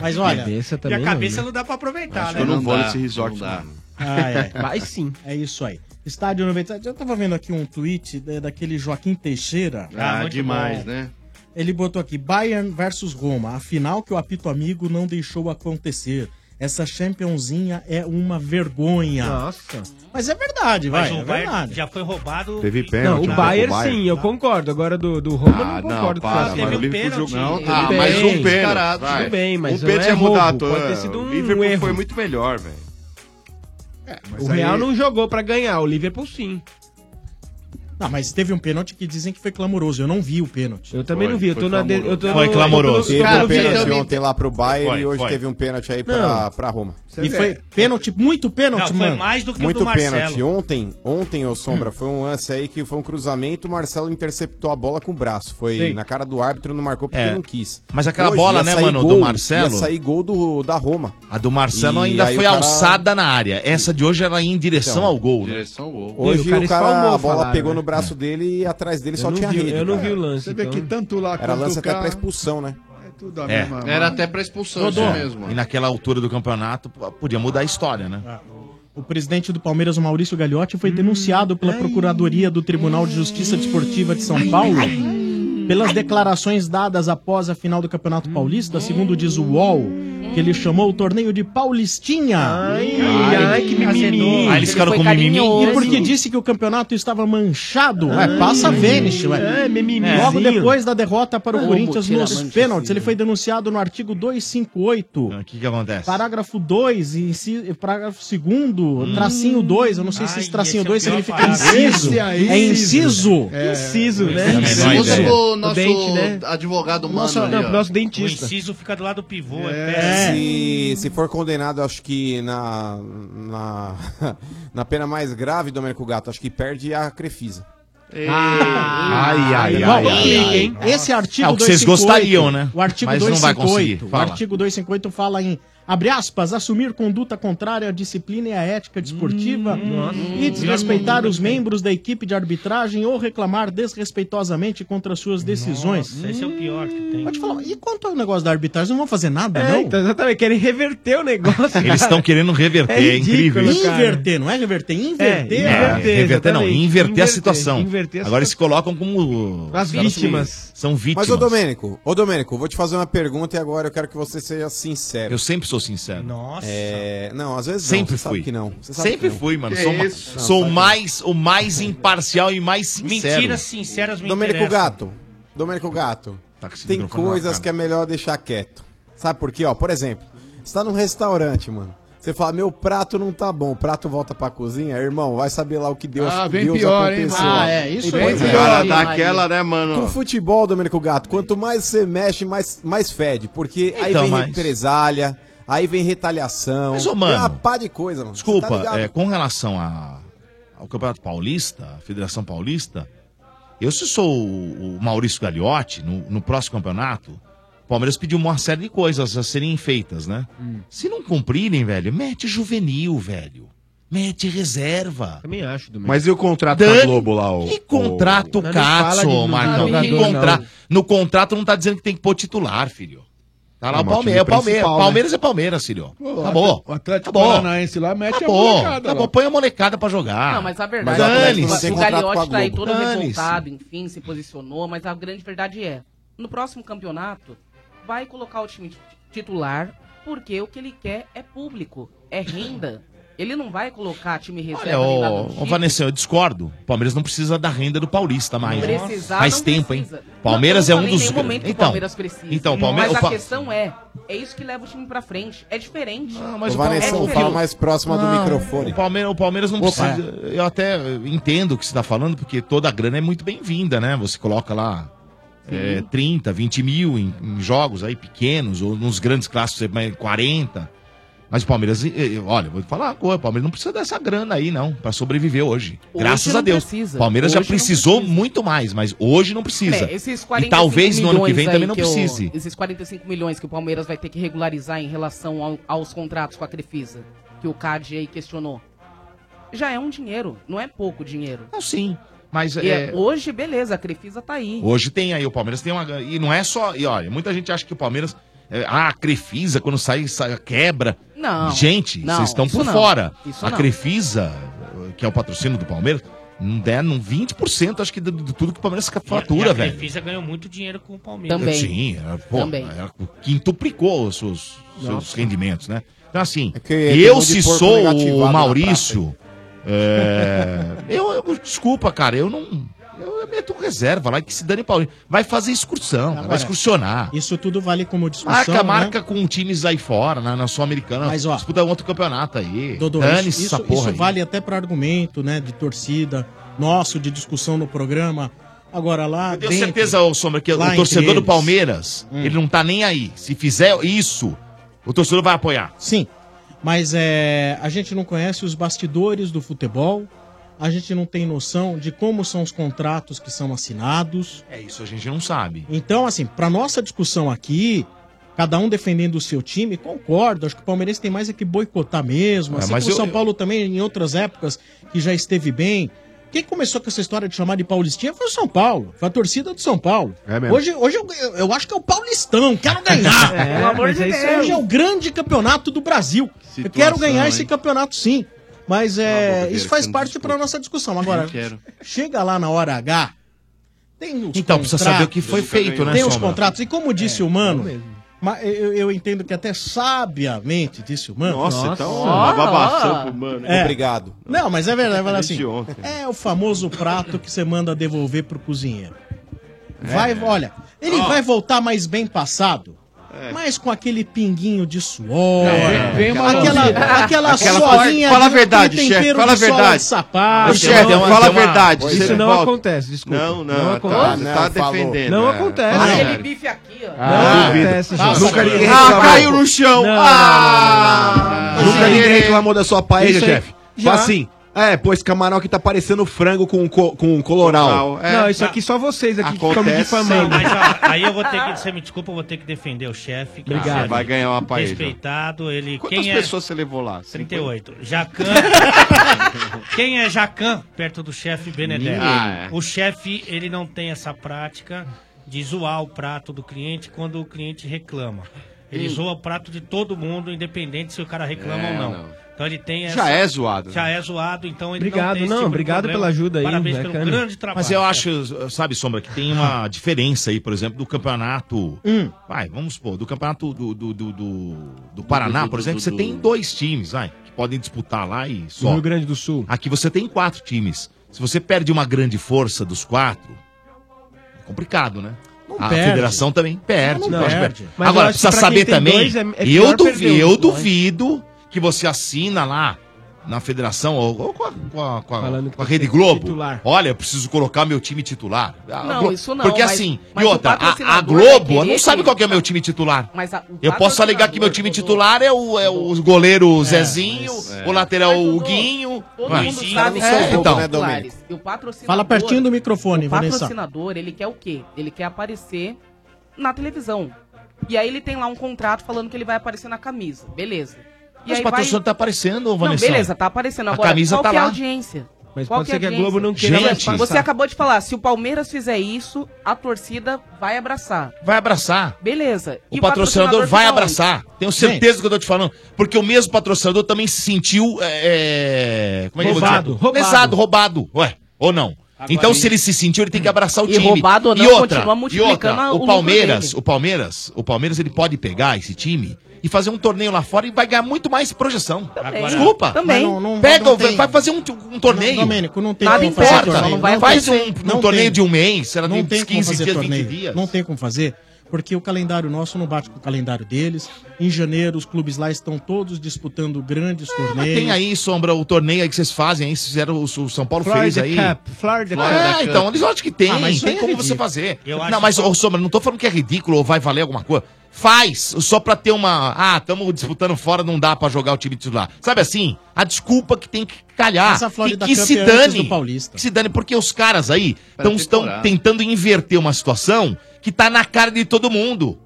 Mas olha,
Cabeça
e
também
a cabeça tá- não,
né?
dá pra aproveitar,
Acho
né?
que eu não, vou
dá,
nesse resort. não.
Ai, ai.
Vai sim.
Ah, É isso aí. Estádio 97. Eu tava vendo aqui um tweet da- daquele Joaquim Teixeira.
Ah, Muito demais, bom. né?
Ele botou aqui: Bayern versus Roma. A final que o apito amigo não deixou acontecer. Essa championzinha é uma vergonha.
Nossa.
Mas é verdade, vai.
Mas o
é
Bayern
verdade.
já foi roubado.
Teve
É,
Não,
pênalti,
o
né?
Bayern
O Bayern.
sim, eu concordo. Agora do, do Roma eu não
não,
concordo.
para,
Claro,
mas
teve
o Liverpool jogou- não,
tudo
tá,
bem.
mas um pênalti, vai.
Tudo bem, mas
Um
não
pênalti
é
ia mudar
roubo,
a tua-
Pode ter sido
o
um
Liverpool
erro.
foi muito melhor, velho. É,
O Real não jogou pra ganhar, o Liverpool sim.
Não, mas teve um pênalti que dizem que foi clamoroso. Eu não vi o pênalti.
Eu também Foi, não vi, eu tô foi na de- eu tô
Foi
no-
clamoroso.
Teve
Cara,
um pênalti
eu vi-
ontem lá pro Bayern
Foi,
e hoje
foi.
teve um pênalti aí pra,
Não.
pra Roma.
E foi pênalti, muito pênalti,
Não, foi
mano.
mais do que o
Muito
do Marcelo.
pênalti. Ontem, ontem, ô Sombra, foi um lance aí que foi um cruzamento, o Marcelo interceptou a bola com o braço. Foi
Sim.
na cara do árbitro, não marcou porque
É.
não quis.
Mas aquela bola,
ia
né,
sair
mano, do
gol,
Marcelo?
Ia sair gol do, da Roma.
A do Marcelo
E
ainda
aí
foi
o cara-
alçada na área. Essa de hoje ela ia em direção
Então,
ao gol. né?
Direção ao gol.
Hoje
E o cara
o cara,
espalmou,
a bola
falaram,
pegou
né?
no braço dele e atrás dele
Eu
só
não
tinha
vi-
rede.
eu não
cara.
vi o lance, Você vê então. que
tanto lá
Era
quanto
lance até
cá-
pra expulsão, né?
Tudo a
É,
mesma
era
mano.
até pra expulsão
Dodô.
isso mesmo. E naquela altura do campeonato, p- podia mudar a história,
Ah.
né?
O presidente do Palmeiras, o Maurício Gagliotti, foi denunciado pela Procuradoria do Tribunal de Justiça Desportiva de São Paulo pelas declarações dadas após a final do Campeonato Paulista, segundo diz o UOL, que ele chamou o torneio de Paulistinha. Ai,
ai, que mimimi.
Ah, eles ficaram com mimimi?
E porque disse que o campeonato estava manchado. Ué, É, passa Vênice, ué.
É, mimimizinho.
Logo depois da derrota para o
Como
Corinthians
tirar
nos
mancha assim, né?
pênaltis, ele foi denunciado no artigo 258.
O que, que acontece?
Parágrafo 2, inci- parágrafo 2, tracinho 2, eu não sei se esse tracinho
é
2
é
significa inciso.
Esse aí,
É inciso.
É. Inciso, né?
Inciso.
Usa pro nosso
O dente, né?
advogado mano
Nossa,
aí,
não,
ó.
nosso dentista. O inciso fica do lado do pivô, é, péssimo.
Se, se for condenado, acho que na, na, na pena mais grave, Domênico Gato, acho que perde a Crefisa.
Ai, ai, ai,
Bom,
ai, ai.
Esse artigo
É o que vocês
258,
gostariam, né?
O artigo
Mas não vai conseguir.
258, o
Fala.
artigo 258 fala em abre aspas, assumir conduta contrária à disciplina e à ética desportiva e desrespeitar os membros da equipe de arbitragem ou reclamar desrespeitosamente contra suas decisões.
Esse é o pior que tem.
Pode falar, e quanto ao negócio da arbitragem, não vão fazer nada,
É,
não?
então,
exatamente, querem reverter o negócio.
Eles estão querendo reverter, é, incrível.
Inverter, não é reverter, inverter.
É, reverter, não, inverter, a
Inverter,
situação.
inverter a
Agora eles colocam como.
As
os caras
vítimas.
que São vítimas.
Mas, ô Domênico, ô Domênico, vou te fazer uma pergunta e agora eu quero que você seja sincero. É,
Eu sempre sou sincero.
Nossa.
não, às vezes
Sempre
não, você sabe
fui.
que não. Você sabe
Sempre
que não.
fui, mano.
Que
sou ma-
isso? Não,
sou
sabe que
mais, o mais imparcial e mais sincero.
Mentiras sinceras me
Domênico
interessam.
Gato, Domênico Gato,
Tá esse
tem
microfone na
coisas
cara.
que é melhor deixar quieto. Sabe por quê? Ó, por exemplo, você tá num restaurante, mano. Você fala, meu prato não tá bom, o prato volta pra cozinha, irmão, vai saber lá o que Deus,
Ah, vem
Deus
pior, hein, mano? Ah, é, isso Vem aí. pior. Cara, dá aquela, né, mano?
Com futebol, Domênico Gato, quanto mais você mexe, mais, mais fede. Porque aí
Então,
vem
mas-
represália, aí vem retaliação.
Mas, ô,
Tem uma
mano,
pá de coisa, mano. Você tá
Desculpa,
ligado?
é, com relação a- ao Campeonato Paulista, a Federação Paulista, eu se sou o, o Maurício Gagliotti, no, no próximo campeonato, o Palmeiras pediu uma série de coisas a serem feitas, né? Se não cumprirem, velho, mete juvenil, velho. Mete reserva.
Também acho, Domingo.
Mas
e o contrato
Dani,
da Globo lá? O,
Que contrato,
Não, não fala de-
Catso,
não
Marcão?
fala de
Que
jogador,
contra-
não.
No contrato não tá dizendo que tem que pôr titular, filho. Tá lá
É,
o
mas o
Palmeiras. É o
time
Palmeiras.
principal, né?
Palmeiras é Palmeiras, filho.
Pô,
Tá bom.
O Atlético
Tá bom.
Paranaense lá mete
Tá
a
bom,
molecada
tá
lá.
bom, põe a molecada pra jogar.
Não, mas a verdade
Ah, Mas
é
dane-se.
que o Gagliotti tá aí todo
Dane-se.
revoltado, enfim, se posicionou, mas a grande verdade é, no próximo campeonato, vai colocar o time ti- titular, porque o que ele quer é público, é renda. Ele não vai colocar time
Olha,
reserva nem nada do
ô, ô
tipo.
Vanessa, eu discordo. O Palmeiras não precisa da renda do Paulista mais. né?
Precisar,
Faz
não
tempo,
precisa.
hein? Palmeiras
Não,
é
eu
um
não
dos.
falei em nenhum momento que o
então,
Palmeiras precisa.
então, o Palmeiras.
Mas
o
a
Pa-
questão é, é isso que leva o time pra frente. É diferente. É Ah, Não,
mas
Ô, Vanessa, fala mais próxima do
Ah.
Não,
microfone.
O Palmeiras, o Palmeiras não
Opa.
precisa. Eu até entendo o que você está falando, porque toda a grana é muito bem-vinda, né? Você coloca lá é, 30, 20 mil em, em jogos aí pequenos, ou nos grandes clássicos, você põe 40. Mas o Palmeiras, eh, eh, olha, vou falar uma coisa, o Palmeiras não precisa dessa grana aí, não, para sobreviver hoje.
Hoje
Graças
não
a Deus.
precisa.
O Palmeiras já
Hoje não
precisou muito mais, mas hoje não precisa.
É, esses
e
45
talvez no ano que
milhões
vem
aí
também não
que o-
precise.
esses 45 milhões que o Palmeiras vai ter que regularizar em relação ao- aos contratos com a Crefisa, que o CAD aí questionou. Já é um dinheiro, não é pouco dinheiro.
Não, sim, mas
E é-
é-
hoje, beleza, a Crefisa tá aí.
Hoje tem aí, o Palmeiras tem uma. E não é só. E olha, muita gente acha que o Palmeiras. é, ah, a Crefisa, quando sai, sai quebra.
Não.
Gente,
Não,
vocês estão
isso
por
não.
fora.
Isso
a
não.
Crefisa, que é o patrocínio do Palmeiras, não der num 20%, acho que de, de tudo que o Palmeiras fatura,
E a
velho.
Crefisa ganhou muito dinheiro com o Palmeiras.
Sim, ela, pô, é,
Também.
ela quintuplicou os seus, seus
Nossa.
rendimentos, né? Então, assim,
É
tem
eu
um de
se
porco
sou
negativado
o
na
Maurício. é, eu, eu- desculpa, cara, eu não. Eu, eu meto reserva lá que se dane Paulinho. Vai fazer excursão, cara, vai
Agora,
excursionar.
Isso tudo vale como discussão,
Marca,
né?
marca com times aí fora, na, na Sul-Americana.
Mas, ó,
disputa outro campeonato aí.
Dodô,
Dane-se
isso,
essa
isso-
porra
isso
aí.
vale até para argumento, né, de torcida, nosso, de discussão no programa. Agora lá
Eu tenho
dentro-
certeza, ô, Sombra, que
lá
o
entre
torcedor do
eles. Hum.
Palmeiras, ele não tá nem aí. Se fizer isso, o torcedor vai apoiar.
Sim, mas é, a gente não conhece os bastidores do futebol, a gente não tem noção de como são os contratos que são assinados.
É isso, a gente não sabe.
Então, assim, para nossa discussão aqui, cada um defendendo o seu time, concordo, acho que o Palmeirense tem mais é que boicotar mesmo,
É,
assim
mas
como o
eu-
São Paulo também em outras épocas que já esteve bem. Quem começou com essa história de chamar de paulistinha foi o São Paulo, foi a torcida do São Paulo.
É
mesmo.
Hoje, hoje eu, eu- eu acho que é o paulistão, quero ganhar.
É,
Pelo amor
mas
de
é isso
Deus.
aí.
Hoje é o grande campeonato do Brasil. eu quero ganhar esse campeonato sim. Mas é, isso faz parte para nossa discussão. Agora,
Não quero.
chega lá na hora H Tem os
Então, precisa saber o que foi feito, né,
Tem os
Sombra?
contratos. E como disse o Mano,
é mesmo.
ma- eu, eu entendo que até sabiamente disse o Mano. É.
Nossa, então, uma babação pro Mano.
Ah, Obrigado.
Não, mas é verdade. Fala
Desde
assim,
ontem.
é o famoso prato que você manda devolver pro cozinheiro. Vai,
É.
olha, ele vai voltar mais bem passado. Mas com aquele pinguinho de suor,
É, vem uma
aquela,
mãozinha.
aquela,
Aquela-
suorinha
Fala a
aquele
verdade, chefe,
tempero
fala
de
a
sol no
verdade.
Sapato,
Ô, chefe,
Não,
fala a
tem uma-
verdade,
Isso
chefe,
não
volta.
acontece, desculpa.
Não, não,
Não
tá,
acontece.
você tá
Não, falou.
defendendo,
Não
é.
acontece.
Ah,
Aquele
bife aqui, ó.
Não acontece,
Ah,
gente.
nunca ninguém
Ah,
reclamou.
caiu no chão.
Não,
Ah!
não, não, é- não, não, não. Nunca ninguém reclamou da sua paella,
Isso aí.
chefe.
Já.
Fala assim. É, pô, esse camarão aqui tá parecendo frango com, co- com coloral. é.
Não, isso aqui só vocês aqui que estão me
Não,
difamando.
mas ó, aí eu vou ter que, você me desculpa, eu vou ter que defender o chefe. que é um
Obrigado.
chefe
Vai ganhar uma paella.
Respeitado, ele...
Quantas
quem é-
pessoas você levou lá?
38. Jacan. Quem é Jacan perto do chefe Benedetti?
Ninguém. Ah, é.
O chefe, ele não tem essa prática de zoar o prato do cliente quando o cliente reclama. Ele
Hum.
zoa o prato de todo mundo, independente se o cara reclama
É,
ou não.
não.
Então ele tem essa...
Já é zoado, né?
Já é zoado, então ele
Obrigado,
não tem esse
não,
tipo de
obrigado
problema.
pela ajuda aí, né,
Parabéns
bacana.
pelo grande trabalho.
Mas eu acho, sabe, Sombra, que tem uma diferença aí, por exemplo, do campeonato.
Hum.
Vai, vamos supor, do campeonato do, do, do, do- do Paraná,
do-
por
do-
exemplo,
do-
você
do-
tem dois times vai, que podem disputar lá e
No
só.
Rio Grande do Sul.
Aqui você tem quatro times. Se você perde uma grande força dos quatro, é complicado, né? a
perde.
federação também perde.
Não
eu acho que
perde.
perde.
Mas eu
Agora,
acho que
precisa
pra quem
saber
tem
também.
dois é- é
eu
pior perder
duvido,
os
eu
dois.
duvido que você assina lá na federação ou, ou com a, com a- com a-
Falando
com a Rede Globo. Olha, eu preciso colocar meu time titular. A
Não,
Glo-
isso não,
Porque
mas-
assim,
mas
e
o
outra, a- a,
patrocinador vai
Globo
querer
não sabe
que-
qual que é o meu time titular.
Mas a- o
Eu posso alegar que meu time titular é o, é o goleiro Zezinho,
é.
o lateral Huguinho.
Todo
Mas-
mundo sabe
É,
que
então.
titulares. E o patrocinador...
Fala pertinho do microfone,
O
Vanessa.
patrocinador, ele quer o quê? Ele quer aparecer na televisão. E aí ele tem lá um contrato falando que ele vai aparecer na camisa. Beleza. E
Mas
aí
o patrocinador tá aparecendo,
Não,
Vanessa.
beleza, tá aparecendo.
A
Agora,
camisa
qual
tá
que é a
lá.
audiência?
Mas
Qual
pode
que é
ser que a
audiência?
Globo não queira mais passar.
Você acabou de falar, se o Palmeiras fizer isso, a torcida vai abraçar.
Vai abraçar.
Beleza.
O patrocinador vai
fica onde?
abraçar. Tenho certeza que eu tô te falando. Porque o mesmo patrocinador também se sentiu. É, é, como é que eu vou
Roubado,
dizer?
roubado.
Lesado, roubado. Ué, ou não? então, se ele se sentiu, ele tem que abraçar o
E
time.
roubado ou não,
e outra,
continua multiplicando
e
a-
outra,
o
o,
lucro
Palmeiras,
dele.
o Palmeiras, o Palmeiras, ele pode pegar esse time e fazer um torneio lá fora e vai ganhar muito mais projeção. Desculpa.
Também. Mas não- não-
Pega,
não tem-
vai fazer um, um torneio.
Não, Domênico, não tem
Nada
como fazer
importa.
torneio.
Vai
Não
faz
tem-
um, um
não
torneio
tem.
de um mês, será
não
de
tem
15
como fazer
dias, 20
torneio.
dias.
Não tem como fazer, porque o calendário nosso não bate com o calendário deles. Em janeiro, os clubes lá estão todos disputando grandes
Mas
torneios.
Ah, tem aí, Sombra, o torneio aí que vocês fazem aí, vocês fizeram, o, o São Paulo
Florida
fez aí.
Cup, Florida
é,
Cup.
então, eles acham que tem,
Ah, mas isso
tem
aí é
como você
ridículo.
fazer.
Eu
não,
acho
mas, ô, Sombra, não tô falando que é ridículo ou vai valer alguma coisa. Faz, só pra ter uma... Ah, tamo disputando fora, não dá pra jogar o time titular. Sabe assim? A desculpa que tem que calhar.
Essa
Que,
Florida
que
Cup
se
é antes
dane.
do Paulista.
Que se dane, porque os caras aí
Pra
estão
temporada.
tentando inverter uma situação que tá na cara de todo mundo.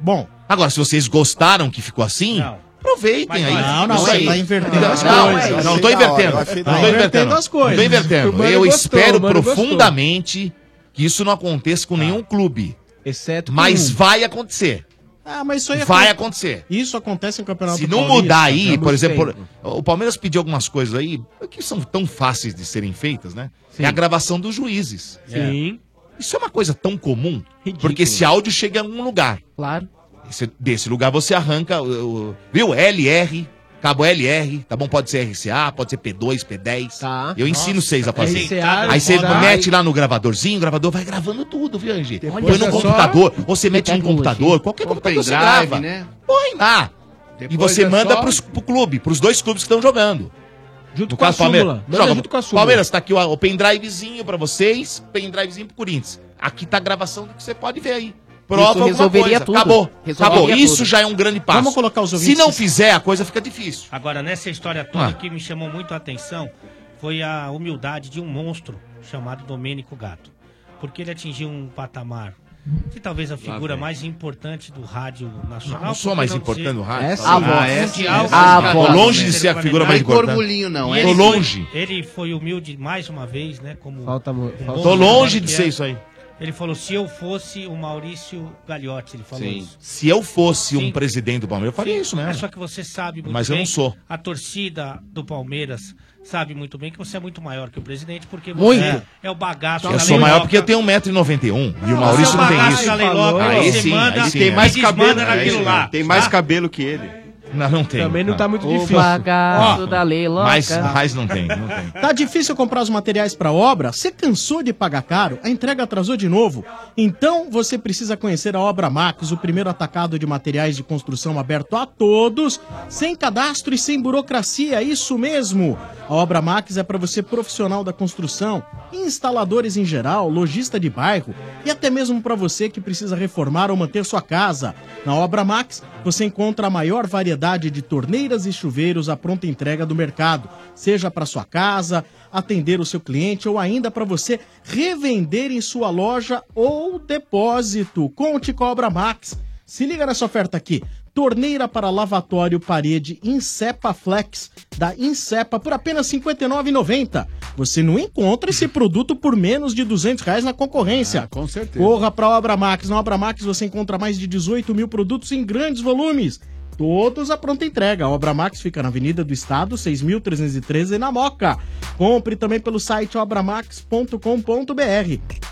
Bom.
Agora, se vocês gostaram que ficou assim, aproveitem aí.
Não, não,
Isso
você
aí.
tá invertendo
Não,
as
não,
coisas.
Não, não
Achei
é
tô
da
invertendo.
hora, achei da
Não tô
hora.
invertendo.
Invertendo as coisas.
Não tô invertendo.
O Mano
Eu
gostou,
espero
o Mano gostou.
profundamente que isso não aconteça com nenhum clube.
Exceto
Mas
um.
vai acontecer.
Ah, mas isso aí
Vai
acon-
acontecer.
Isso acontece em campeonato
Se não
Paulista,
mudar
né?
aí, por
Muito
exemplo,
tempo.
o Palmeiras pediu algumas coisas aí que são tão fáceis de serem feitas, né? É a gravação dos juízes.
Sim.
Isso é uma coisa tão comum, porque esse áudio chega em algum lugar.
Claro.
desse lugar você arranca, o- o- viu? LR, cabo LR, tá bom? Pode ser RCA, pode ser P2, P10. Eu ensino vocês a fazer.
RCA,
aí você
foda.
mete lá no gravadorzinho, o gravador vai gravando tudo, viu, Angie? Põe
é
no
só-
computador, ou você mete no computador, qualquer
Ou
computador você
pendrive,
grava.
né?
Põe lá. e
Depois
você
é
manda
só-
pros, pro clube, pros dois clubes que estão jogando. Junto
com a súmula. Manda
Joga,
junto com a súmula.
Palmeiras, tá aqui o, o pendrivezinho pra vocês, pendrivezinho pro Corinthians. Aqui tá a gravação do que você pode ver aí. Prova
Isso
alguma
resolveria
coisa.
tudo.
Acabou.
Resolveria
Acabou. Isso
tudo.
já é um grande passo.
Vamos colocar os
Se
ouvintes
não
que-
fizer, a coisa fica difícil.
Agora, nessa história toda,
Ah.
o que me chamou muito a atenção foi a humildade de um monstro chamado Domênico Gato. Porque ele atingiu um patamar que talvez a figura
vem.
mais importante do rádio nacional.
Não, não
por
sou
que
mais
não
importante
dizer-
do rádio. Essa-
Mundial,
Ah, essa-
mundial,
essa- Ah,
mundial,
vou
mundial,
longe de ser a figura mais
Não é
importante.
gorgulhinho, não,
Tô
é. Ele foi-
longe.
Ele foi humilde mais uma vez, né? Como
Falta,
um
falta
bom
Tô longe
cidadão
de
que
ser
é.
isso aí.
Ele falou, se eu fosse o Maurício Gagliotti, ele falou
Sim.
isso.
Se eu fosse
Sim.
um presidente do Palmeiras, eu faria
Sim,
isso
É
mesmo.
só que você sabe muito
Mas eu
bem.
não sou.
A torcida do Palmeiras sabe muito bem que você é muito maior que o presidente, porque você
Muito.
é, é o bagaço tá
Eu
da
sou maior
lei
porque eu tenho 1,91m. E o
Não,
Maurício
você é
não
um
tem
bagaço
isso.
da lei logo,
Aí
você
sim,
manda
aí
e
sim.
tem
é.
mais
desmanda
cabelo
naquilo
naquilo lá,
lá.
Tem mais
Tá?
cabelo que ele.
Não, não tem.
Também não tá muito
O
difícil.
bagaço
Ó,
da
lei
louca. Mas- mas não tem, não tem.
Tá difícil comprar os materiais para obra? Você cansou de pagar caro? A entrega atrasou de novo? Então você precisa conhecer a Obra Max, o primeiro atacado de materiais de construção aberto a todos, sem cadastro e sem burocracia, É isso mesmo. A Obra Max é para você profissional da construção, instaladores em geral, lojista de bairro e até mesmo para você que precisa reformar ou manter sua casa. Na Obra Max, você encontra a maior variedade de torneiras e chuveiros à pronta entrega do mercado, seja para sua casa, atender o seu cliente ou ainda para você revender em sua loja ou depósito. Conte com a Obra Max. Se liga nessa oferta aqui. Torneira para lavatório parede Insepa Flex da Insepa por apenas R$ 59,90. Você não encontra esse produto por menos de R$ 200 reais na concorrência. com certeza. Corra para a Obra Max. Na Obra Max você encontra mais de 18 mil produtos em grandes volumes. Todos à pronta entrega. A Obra Max fica na Avenida do Estado, 6.313, na Moca. Compre também pelo site obramax.com.br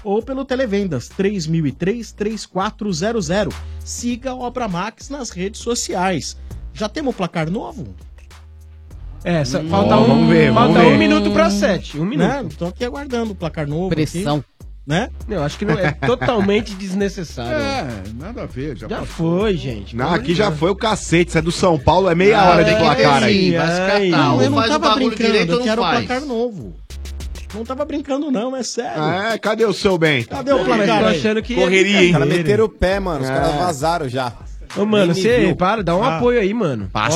ou pelo Televendas 3003-3400. Siga a Obra Max nas redes sociais. Já temos o placar novo?
É, só- falta um, falta um minuto pra sete. Um minuto.
Né? Tô aqui aguardando o placar novo.
Pressão.
aqui, né?
Não, acho que não é totalmente desnecessário.
É, nada a ver. Já,
já foi, gente.
Não, aqui já foi o cacete. Você é do São Paulo, é meia
Ah,
hora de
tem que
placar
ter
aí.
sim, vai se
Ai,
catar.
não,
Ou
eu não
faz o
tava
bagulho
brincando,
direito
eu
ou não
quero o
faz?
placar
novo. Não tava brincando, não, é sério.
É, cadê o seu bem?
Cadê o placar?
Tô
aí?
achando que é
Correria,
hein?
Os caras
meteram o pé, mano. Os
É.
caras vazaram já.
Ô, mano,
Nem me
você
viu.
para, dá um
Ah.
apoio aí, mano. Olha aí.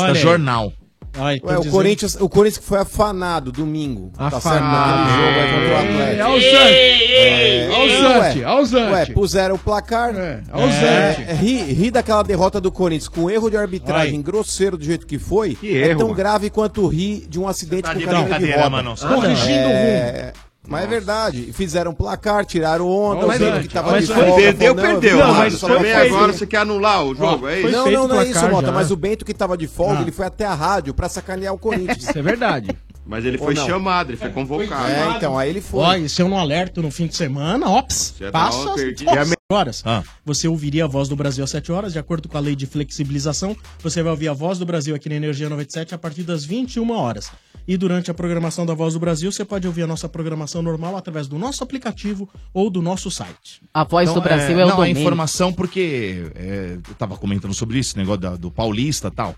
Ai,
Ué, o, Corinthians, o Corinthians que foi afanado domingo. Tá certo?
Afanado.
Naquele jogo aí contra o Atlético. É.
Olha o Zante. Olha o
ué.
Zante, olha o Zante.
Ué, puseram o placar. É,
olha o Zante.
Ri, ri daquela derrota do Corinthians com erro de arbitragem grosseiro do jeito que foi. é
erro,
tão
mano.
grave quanto ri de um acidente
tá
com
de
cadeira de
brincadeira,
roda.
mano. Você
Corrigindo
tá-
o rumo. Mas é verdade, E fizeram um placar, tiraram onda,
Mas,
o Zante que tava
mas
de
foi-
folga,
perdeu,
falou,
perdeu.
Não,
Não,
mano,
mas
Ah, só
foi
vem
feito.
agora
Você quer anular o jogo, é isso?
Não,
Foi
não,
feito
não é
placar
isso, Mota,
já.
mas o Bento que tava de folga, ele foi até a rádio pra sacanear o Corinthians.
Isso é verdade.
Mas ele
Ou
foi
não?
chamado, ele foi convocado.
É, então, aí ele foi.
Ó, e se eu não alerto no fim de semana, ops,
Já tá
passa
ó,
às
perdi.
12
É a me-
horas. Você ouviria a voz do Brasil às 7 horas, de acordo com a lei de flexibilização, você vai ouvir a voz do Brasil aqui na Energia 97 a partir das 21 horas. E durante a programação da Voz do Brasil, você pode ouvir a nossa programação normal através do nosso aplicativo ou do nosso site.
A voz
Então,
do Brasil é,
não,
o domínio.
a informação porque é, eu tava comentando sobre isso, negócio da- do paulista e tal.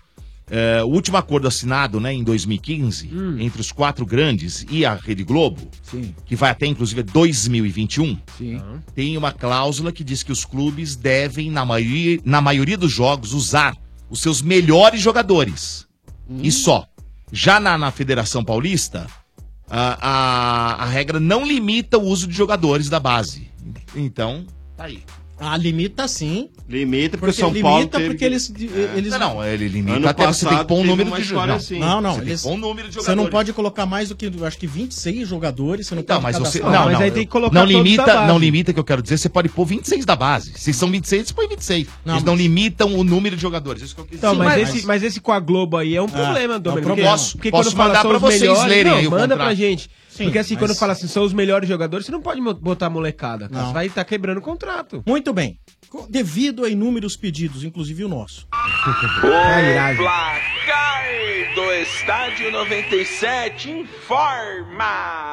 É, o último acordo assinado né, em 2015
Hum.
entre os quatro grandes e a Rede Globo, que vai até inclusive é 2021, tem uma cláusula que diz que os clubes devem, na maioria, na maioria dos jogos, usar os seus melhores jogadores.
Hum.
E só. Já na, na Federação Paulista, a, a, a regra não limita o uso de jogadores da base. Então, tá aí.
Ah, limita sim.
Limita,
porque
é Porque
São
limita
Paulo teve-
porque eles, eles...
Não, não, é ele limita
É. Ano
até você tem que
passado
pôr um
teve
número
uma
de
história
jogadores.
assim. Não, não,
Você tem que
eles-
pôr um número de
Você não
jogadores.
pode colocar mais do que, acho que 26 jogadores, você não
Então,
pode
mas você.
cadastrar.
Não, não, não limita, não limita que eu quero dizer, você pode pôr 26 da base. Se são 26, você põe 26.
Não,
Eles não limitam o número de jogadores. Isso que eu quis
Então,
dizer.
mas, esse, mas esse com a Globo aí é um problema,
problema.
Domênico. porque-
Posso-
porque
posso
quando fala
mandar
são
pra
os
vocês
melhores-
lerem
não,
aí o
manda
contrato.
pra gente.
Sim,
porque assim,
mas-
quando fala assim, são os melhores jogadores, você não pode mo- botar molecada. cara. Você vai estar quebrando o contrato.
Muito bem. Co- Devido a inúmeros pedidos, inclusive o nosso.
O placar do estádio 97 informa!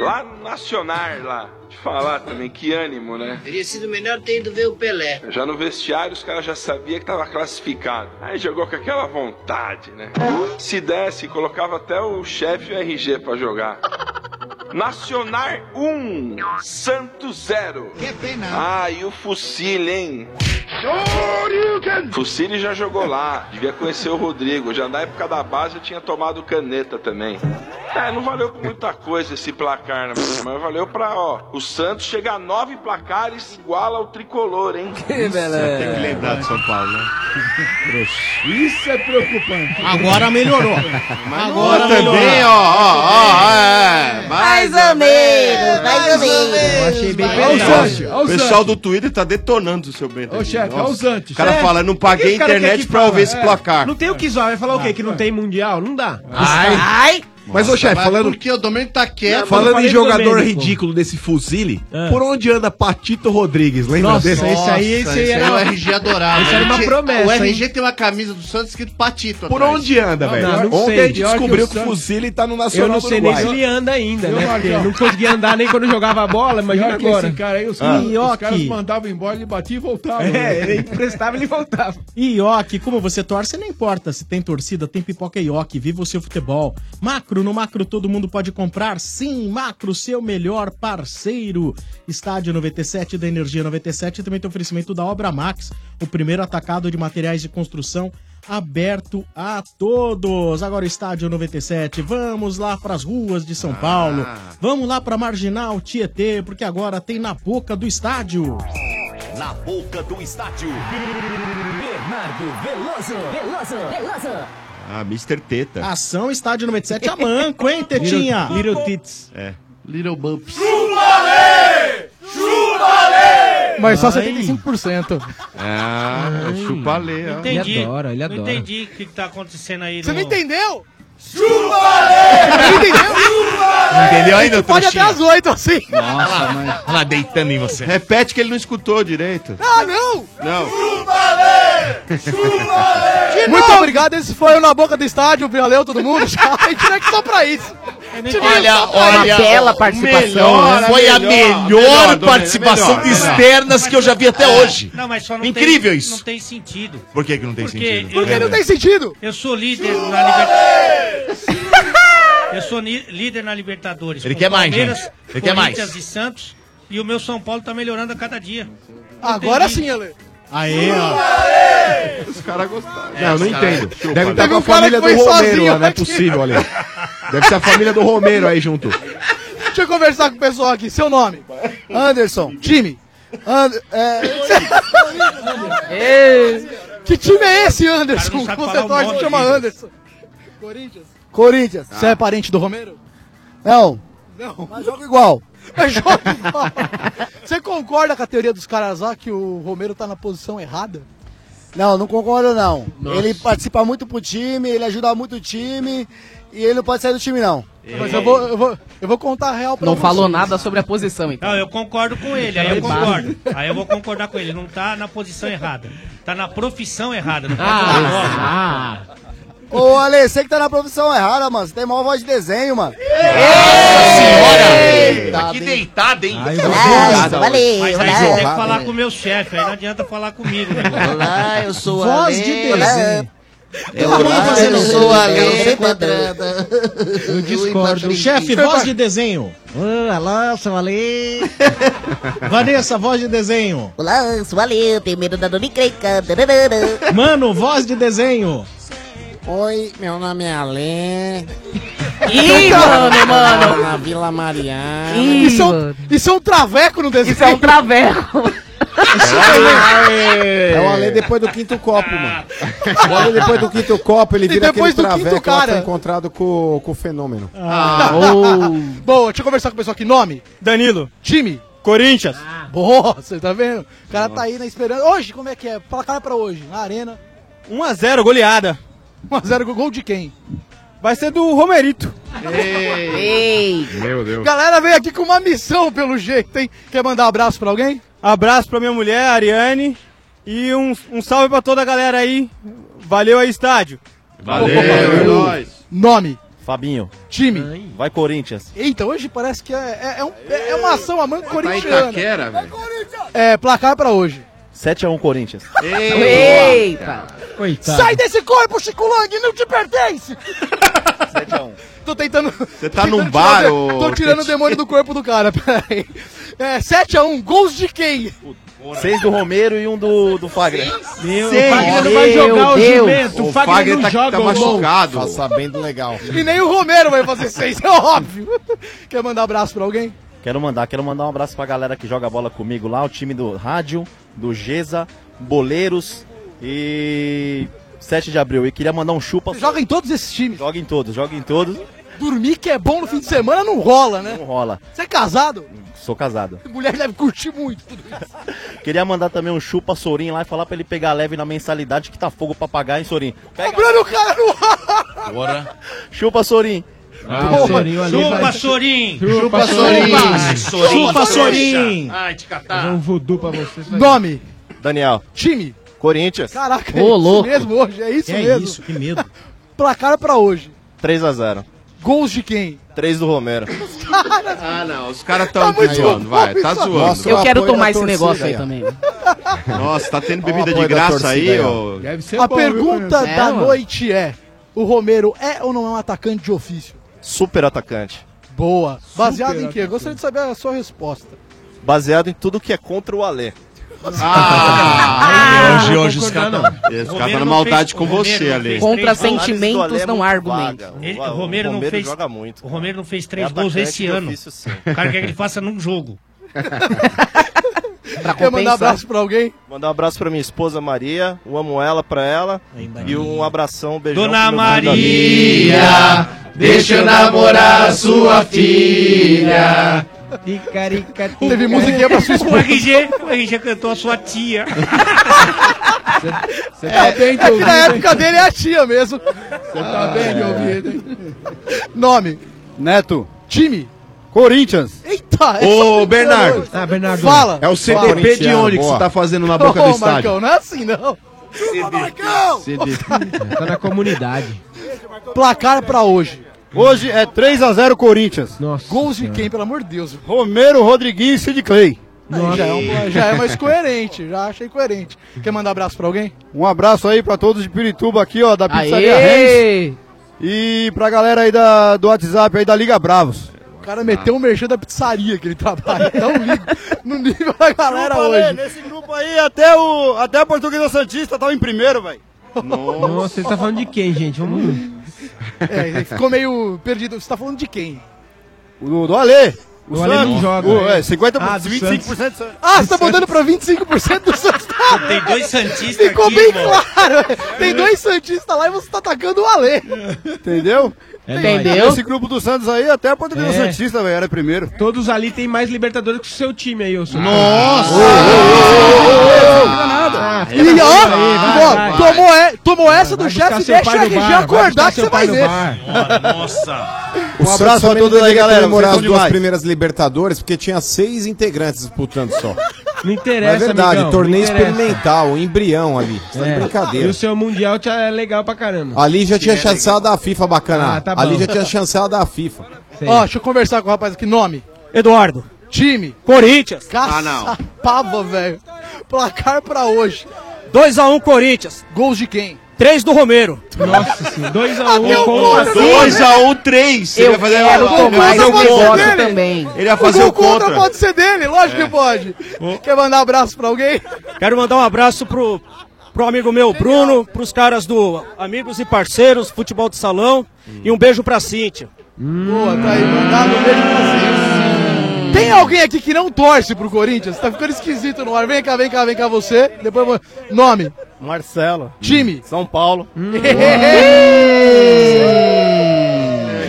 Lá no Nacional, lá. Te falar também, que ânimo, né?
Teria sido melhor ter ido ver o Pelé.
Já no vestiário, os caras já sabiam que tava classificado. Aí jogou com aquela vontade, né? Se desse, colocava até o chefe e o RG pra jogar. Nacional 1, Santos 0. Que pena. Ah, e o Fucile, hein? Fucile já jogou lá. Devia conhecer o Rodrigo. Já na época da base eu tinha tomado caneta também. É, não valeu por muita coisa esse placar, né, mas valeu pra, ó, o Santos chegar a nove placares igual ao tricolor, hein?
Que beleza. Tem que lembrar
de São Paulo, né?
Isso é preocupante.
Agora melhorou.
Agora também, ó, ó, ó, é. Mais, ou menos, mais ou menos. Achei bem
Olha o Sanches, olha
O
o pessoal do Twitter tá detonando o seu Bento.
Ô,
aqui.
chefe,
Nossa.
olha o Sanches.
O cara
É.
fala, não
Por que
paguei
o cara quer
internet
que
pra
fala?
ouvir esse
É.
placar.
Não tem o que zoar, vai falar o quê? Que não tem mundial? Não dá.
Ai.
Mas, ô, chefe, falando-
Porque o Domênico tá quieto.
É, Falando em jogador
ridículo.
ridículo desse fuzile, por onde anda Patito Rodrigues? Lembra
É. Nossa,
desse?
esse aí- esse aí
é
é
era-
um
o RG adorava.
Isso era uma
O RG
promessa,
O RG
hein?
tem uma camisa do Santos escrito Patito.
Por
atrás.
onde anda, velho? Ontem a gente descobriu que o Fuzile tá no
Eu
Nacional
não
do
sei nem
Uruguai.
se ele anda ainda,
Eu,
né? Porque
Marcão.
não conseguia andar nem quando jogava a bola, imagina
Pior que
agora. Ah.
esse cara aí, os, caras, os caras mandavam embora, ele batia e voltava. né?
É, ele emprestava e ele voltava.
né? Ioki, como você torce, não importa. Se tem torcida, tem pipoca Ioki. Viva o seu futebol. Macro, no Macro todo mundo pode comprar. Sim, Macro, seu melhor parceiro. Estádio 97 da Energia 97 também tem oferecimento da Obra Max, o primeiro atacado de materiais de construção aberto a todos. Agora o Estádio 97. Vamos lá para as ruas de São
Ah.
Paulo. Vamos lá para Marginal Tietê, porque agora tem na boca do estádio.
Na boca do estádio. Bernardo Veloso. Veloso. Veloso.
Ah, Mr. Teta.
Ação Estádio 97 a manco, hein, Tetinha?
Little- Little
Tits.
É.
Little Bumps.
né? Mas só
Ai.
75%.
Ah, chupa lê, ó.
Entendi.
ele
Não
adora.
entendi o que que tá acontecendo aí.
Você
no-
não entendeu?
Não entendeu?
Não entendeu ainda,
Pode até
trouxinha?
às 8, assim.
Nossa, mas... Olha lá, deitando em você.
Repete que ele não escutou direito.
Ah, não!
Não.
De Muito obrigado, esse foi o Na Boca do Estádio. Valeu todo mundo. Tchau. A gente é que só pra isso.
Olha, olha, melhor,
né?
foi a
Melhor,
melhor,
melhor, Domênico,
participação
melhor,
de
melhor.
externas que eu já vi até hoje.
Não, mas só não
Incrível
tem,
isso.
Não tem sentido.
Por que, que não tem
Porque,
sentido?
eu-
É.
sentido.
Eu sou líder na Libertadores. eu sou ni- líder na Libertadores.
Ele
com
quer mais,
Palmeiras,
gente. Ele quer mais.
Corinthians e Santos. E o meu São Paulo tá melhorando a cada dia.
Agora sim, Ale.
Aê, ó.
Os caras gostaram.
Não, eu não entendo. Deve estar
Teve
com a
um cara
família
que foi
do Romero
sozinho
lá, não é
aqui.
possível, olha. Deve ser a família do Romero aí junto.
Deixa eu conversar com o pessoal aqui. Seu nome? Anderson. Time? And... É... Ei, que time é esse, Anderson?
sabe
Como
falar
você
o
torce
nome,
que chama
Anderson.
Anderson? Corinthians. Corinthians.
Ah.
Você é parente do Romero? Não. Não. Mas joga igual. Mas joga igual. Você concorda com a teoria dos caras lá que o Romero tá na posição errada?
Não, não concordo não. Ele participa muito pro time, ele ajuda muito o time e ele não pode sair do time não.
Mas eu vou, eu vou, eu vou contar a real pra
Não
vocês.
falou nada sobre a posição, então.
Não, eu concordo com ele, aí eu concordo. Aí eu vou concordar com ele. Não tá na posição errada. Tá na profissão errada. Não pode
Ah,
jogar bola.
Ô Ale, você que tá na profissão errada, mano. Você tem maior voz de desenho, mano.
Tá aqui deitado, hein?
Mas aí você tem que falar
É.
com o meu chefe, aí não adianta falar comigo. Né?
Olá, eu sou
o
Voz Ale. de desenho. Olá, eu sou
né?
a Lê Quadrada.
é Eu
discordo.
Chefe,
tá-
voz de desenho.
Ah,
Olá, eu sou Ale.
Vanessa, voz de desenho.
Olá, eu sou Ale, eu tenho medo da dona encrenca.
Mano, voz de desenho.
Oi, meu nome é Ale.
Ih, mano, mano.
Na Vila Mariana.
Isso é, um, isso é um traveco no desenho. Isso é um traveco.
né?
É o Ale depois do quinto copo, mano. O Ale depois do quinto copo, ele
E
vira aquele
depois do quinto
traveco cara.
cara.
foi encontrado com, com o fenômeno.
Ah,
Oh.
Boa, deixa eu conversar com o pessoal aqui. Nome? Danilo. Time? Corinthians.
Ah.
Boa, você tá vendo? O cara tá aí na esperança. Hoje, como é que é? Fala cara pra hoje, na arena.
1x0, goleada.
1x0 gol de quem?
Vai ser do Romerito.
Ei!
Meu Deus.
Galera veio aqui com uma missão, pelo jeito, hein? Quer mandar um abraço pra alguém?
Abraço pra minha mulher, Ariane. E um, um salve pra toda a galera aí. Valeu aí, estádio.
Valeu, é nóis. Nome?
Fabinho.
Time.
Vai Corinthians.
Eita, hoje parece que é, é, é um- é- é uma ação, a mãe corintiana.
Tá Itaquera, velho.
É, placar pra hoje.
7x1 Corinthians.
Eita.
Coitado.
Sai desse corpo, Chico Lang, não te pertence!
7x1.
Tô tentando.
Você
tá
tentando tirar o de- Tô tirando o demônio do corpo do cara, peraí. É, 7x1, gols um, de quem?
Seis do Romero e um do, do Fagner.
Meu,
Seis.
o Fagner não vai jogar, o Gilberto, o Fagner não joga, irmão.
Tá sabendo legal.
E nem o Romero vai fazer seis, é óbvio. Quer mandar um abraço pra alguém?
Quero mandar, quero mandar um abraço pra galera que joga bola comigo lá, o time do Rádio, do Geza, Boleiros e 7 de abril. E queria mandar um chupa.
Joga em todos esses times?
Joga em todos, joga em todos.
Dormir que é bom no fim de semana não rola, né?
Não rola.
Você é casado?
Sou casado.
Mulher deve curtir muito tudo isso.
Queria mandar também um chupa Sorin lá e falar pra ele pegar leve na mensalidade que tá fogo pra pagar, hein, Sorin?
Cobrando o cara no ar!
Agora. Chupa Sorin.
Ah, o Sorin ali Chupa, vai- Sorin!
Chupa
Chupa,
Sorin!
Sorin! Chupa,
Sorin!
Sorin!
Ai, te
Fazer
catar. Um voodoo pra você.
Nome?
Daniel.
Time?
Corinthians.
Caraca, é isso mesmo hoje, é isso mesmo.
que medo.
Placar pra hoje.
3x0.
Gols de quem?
3 do Romero.
Ah, não. Os caras tão
Tá muito
zoando, vai. Tá zoando.
Eu quero tomar esse negócio aí também.
Nossa, tá tendo
Olha o
bebida de
apoio da
graça
torcida
aí,
aí, ó.
ô.
Deve
a pergunta
É,
da
mano.
noite é: o Romero é ou não é um atacante de ofício?
Super atacante.
Boa. Baseado em quê? Eu Gostaria de saber a sua resposta.
Baseado em tudo que é contra o Alê.
Ah,
hoje- hoje os caras tão- Esse cara tá na maldade com você, Ale.
Contra
sentimentos,
sentimentos, não há argumento.
Ele-
O
o Romero, não
Romero
fez,
joga muito,
O Romero não fez
É
três
atacante
gols esse
de
ano.
ofício, sim.
o cara quer que ele faça num jogo.
Quer mandar um abraço pra alguém?
Mandar um abraço pra minha esposa Maria. Eu amo ela pra ela. E um abração, um beijão.
Dona
pro meu marido.
Maria,
deixa eu namorar sua filha.
Ticarica,
Teve
musiquinha pra sua
O RG, o RG cantou a sua tia.
Você tá bem de ouvido. Na época dele é a tia mesmo. Você
tá bem de ouvido,
hein? Nome?
Neto.
Time?
Corinthians.
Eita! é só
Ô,
um
Bernardo. Fala.
jogador. Fala.
É o CDP de onde que você tá fazendo na boca
Ô,
do estádio?
Marcão, não é assim não. Chupa, Marcão!
Tá na comunidade.
Placar pra hoje.
Hoje é 3x0 Corinthians.
Nossa.
Gols de quem, pelo amor de Deus?
Romero, Rodriguinho e Sid Clay.
Aí já, é uma- já é mais coerente, já achei coerente. Quer mandar abraço pra alguém?
Um abraço aí pra todos de Pirituba aqui, ó, da Pizzaria
Aê!
Reis. E pra galera aí da, do WhatsApp aí da Liga Bravos.
O cara meteu um merchan da pizzaria que ele trabalha, então ligo no nível da galera
Chupa, Lê,
hoje.
Nesse grupo aí, até o até a Portuguesa Santista tava em primeiro, velho.
Nossa, ele tá falando de quem, gente? Vamos.
É, ele ficou meio perdido. Você tá falando de quem?
Do, do Alê. O,
O Alê não
Santos.
joga,
O,
né?
é, 50,
Ah, do
25% do Santos.
Ah, você tá mandando pra 25% do Santos.
Tem dois Santistas
Ficou
aqui,
bem
irmão.
claro. é. Tem dois Santistas lá e você tá atacando o Alê.
Entendeu?
É Entendeu? nóis.
Esse grupo do Santos aí, até a Portuguesa
É.
Santista, velho, era primeiro.
Todos ali tem mais Libertadores que o seu time aí, ô Sorin.
Nossa!
Ô, ô, ô, ô, ô, ô, ô, ô, Ah, fica
E
na
ó,
sua aí, vai,
ó,
vai.
tomou, é- tomou essa do
Vai
chefe
buscar
e
seu
deixa
pai
a
no
RG
bar, vai
acordar
buscar
que
seu
você vai
pai no
ver.
bar.
Nossa.
O
Um
Santos
abraço a
também
todos
não deveria
aí, galera.
comemorar as
Vocês são
duas
demais.
primeiras Libertadores, porque tinha seis integrantes disputando só.
Não interessa,
É verdade,
amigão,
torneio
não interessa.
experimental, um embrião ali. Você tá de
É.
brincadeira.
E o seu Mundial já é legal pra caramba.
Ali já tinha chanceada da FIFA, bacana.
Ah, tá
Ali
bom.
já tinha chanceada da FIFA.
Ó, deixa eu conversar com o rapaz aqui. Nome?
Eduardo.
Time?
Corinthians.
Ah,
Caça, Pava, velho. Placar pra hoje.
2x1 Corinthians.
Gols de quem? é
3 do Romero.
Nossa senhora, 2x1
Até o
contra
contra.
2x1 3.
Eu quero
tomar esse negócio
também.
Ele ia
O
fazer
gol
o
contra.
contra. É.
pode ser dele, lógico que pode. Quer mandar um abraço pra alguém?
Quero mandar um abraço pro, pro amigo meu, Bruno, pros caras do Amigos e Parceiros Futebol de Salão e um beijo pra Cíntia.
Boa, tá aí, mandado um beijo pra vocês. Tem alguém aqui que não torce pro Corinthians? Tá ficando esquisito no ar. Vem cá, vem cá, vem cá você. Depois eu vou- nome.
Marcelo.
Time. Hum.
São Paulo.
Tinha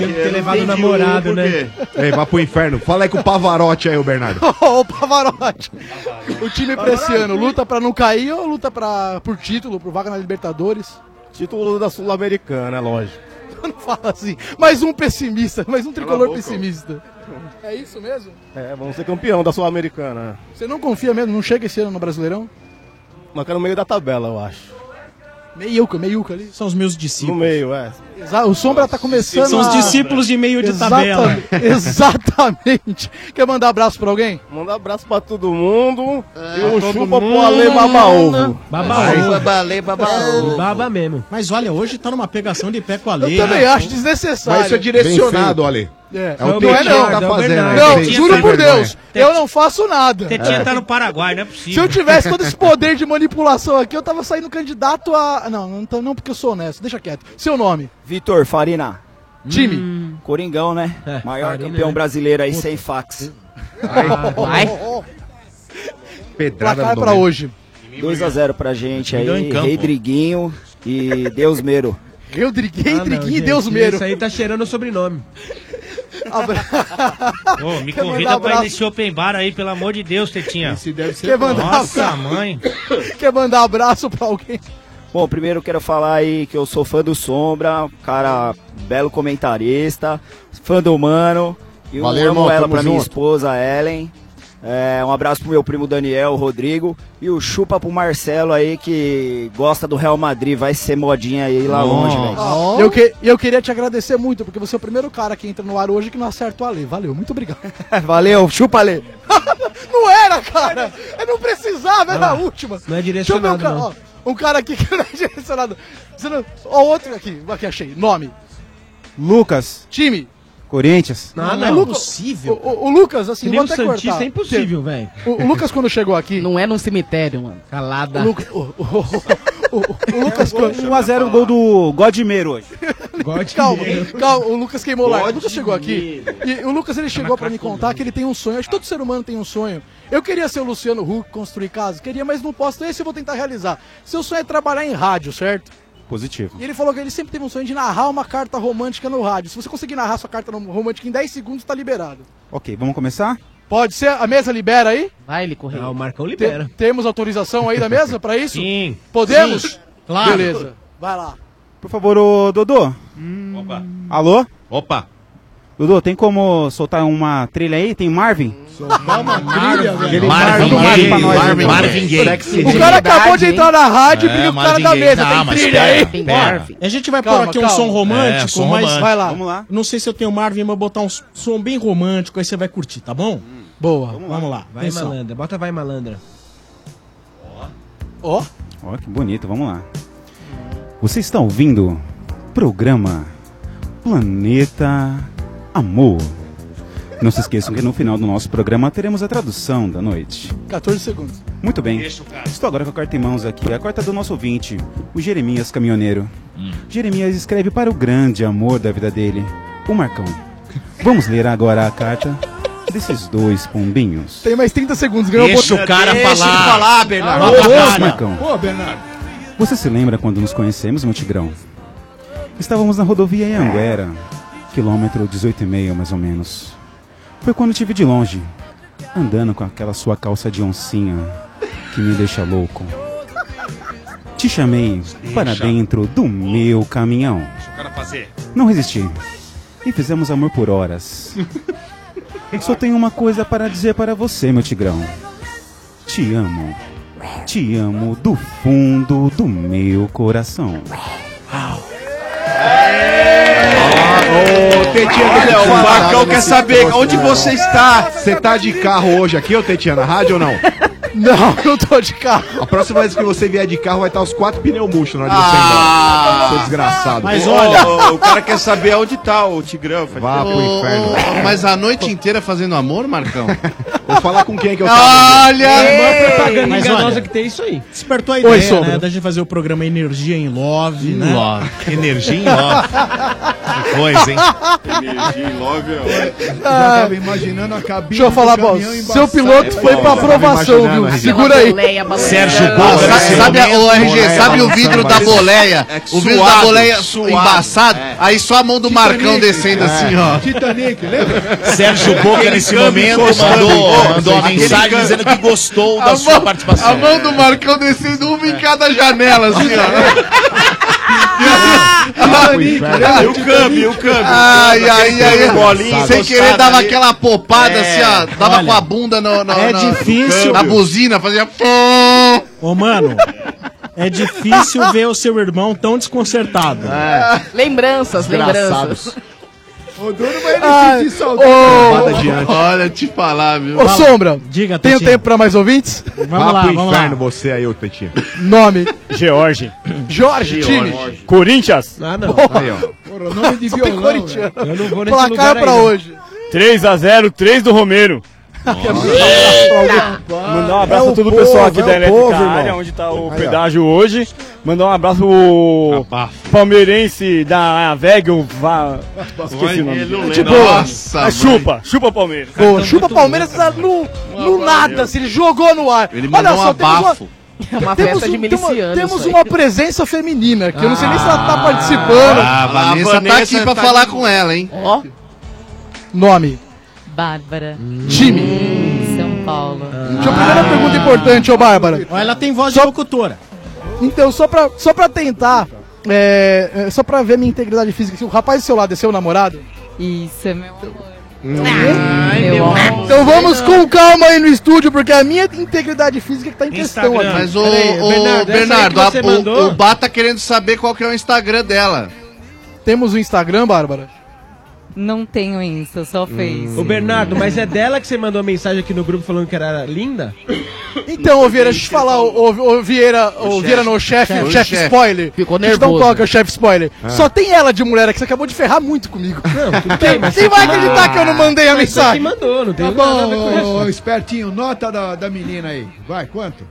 que ter levado o namorado, né?
Ei, vai pro inferno. Fala aí com o Pavarotti aí, ô Bernardo.
Ô, Pavarotti. O time pra esse ano, luta pra não cair ou luta pra, por título, por vaga na Libertadores?
Título da Sul-Americana, é lógico.
Não fala assim. Mais um pessimista, mais um tricolor pessimista. É isso mesmo?
É, vamos ser campeão da Sul-Americana.
Você não confia mesmo? Não chega esse ano no Brasileirão?
Mas que é no meio da tabela, eu acho.
Meiuca, meiuca ali.
São os meus
No
discípulos.
meio, é.
Exa- O Sombra tá começando.
São os
a-
discípulos de meio de tabela.
Exatamente. Quer mandar abraço pra alguém?
Manda abraço pra todo mundo.
É,
e um
pra todo
chupa pro
mundo. é
Ale Babaovo.
Babaovo.
Babalê,
babaú.
Baba mesmo. Mas olha, hoje tá numa pegação de pé com a né? lei.
também acho desnecessário. Mas isso é direcionado,
Ale.
É,
o
não é
Betinho
não.
que tá
Não,
fazendo,
Bernardo.
né?
Não,
Betinho
juro
sem
por
vergonha.
Deus, eu não faço nada.
Tetinha tá no Paraguai, não é possível.
Se eu tivesse todo esse poder de manipulação aqui, eu tava saindo candidato a. Não, não, tô- não porque eu sou honesto, deixa quieto. Seu nome.
Vitor Farina.
Time.
Hum.
Coringão, né? Maior
Farina,
campeão
né?
brasileiro aí, sem fax.
Ah,
Ah,
Vai.
Pedrada
Placar no pra momento. hoje.
2x0 pra gente
Me deu em
aí.
campo.
Rodriguinho e Deus Meiro.
Rodriguinho, Rodriguinho e Deus Meiro.
Isso aí tá cheirando o sobrenome.
Ô, me
Quer
convida pra
mandar
ir
abraço?
nesse open bar aí, pelo amor de Deus, Tetinha. Esse
deve
ser bom.
Nossa, mãe.
Quer mandar abraço pra alguém?
Bom, primeiro quero falar aí que eu sou fã do Sombra, um cara belo comentarista, fã do Mano. E um
Valeu,
amo
irmão,
ela
tamo
pra minha
junto.
esposa, Ellen. É, um abraço pro meu primo Daniel, o Rodrigo. E o chupa pro Marcelo aí, que gosta do Real Madrid. Vai ser modinha aí lá longe, velho.
Eu, que- eu queria te agradecer muito, porque você é o primeiro cara que entra no ar hoje que não acerta o Ale. Valeu, muito obrigado.
Valeu, chupa, Ale.
não era, cara! Eu não precisava, era a última.
Não é
Deixa eu ver um
direcionado,
cara,
não.
ó. Um cara aqui que não é direcionado. Você não- Ó, outro aqui. Aqui, achei. Nome.
Lucas.
Time.
Corinthians.
O
é
Lucas- O, o- o Lucas, assim,
Se
vou
nem
até
o Santista,
cortar.
é impossível, velho.
O, o Lucas, quando chegou aqui...
Não é num cemitério, mano. Calada.
O, Lucas- o- o- o- o- o Lucas... quando-
1x0 gol do Godmeiro hoje.
Calma, calma, o Lucas queimou lá. O Lucas chegou aqui. E o Lucas ele chegou pra me contar que ele tem um sonho. Acho que todo ser humano tem um sonho. Eu queria ser o Luciano Huck, construir casa. Queria, mas não posso. Então esse eu vou tentar realizar. Seu sonho é trabalhar em rádio, certo?
Positivo.
E ele falou que ele sempre teve um sonho de narrar uma carta romântica no rádio. Se você conseguir narrar sua carta romântica em 10 segundos, tá liberado.
Ok, vamos começar?
Pode ser? A mesa libera aí?
Vai, ele correu.
o Marcão
Te- temos autorização aí da mesa pra isso?
Sim.
Podemos?
Sim, claro.
Beleza. Vai lá.
Por favor, ô Dodô.
Opa.
Alô?
Opa.
Dodô, tem como soltar uma trilha aí? Tem Marvin?
Marvin,
Marvin Gaye,
Marvin,
Marvin
Marvin
Gaye.
Gaye.
O cara acabou de entrar na rádio e
É,
pediu pro cara
Marvin
da
Gaye.
mesa.
Não,
Tem
mas
trilha
pera,
aí?
pera. Marvin.
A gente vai
Calma,
pôr aqui um
calma.
som romântico,
É, som
mas
romântico.
vai lá.
Vamos lá.
Não sei se eu tenho Marvin, mas botar um som bem romântico, aí você vai curtir, tá bom?
Boa,
vamos lá. Vamos lá.
Vai, malandra. Bota vai, malandra.
Ó.
Ó, que bonito, vamos lá. Você está ouvindo programa Planeta Amor. Não se esqueçam que no final do nosso programa teremos a tradução da noite.
14 segundos.
Muito bem. Estou agora com a carta em mãos aqui. A carta do nosso ouvinte, o Jeremias Caminhoneiro. Jeremias escreve para o grande amor da vida dele, o Marcão. Vamos ler agora a carta desses dois pombinhos.
Tem mais 30 segundos. Ganhou
Deixa
ponto.
o cara Deixa ele falar. falar, Bernardo.
Ah,
Ô,
ô,
cara.
Marcão.
Ô, Bernardo.
Você se lembra quando nos conhecemos, meu tigrão? Estávamos na rodovia Ianguera, quilômetro 18,5 mais ou menos. Foi quando te vi de longe, andando com aquela sua calça de oncinha que me deixa louco. Te chamei para dentro do meu caminhão.
O cara fazer.
Não resisti. E fizemos amor por horas. Só tenho uma coisa para dizer para você, meu tigrão. Te amo. Te amo do fundo do meu coração.
Olha, o Marcão
quer saber onde
você está. Você tá de carro hoje aqui, ô Tetinha, na rádio ou não?
Não, eu tô de carro.
A próxima vez que você vier de carro vai estar os quatro pneus murchos na hora de você ir embora. Seu
Ah,
desgraçado.
Ô, o cara quer saber
É
onde tá o Tigrão. Vá
pro inferno.
Mas a noite inteira fazendo amor, Marcão?
Vou falar com quem que eu
Olha! tá
Mas olha,
que tem isso aí.
Despertou a
Oi,
ideia,
Sombra.
né? Da gente fazer o programa Energia em Love, né?
Love. Energia em
Ah.
Love.
que
coisa, hein?
Energia em love é ótimo.
Já tava imaginando a cabine.
Deixa eu falar,
do
bom.
caminhão
Seu
embaçada.
piloto foi pra aprovação, viu? Segura aí.
Sérgio Boa,
Sa-
nesse
sabe, a-
momento,
ô, RG,
boleia,
sabe o
balançando,
vidro da
parece-
boleia?
É que
o vidro da
suado,
boleia
suado,
embaçado,
é.
aí só a mão do Marcão descendo
É.
É.
assim, ó.
Titanic, lembra?
Sérgio Boca, nesse momento, mandou, mandou uma mensagem dizendo que gostou da
A
sua
mão-
participação.
A mão do Marcão descendo uma em cada janela, assim, ó. Ah,
Ah, né? E o câmbio, e o câmbio.
Ai, ai, ai.
Bolinha
Sem querer,
encostada
dava
ali.
aquela popada
É,
assim, ó. Dava
olha.
com a bunda no, no-
É
na-
difícil.
na buzina, fazia.
Ô, mano, É difícil ver o seu irmão tão desconcertado. É.
Lembranças, lembranças.
O Duro
Ai,
vai
sentir
saudade.
ô,
Olha, te falar, viu?
Ô, Sombra,
Diga,
tem um
Tetinha.
tempo pra mais ouvintes?
Vá pro inferno você aí, ô Tetinha.
Nome.
George.
Jorge, time.
Corinthians.
Ah,
não. Aí, ó.
Porra, nome de
Só tem
violão.
corintiano.
velho. Eu não vou nesse
Placar
lugar
pra
aí, não.
hoje.
3x0, 3 do Romero.
Ah,
Mandar um abraço
É
a
o
todo o
povo,
pessoal aqui
é o
da Elétrica
povo, irmão.
Área, onde tá o
Aí, ó.
pedágio hoje. Mandar um abraço pro palmeirense da VEG, o Va... Esqueci o nome.
ele não lembra.
dele. De boa.
Nossa,
É
mãe.
chupa, chupa Palmeiras.
Boa, chupa Palmeiras tá no, no nada, se ele jogou no ar.
Ele mandou um abafo.
Temos uma,
uma
temos
festa de
um- tem uma-
milicianos
Temos
isso aí.
uma presença feminina, que eu não sei nem se ela tá participando.
Ah, a Vanessa tá aqui pra falar com ela, hein?
Ó. Nome.
Bárbara.
Hum.
Time.
São Paulo.
Ah.
Deixa eu primeira pergunta importante, ô Bárbara.
Ela tem voz de locutora.
Então, só pra, só pra tentar, é, é, só pra ver minha integridade física, se o rapaz do seu lado é seu namorado?
Isso, é meu
Hum.
Ah,
Meu amor. Então vamos com calma aí no estúdio, porque a minha integridade física que tá em questão aqui.
Mas o,
Pera aí,
o Bernardo,
essa aí que você
a- o,
mandou?
o Bá tá querendo saber qual que é o Instagram dela.
Temos o Instagram, Bárbara?
Não tenho Insta,
Hum.
só Face.
Ô Bernardo, mas é dela que você mandou mensagem aqui no grupo falando que era linda?
Então, ô Vieira, deixa eu te falar, ô, ô, ô Vieira, ô, Vieira não, chefe,
Chefe.
chefe, chefe
Chefe.
spoiler.
Ficou
Deixa eu te dar um
nervoso.
toque, ô chefe spoiler.
Ah.
Só tem ela de mulher aqui, você acabou de ferrar muito comigo.
bem,
quem
mas
quem
você
vai
que mandou.
acreditar que eu não mandei a
Mas você
mensagem?
que mandou, não tem
Tá
nada a ver
bom,
com isso.
ô, ô, espertinho, nota da, da menina aí. Vai, quanto?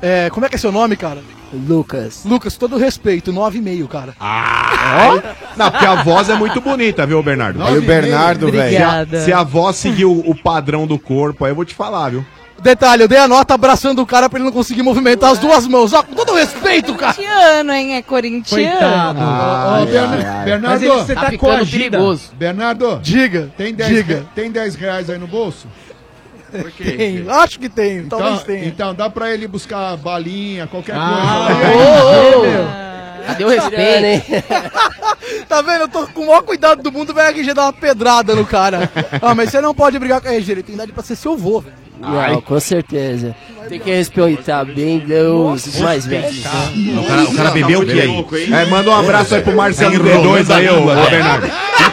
É, como é que é seu nome, cara? Lucas. Lucas, todo respeito, 9,5, cara.
Ah. Não, porque a voz é muito bonita, viu, Bernardo?
Olha o Bernardo, velho.
Se a-
Obrigada.
Se a voz seguir o, o padrão do corpo, aí eu vou te falar, viu?
Detalhe, eu dei a nota abraçando o cara pra ele não conseguir movimentar as duas mãos. Ó, com todo respeito, cara.
Corintiano, hein? É corintiano.
Coitado.
Ô, Berna- Bernardo,
Tá
tá
Bernardo,
diga.
Tem 10,
diga.
re- tem 10 reais aí no bolso?
Tem, acho que tem,
então,
talvez tenha.
Então dá pra ele buscar balinha, qualquer
Ah,
coisa.
ô, ô.
Cadê o respeito,
hein? tá vendo? Eu tô com o maior cuidado do mundo, vai a RG dar uma pedrada no cara. Ah, mas você não pode brigar com a RG, ele tem idade pra ser seu vô, velho.
Ah,
Não, com certeza. Tem que respeitar bem Deus os mais velhos.
O cara, o cara bebeu o que aí?
É, manda um abraço aí pro Marcelo D2 aí, ô,
né?
ô, Bernardo.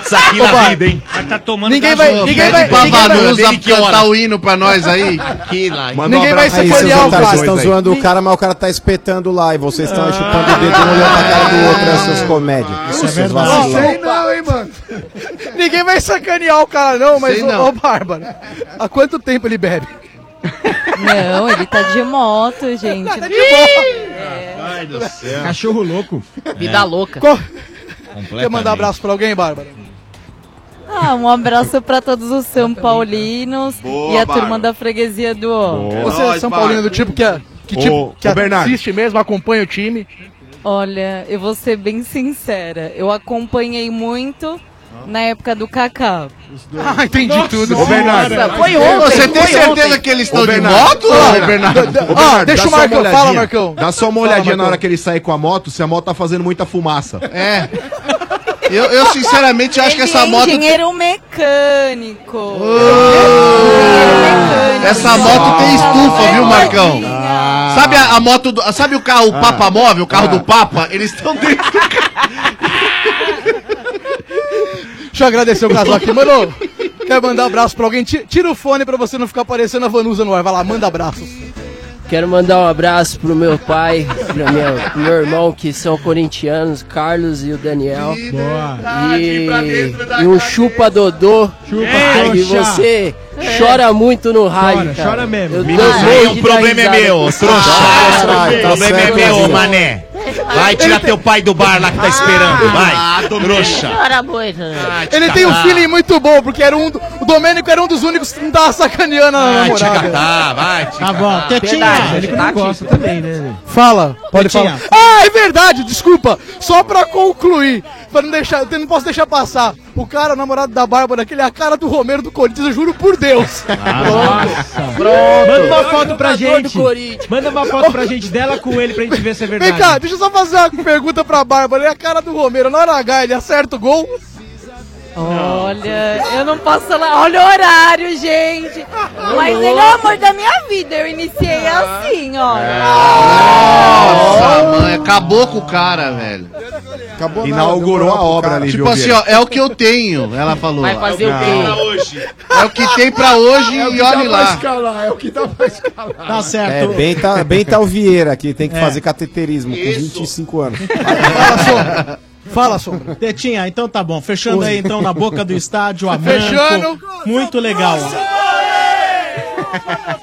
Isso aqui
Ô,
na
Bar-
vida, hein?
Tá tomando
Ninguém
caju,
vai-
ó,
ninguém
pede
vai-
pra
ninguém vai-
Vanusa
Ele que
cantar
ora.
o hino pra nós aí.
Que lá.
um
Ninguém vai
um abraço aí,
sacanear o
seus
cara.
otários
Vocês estão zoando o cara, mas o cara tá espetando lá e vocês estão chupando o dedo um olhando pra cara do outro, essas seus comédias. Isso é
Ó,
não, hein, mano.
Ninguém vai sacanear o cara, não, mas
Sei
ô,
não.
ô, Bárbara, há quanto tempo ele bebe?
Não, ele tá de moto, gente. tá
de moto.
Ai, do céu.
Cachorro louco.
Vida
louca.
Co- Quer mandar abraço pra alguém, Bárbara?
Ah, um abraço pra todos os São Paulinos
Boa,
e a
Bárbara.
turma da freguesia do O.
Você é São Paulino do tipo que, é- que, Ô, tipo, que ô, Bernardo. assiste mesmo, acompanha o time?
Olha, eu vou ser bem sincera. Eu acompanhei muito na época do Kaká.
Ah, entendi tudo.
é
Ô, Bernardo.
foi ontem.
Você tem
foi
certeza
ontem.
que eles
Ô,
estão de
Bernardo.
moto?
Ô,
Ô,
Bernardo.
Bernardo.
Ô,
Ah,
Bernardo,
deixa
dá
o
só uma
Marcão.
olhadinha.
Fala, Marcão.
Dá só uma
Fala,
olhadinha na
Marcão.
hora que ele sair com a moto, se a moto tá fazendo muita fumaça.
É. Eu, eu sinceramente acho que
Ele
essa
é
moto.
engenheiro mecânico.
Essa moto tem estufa, viu, Marcão? Sabe a, a moto do. Sabe o carro, o
Ah.
Papa Móvel, o carro
Ah.
do Papa? Eles estão dentro.
Deixa eu agradecer o casal aqui, mano. Quer mandar um abraço pra alguém? Ti- Tira o fone pra você não ficar parecendo a Vanusa no ar. Vai lá, manda abraços.
Quero mandar um abraço pro meu pai, pro meu, pro meu irmão, que são corintianos, Carlos e o Daniel. E, e um chupa Dodô.
Chupa,
E
trouxa.
você
É.
chora muito no rádio.
Chora,
cara.
chora É mesmo.
Eu
Menino,
dou
aí,
muito
o
de
problema é
risada
meu,
com isso.
trouxa.
Ah,
Tá
tá
certo, tá
certo,
certo,
Brasil.
Brasil.
é Vai tirar teu pai do bar lá que tá esperando, vai. Trouxa.
Chora muito.
Ele tem um
Ah.
catar.
feeling muito bom, porque era um. do- O Domênico era um dos únicos que não tava sacaneando a
Vai te
namorada.
Ah,
catar, vai te
Tá bom,
Ah,
catar.
Tetinha. Verdade,
Ele que não gosta também, né?
Fala, pode
Betinha.
falar. Ah, é verdade, desculpa. Só pra concluir, pra não deixar, eu não posso deixar passar. O cara, o namorado da Bárbara, aquele é a cara do Romero do Corinthians, eu juro por Deus.
Ah, Manda uma foto pra gente. Manda uma foto pra gente dela com ele pra gente ver se é verdade.
Vem cá, deixa eu só fazer uma pergunta pra Bárbara. Ele é a cara do Romero. Na hora H, ele acerta o gol?
Olha, eu não posso falar. Olha o horário, gente. Mas ele é o amor da minha vida. Eu iniciei assim, ó.
Nossa, mãe, acabou com o cara, velho.
Acabou Inaugurou a obra ali,
Tipo assim, ó, é o que eu tenho, ela falou. Ah,
Vai fazer o quê? Pra
hoje. É o que tem pra hoje
É o que
e
dá
olhe
pra
lá.
escalar, é o que dá pra escalar.
Tá certo.
É, bem tá, bem tá o Vieira aqui, tem que
É.
fazer cateterismo com 25 anos.
Fala, Sombra. Tetinha, então tá bom. Fechando aí, então, na boca do estádio, a
Fechando.
Muito legal.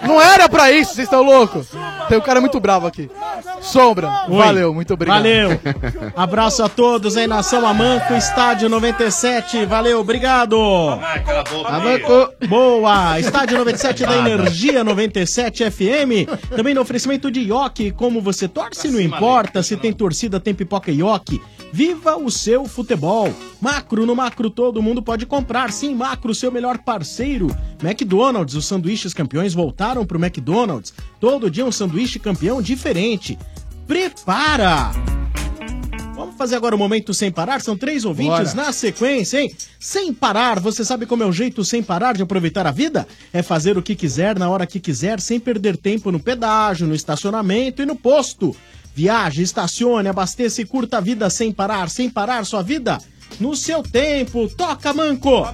Não era pra isso, vocês estão loucos? Tem um cara muito bravo aqui. Sombra,
Oi.
valeu, muito obrigado.
Valeu. Abraço a todos aí, Nação Amanco, Estádio 97. Valeu, obrigado. Amanco. Boa. Estádio 97 da
Nada.
Energia 97 FM. Também no oferecimento de Ioki. Como você torce, não importa. Se tem torcida, tem pipoca Ioki. Viva o seu futebol. Macro, no Macro todo mundo pode comprar. Sim, Macro, seu melhor parceiro. McDonald's, os sanduíches campeões voltaram pro McDonald's. Todo dia um sanduíche campeão diferente. Prepara! Vamos fazer agora o momento sem parar. São três ouvintes
Bora.
na sequência, hein? Sem parar. Você sabe como é o jeito sem parar de aproveitar a vida? É fazer o que quiser na hora que quiser, sem perder tempo no pedágio, no estacionamento e no posto. Viaje, estacione, abasteça e curta a vida sem parar, sem parar sua vida. No seu tempo, toca manco.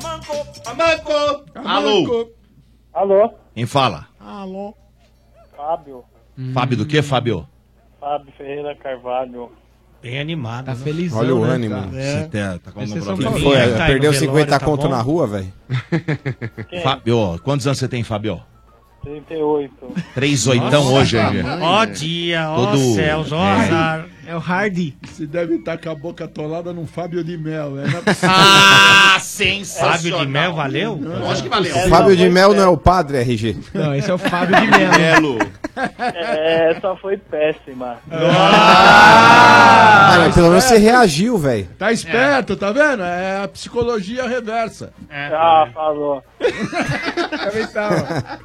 Amanco. Alô.
Alô?
Quem fala?
Alô?
Fábio.
Fábio do que, Fábio?
Fábio Ferreira Carvalho.
Bem animado. né? É.
Tá
feliz.
Olha
né,
o ânimo.
É.
Você tá, tá com algum problema?
Que foi? é, Perdeu 50
tá
conto na rua, velho?
Fábio, quantos anos você tem, Fábio?
38.
Três oitão
Nossa,
hoje, hein,
tamanho,
gente?
Ó dia, ó céus, ó
É.
azar.
É o Hardy. Você deve estar com a boca atolada num Fábio de Mel. É
ah, sensacional.
Fábio de Mel, valeu?
Lógico que valeu.
Fábio de Mel não é o padre, RG.
Não, esse é o Fábio
de Melo. É, só foi péssima. Ah,
Ah, mas pelo menos você reagiu, velho.
Tá esperto, tá vendo? É a psicologia reversa.
Ah, falou.
Também tava.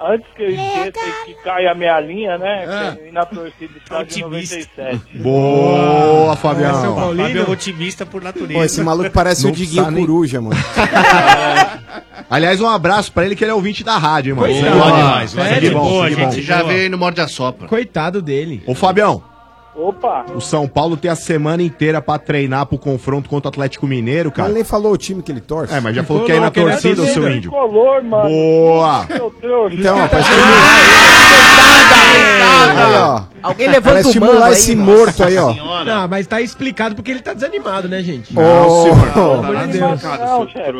Antes que eu esqueça e que caia a minha linha,
É.
né? Eu ir na torcida estádio 97.
Boa, Fabião.
São Paulino. Fábio é
otimista por natureza.
Pô, esse maluco parece
Não
o Diguinho
precisa nem-
Coruja, mano.
Aliás, um abraço pra ele que ele é ouvinte da rádio, hein, mano.
Pois é.
Boa
Boa demais,
Isso é
sério,
de bom,
boa,
isso é de
gente,
bom.
já veio aí no Morde a Sopra.
Coitado dele.
Ô, Fabião,
Opa!
o São Paulo tem a semana inteira pra treinar pro confronto contra o Atlético Mineiro, cara. Ele
nem falou o time que ele torce.
É, mas já falou que é aí na
né,
torcida, o seu índio.
Color, mano.
Boa!
Meu Deus. é
Então, rapaz,
Aí, ó.
Alguém
levanta Pra o estimular mano aí, esse nossa morto aí, ó.
Não, mas tá explicado porque ele tá desanimado, né, gente?
Ô, ô,
Pelo amor de Deus.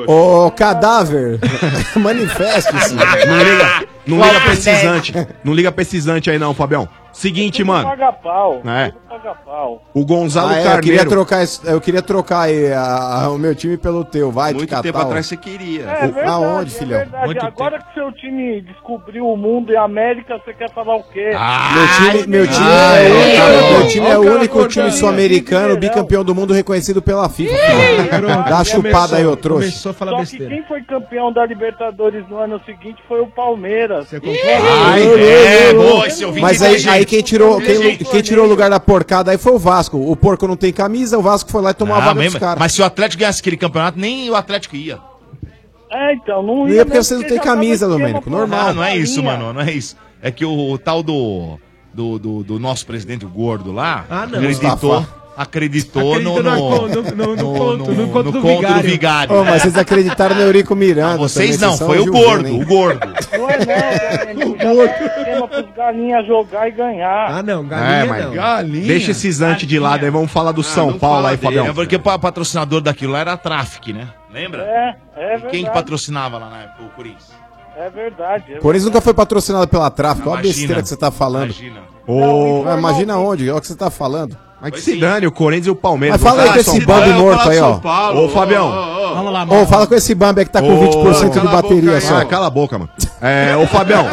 ô, cadáver, manifeste-se.
Não liga, não liga pra esses antes. Não liga pra esses antes aí, não, Fabião. Seguinte, mano.
Paga pau.
É.
Paga pau.
O Gonzalo
Ah, é, eu queria
Carneiro.
trocar, esse- eu queria trocar aí a- a- o meu time pelo teu, vai de
Muito
catar.
tempo atrás você
queria.
É verdade,
Aonde,
é
filhão?
verdade. Agora que seu time descobriu o mundo e a América, você quer falar o quê?
Ah,
Meu time, meu time é, o único- meu time é o único time sul-americano, bicampeão do mundo reconhecido pela FIFA. Dá a chupada aí, ô trouxa.
Começou a falar
Só
besteira.
que quem foi campeão da Libertadores no ano seguinte foi o Palmeiras. Você
é,
Mas aí, aí quem tirou quem, quem tirou o lugar da porcada aí foi o Vasco. O porco não tem camisa, o Vasco foi lá e tomou a
Ah,
vaga
mesmo-
dos Um caras.
mas se o Atlético ganhasse aquele campeonato, nem o Atlético ia.
É, então, não
Não
ia.
é porque vocês não têm camisa, Domênico, normal.
Ah, não é isso, mano, não é isso. É que o, o tal do, do, do, do nosso presidente, o gordo lá,
Ah, não.
acreditou,
Mustafa.
acreditou no, no,
Acredita na- no- no- no conto- no
no
conto do
conto do
vigário.
vigário.
Ô, mas vocês acreditaram no Eurico Miranda.
Vocês
também,
não,
são
foi o
Gilvino,
gordo,
hein?
o gordo.
Não é não, Domênico, já é esquema pros galinhas jogar e ganhar.
Ah, não,
É, mas deixa esses antes de lado aí, vamos falar do São Paulo aí,
É
Fabião.
porque o patrocinador daquilo lá era a Traffic, né? Lembra?
É, é
Quem que
verdade.
patrocinava lá na época, o Corinthians?
É verdade. é
Por isso nunca
verdade.
foi patrocinado pela tráfico. Olha a
Imagina,
besteira que você tá falando.
imagina.
Ô, ah, imagina onde, olha o que você tá falando.
Mas que se dane, o Corinthians e o Palmeiras.
Mas fala aí
Ah,
com esse
São
bando
Paulo.
morto
Fala
aí,
São
ó.
Paulo. Ô, Fabião.
Vamos lá,
Ô, fala com esse Bambi que tá com 20% de bateria só.
Ah, cala a boca, mano. É, ô, Fabião.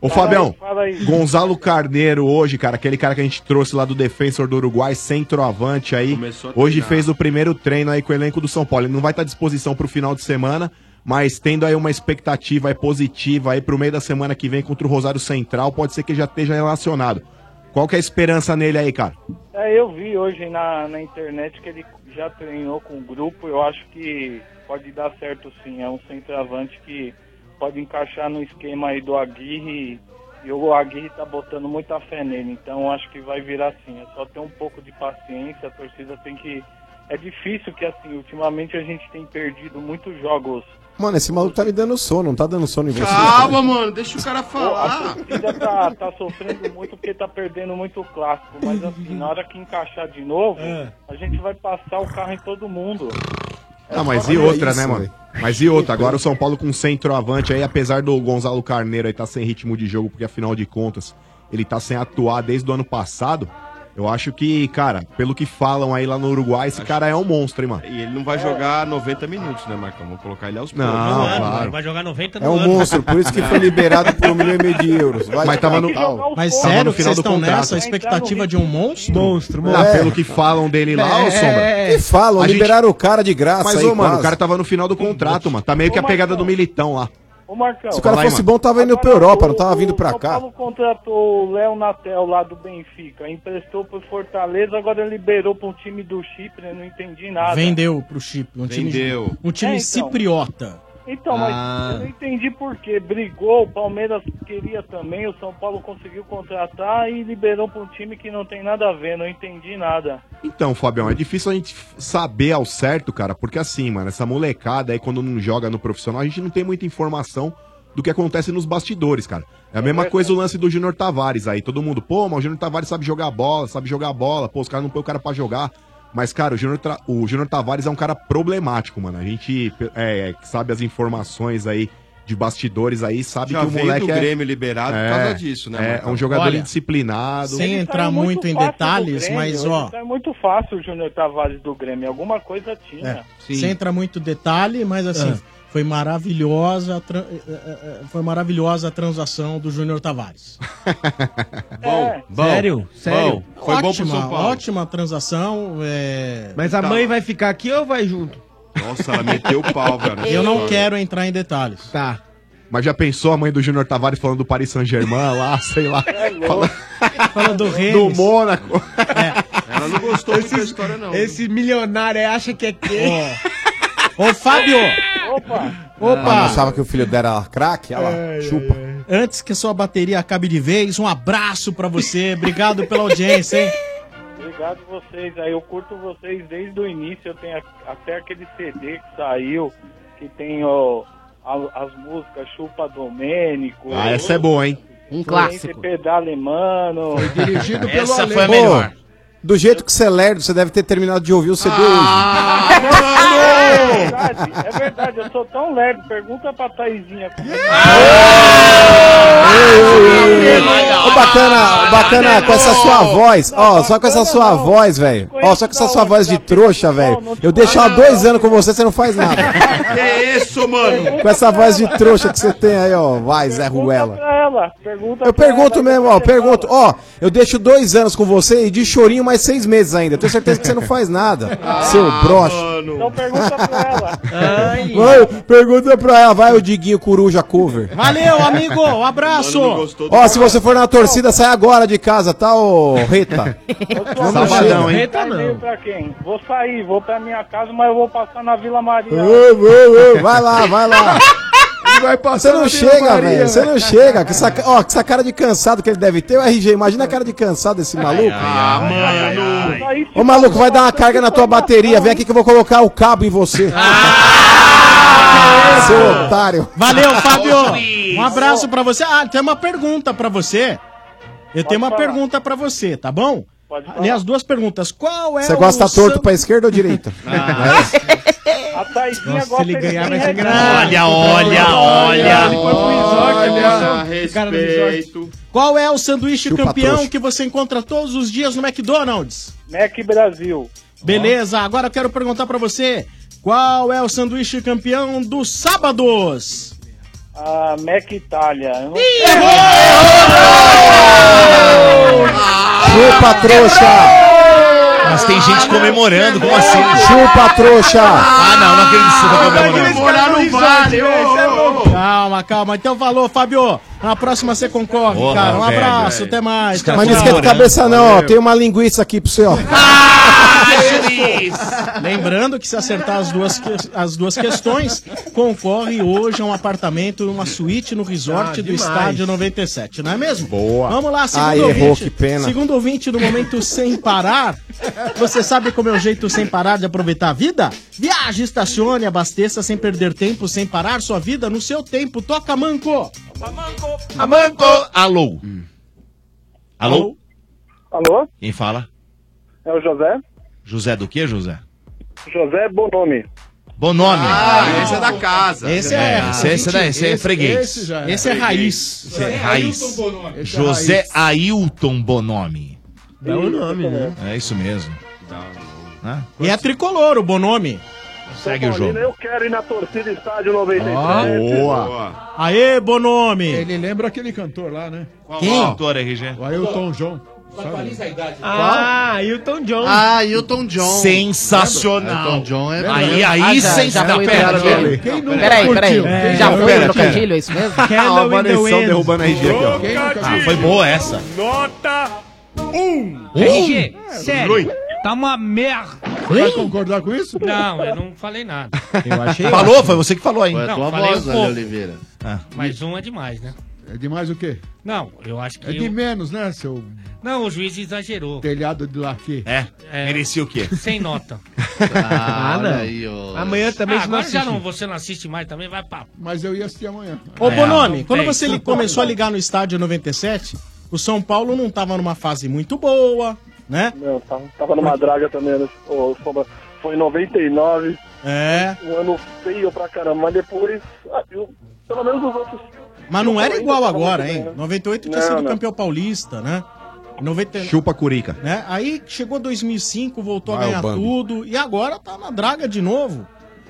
Ô,
Fala
Fabião.
aí, fala aí.
Gonzalo Carneiro hoje, cara, aquele cara que a gente trouxe lá do Defensor do Uruguai, centroavante aí.
Começou a
Hoje
treinar.
fez o primeiro treino aí com o elenco do São Paulo. Ele não vai estar à disposição pro final de semana, mas tendo aí uma expectativa aí positiva aí pro meio da semana que vem contra o Rosário Central, pode ser que ele já esteja relacionado. Qual que é a esperança nele aí, cara?
É, eu vi hoje na, na internet que ele já treinou com o grupo, eu acho que pode dar certo sim. É um centroavante que pode encaixar no esquema aí do Aguirre e o Aguirre tá botando muita fé nele, então acho que vai virar sim. É só ter um pouco de paciência, a torcida tem que. É difícil que assim, ultimamente a gente tem perdido muitos jogos.
Mano, esse maluco tá me dando sono, não tá dando sono em você.
Calma, mano, deixa o cara
A
falar.
torcida tá, tá sofrendo muito porque tá perdendo muito clássico, mas assim, na hora que encaixar de novo,
É.
a gente vai passar o carro em todo mundo.
Ah, mas e
Olha
outra,
isso,
né,
velho.
mano? Mas e outra, agora o São Paulo com um centroavante aí, apesar do Gonzalo Carneiro aí tá sem ritmo de jogo, porque afinal de contas, ele tá sem atuar desde o ano passado. Eu acho que, cara, pelo que falam aí lá no Uruguai, esse cara é um monstro, hein, mano?
E ele não vai jogar 90 minutos, né, Marcão? Vou colocar ele aos
Não,
poucos.
claro.
Vai jogar 90
É um monstro, por isso que foi liberado
por um milhão e meio de euros.
Mas tava no-
Mas
Tava
sério
no
que
final
vocês
do
estão
contrato.
nessa expectativa de um monstro? Monstro,
Ah, pelo que falam dele lá, ô
É.
Sombra.
Que falam,
A gente-
liberaram é. o cara de graça
Mas,
aí,
ô, mano,
quase.
o cara tava no final do contrato, mano. Tá meio que a pegada do militão lá.
Ô Marcão,
Se o cara
Fala aí,
fosse
mano.
bom, tava indo pra Europa, não tava vindo pra cá.
Paulo contratou o Léo Natel lá do Benfica, emprestou pro Fortaleza, agora liberou pra um time do Chipre, eu não entendi nada.
Vendeu pro Chipre. Um time,
Vendeu.
Um time
É, então.
cipriota.
Então, mas
Ah.
eu não entendi por quê. Brigou, o Palmeiras queria também, o São Paulo conseguiu contratar e liberou pra um time que não tem nada a ver, não entendi nada.
Então, Fabião, é difícil a gente f- saber ao certo, cara, porque assim, mano, essa molecada aí quando não joga no profissional, a gente não tem muita informação do que acontece nos bastidores, cara. É a mesma coisa o lance do Júnior Tavares aí. Todo mundo, pô, mas o Júnior Tavares sabe jogar bola, sabe jogar bola, pô, os caras não põem o cara pra jogar. Mas, cara, o Júnior Tra- o Júnior Tavares é um cara problemático, mano. A gente pe- é, que sabe as informações aí de bastidores aí, sabe
Já
que o
veio
moleque
do
é...
Grêmio liberado por causa disso, né,
É, é
Marcão? tá
um jogador
Olha,
indisciplinado.
sem Ele entrar saiu muito muito em
Fácil do
detalhes,
Grêmio,
mas,
ele
ó.
saiu muito fácil o Júnior Tavares do Grêmio, alguma coisa tinha.
É. Sem entrar muito detalhe, mas assim,
É.
foi maravilhosa, a tra- eh, eh, eh, foi maravilhosa a transação do Júnior Tavares.
É.
Bom, bom,
Sério? Sério?
Bom.
Foi
ótima,
bom pro São Paulo.
Ótima transação. é-
Mas
Tá.
a mãe vai ficar aqui ou vai junto?
Nossa, ela meteu o pau, velho.
Eu não quero entrar em detalhes.
Tá.
Mas já pensou a mãe do Júnior Tavares falando do Paris Saint-Germain lá, sei lá.
Fala do rei.
Do Mônaco.
Ela não gostou muito da história, não.
Esse milionário aí acha que é quem? Ô, Fábio!
Opa!
Ah,
Opa!
achava que o filho dela era craque, olha lá,
É,
chupa.
Antes que a sua bateria acabe de vez, um abraço pra você. Obrigado pela audiência, hein?
Obrigado vocês aí. Eu curto vocês desde o início. Eu tenho a- até aquele CD que saiu, que tem ó, a- as músicas Chupa Domênico.
Ah, essa é boa, hein?
Um clássico. Pedale Mano. Foi
dirigido
pelo Essa
Pô, Do jeito que você é lerdo, você deve ter terminado de ouvir o CD
Ah,
Ah,
É verdade, é verdade, eu sou tão leve. Pergunta pra Taizinha. Como é que-
hoje. Ô, bacana, bacana, com essa sua voz, ó, só com essa sua voz, velho. Ó, só com essa sua voz de trouxa, velho. Eu deixo há dois anos com você, você não faz nada.
Que isso, mano?
Com essa voz de trouxa que você tem aí, ó. Vai, Zé Ruela.
Pra é ela, pergunta
Eu
pra
pergunto
ela.
mesmo, ó, pergunto, ó, eu deixo dois anos com você e de chorinho mais seis meses ainda. Tenho certeza que você não faz nada,
Ah,
seu broche.
Então pergunta pra ela.
Vai, pergunta pra ela, vai o Diguinho Coruja Cover.
Valeu, amigo. Um abraço.
Ó, se você for na torcida, sai agora de casa, tá, ô Reta? Não
Sabadão,
mexer.
hein? Pra quem? Vou sair, vou pra minha casa, mas eu vou passar na Vila Maria.
Ô, ô, ô, Vai lá, vai lá. Você
Vai passar
não
na
chega,
Vila
velho.
Maria, né?
Você não chega. Com essa, ca- ó, com essa cara de cansado que ele deve ter, o RG. Imagina a cara de cansado desse maluco.
Ah, mano.
Ô, maluco, vai dar uma carga na tua bateria. Vem aqui que eu vou colocar o cabo em você.
Ah,
Seu otário.
Ah! Valeu, Fábio. Um abraço pra você. Ah, tem uma pergunta pra você. Eu tenho uma pergunta pra você, tá bom? Aliás, duas perguntas. Qual é
Você gosta
o
torto
san-
pra esquerda ou direita?
Ah,
Ah,
A Taizinha
Nossa,
gosta
se ele ganhar, vai ser
engraçado.
Olha, olha, olha. Ele foi pro resort, ele
respeito.
Cara do resort. Qual é o sanduíche campeão que você encontra todos os dias no McDonald's?
Mac Brasil.
Beleza, agora eu quero perguntar pra você. Qual é o sanduíche campeão dos sábados?
A Mac Itália. Eu não-
Chupa,
Ah,
trouxa!
Mas tem gente comemorando, como assim?
Chupa, trouxa!
Ah, não,
é né?
não acredito que você tá comemorando.
Calma, calma. Então falou, Fábio. Na próxima você concorre,
Porra,
cara. Um
velho,
abraço,
velho.
até mais. tchau,
Mas não
tchau.
esquenta a cabeça, não, ó. Tem uma linguiça aqui pro senhor.
Lembrando que se acertar as duas, que- as duas questões, concorre hoje a um apartamento e uma suíte no
Ah,
resort do
demais.
Estádio 97, não é mesmo?
Boa.
Vamos lá, segundo
Ai,
ouvinte.
errou, que pena.
Segundo ouvinte do Momento Sem Parar, você sabe como é o jeito sem parar de aproveitar a vida? Viaje, estacione, abasteça sem perder tempo, sem parar sua vida no seu tempo. Toca manco!
Amanco! Alô? Alô?
Alô?
Quem fala?
É o José?
José do que, José?
José Bonome.
Bom nome.
Ah, esse é da casa.
Esse é, esse, é- esse, daí, esse é freguês.
esse já é.
Esse é raiz.
Esse é
É
raiz.
Ailton Bonomi.
José Ailton Bonomi.
Dá o nome, né?
É isso mesmo.
Então,
Né?
E é tricolor o bom nome.
Segue o jogo.
Eu quero ir na torcida estádio 93.
Aê, bom nome! Ele
lembra aquele cantor lá, né?
Qual
Quem?
autor, RG?
O Ailton John.
Atualiza a idade.
Ah,
Ailton John.
Ah, Ailton John.
Sensacional.
Ailton John é-
Aí, aí,
Ah, já-
sem...
já
Não,
foi
pera,
trocadilho.
peraí.
Quem
Não,
nunca
peraí.
curtiu?
É,
Já foi
pera,
trocadilho,
pera.
é isso mesmo? Candle in the Wind.
derrubando a RG aqui, ó.
Ah, foi boa essa.
Nota 1.
RG, sério, tá uma merda.
Vai concordar com isso?
Não, eu não falei nada.
Eu achei
Falou,
ótimo.
foi você que falou aí.
Foi a
Não,
tua
falei
voz,
um
Ale
pouco.
Oliveira.
Ah.
Mas um é demais, né?
É demais o quê?
Não, eu acho que...
É de
eu-
menos, né, seu
Não, o juiz exagerou.
telhado de laque?
É, merecia o quê?
Sem nota.
Ah,
olha
aí, ó.
Amanhã também
você
Ah, agora
não
já
assiste.
não, você não assiste mais também, vai pra...
Mas eu ia assistir amanhã.
É.
Ô, Bonome,
não
quando
tem.
você li- começou a ligar no estádio 97, o São Paulo não tava numa fase muito boa, né?
Não, tava, tava numa draga também. Né? Ô, Soba, foi em 99.
É.
Um ano feio pra caramba. Mas depois, ah, eu- pelo menos os outros.
Mas não era igual
Ainda tava
agora,
muito
hein?
bem, né?
98 tinha
Não,
sido
não.
campeão paulista, né? Em 90,
Chupa curica.
né? Aí chegou 2005, voltou
Vai,
a
o
ganhar
Bambi.
tudo e agora tá na draga de novo.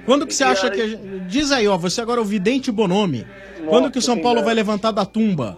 Quando que você acha
é
que a gente- diz aí, ó, você agora é o vidente Bonome. Quando que o São Paulo vai levantar da tumba?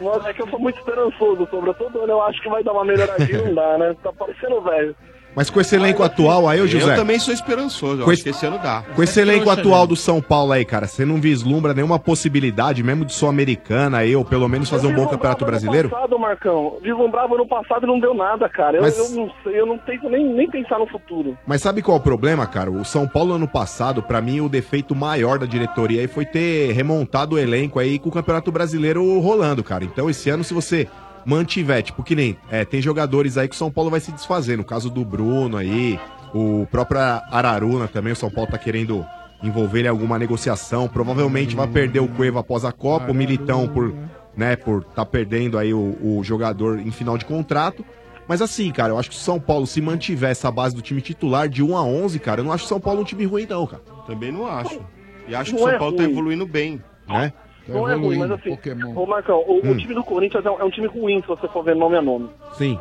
Nossa, é que eu sou muito esperançoso, Sombra. Todo ano eu acho que vai dar uma melhoradinha. não dá, né? Tá parecendo velho.
Mas com esse elenco atual aí, ô José.
Eu também sou esperançoso. Eu
Com
acho
esse-
que esse ano dá. é
Com
é
esse elenco
né?
atual do São Paulo aí, cara, você não vislumbra nenhuma possibilidade, mesmo de sul-americana aí, ou pelo menos fazer um bom campeonato brasileiro?
Passado, Marcão. Vislumbrava no passado e não deu nada, cara. Eu,
Mas-
eu não sei, eu não tento nem, nem pensar no futuro.
Mas sabe qual é o problema, cara? O São Paulo ano passado, pra mim, o defeito maior da diretoria aí foi ter remontado o elenco aí com o Campeonato Brasileiro rolando, cara. Então esse ano, se você mantiver, tipo, que nem é, tem jogadores aí que o São Paulo vai se desfazer. No caso do Bruno aí, o próprio Araruna também, o São Paulo tá querendo envolver ele em alguma negociação. Provavelmente vai perder o Cueva após a Copa, o Militão por, né, por tá perdendo aí o, o jogador em final de contrato. Mas assim, cara, eu acho que o São Paulo, se mantiver essa base do time titular de 1 a 11, cara, eu não acho o São Paulo um time ruim, não, cara.
Também não acho. E acho
Não
que o São
é
Paulo tá
ruim.
evoluindo bem.
Né?
Não é ruim, mas assim, ô Marcão, o, o
Hum.
time do Corinthians é um, é um time ruim se você for ver nome a nome.
Sim.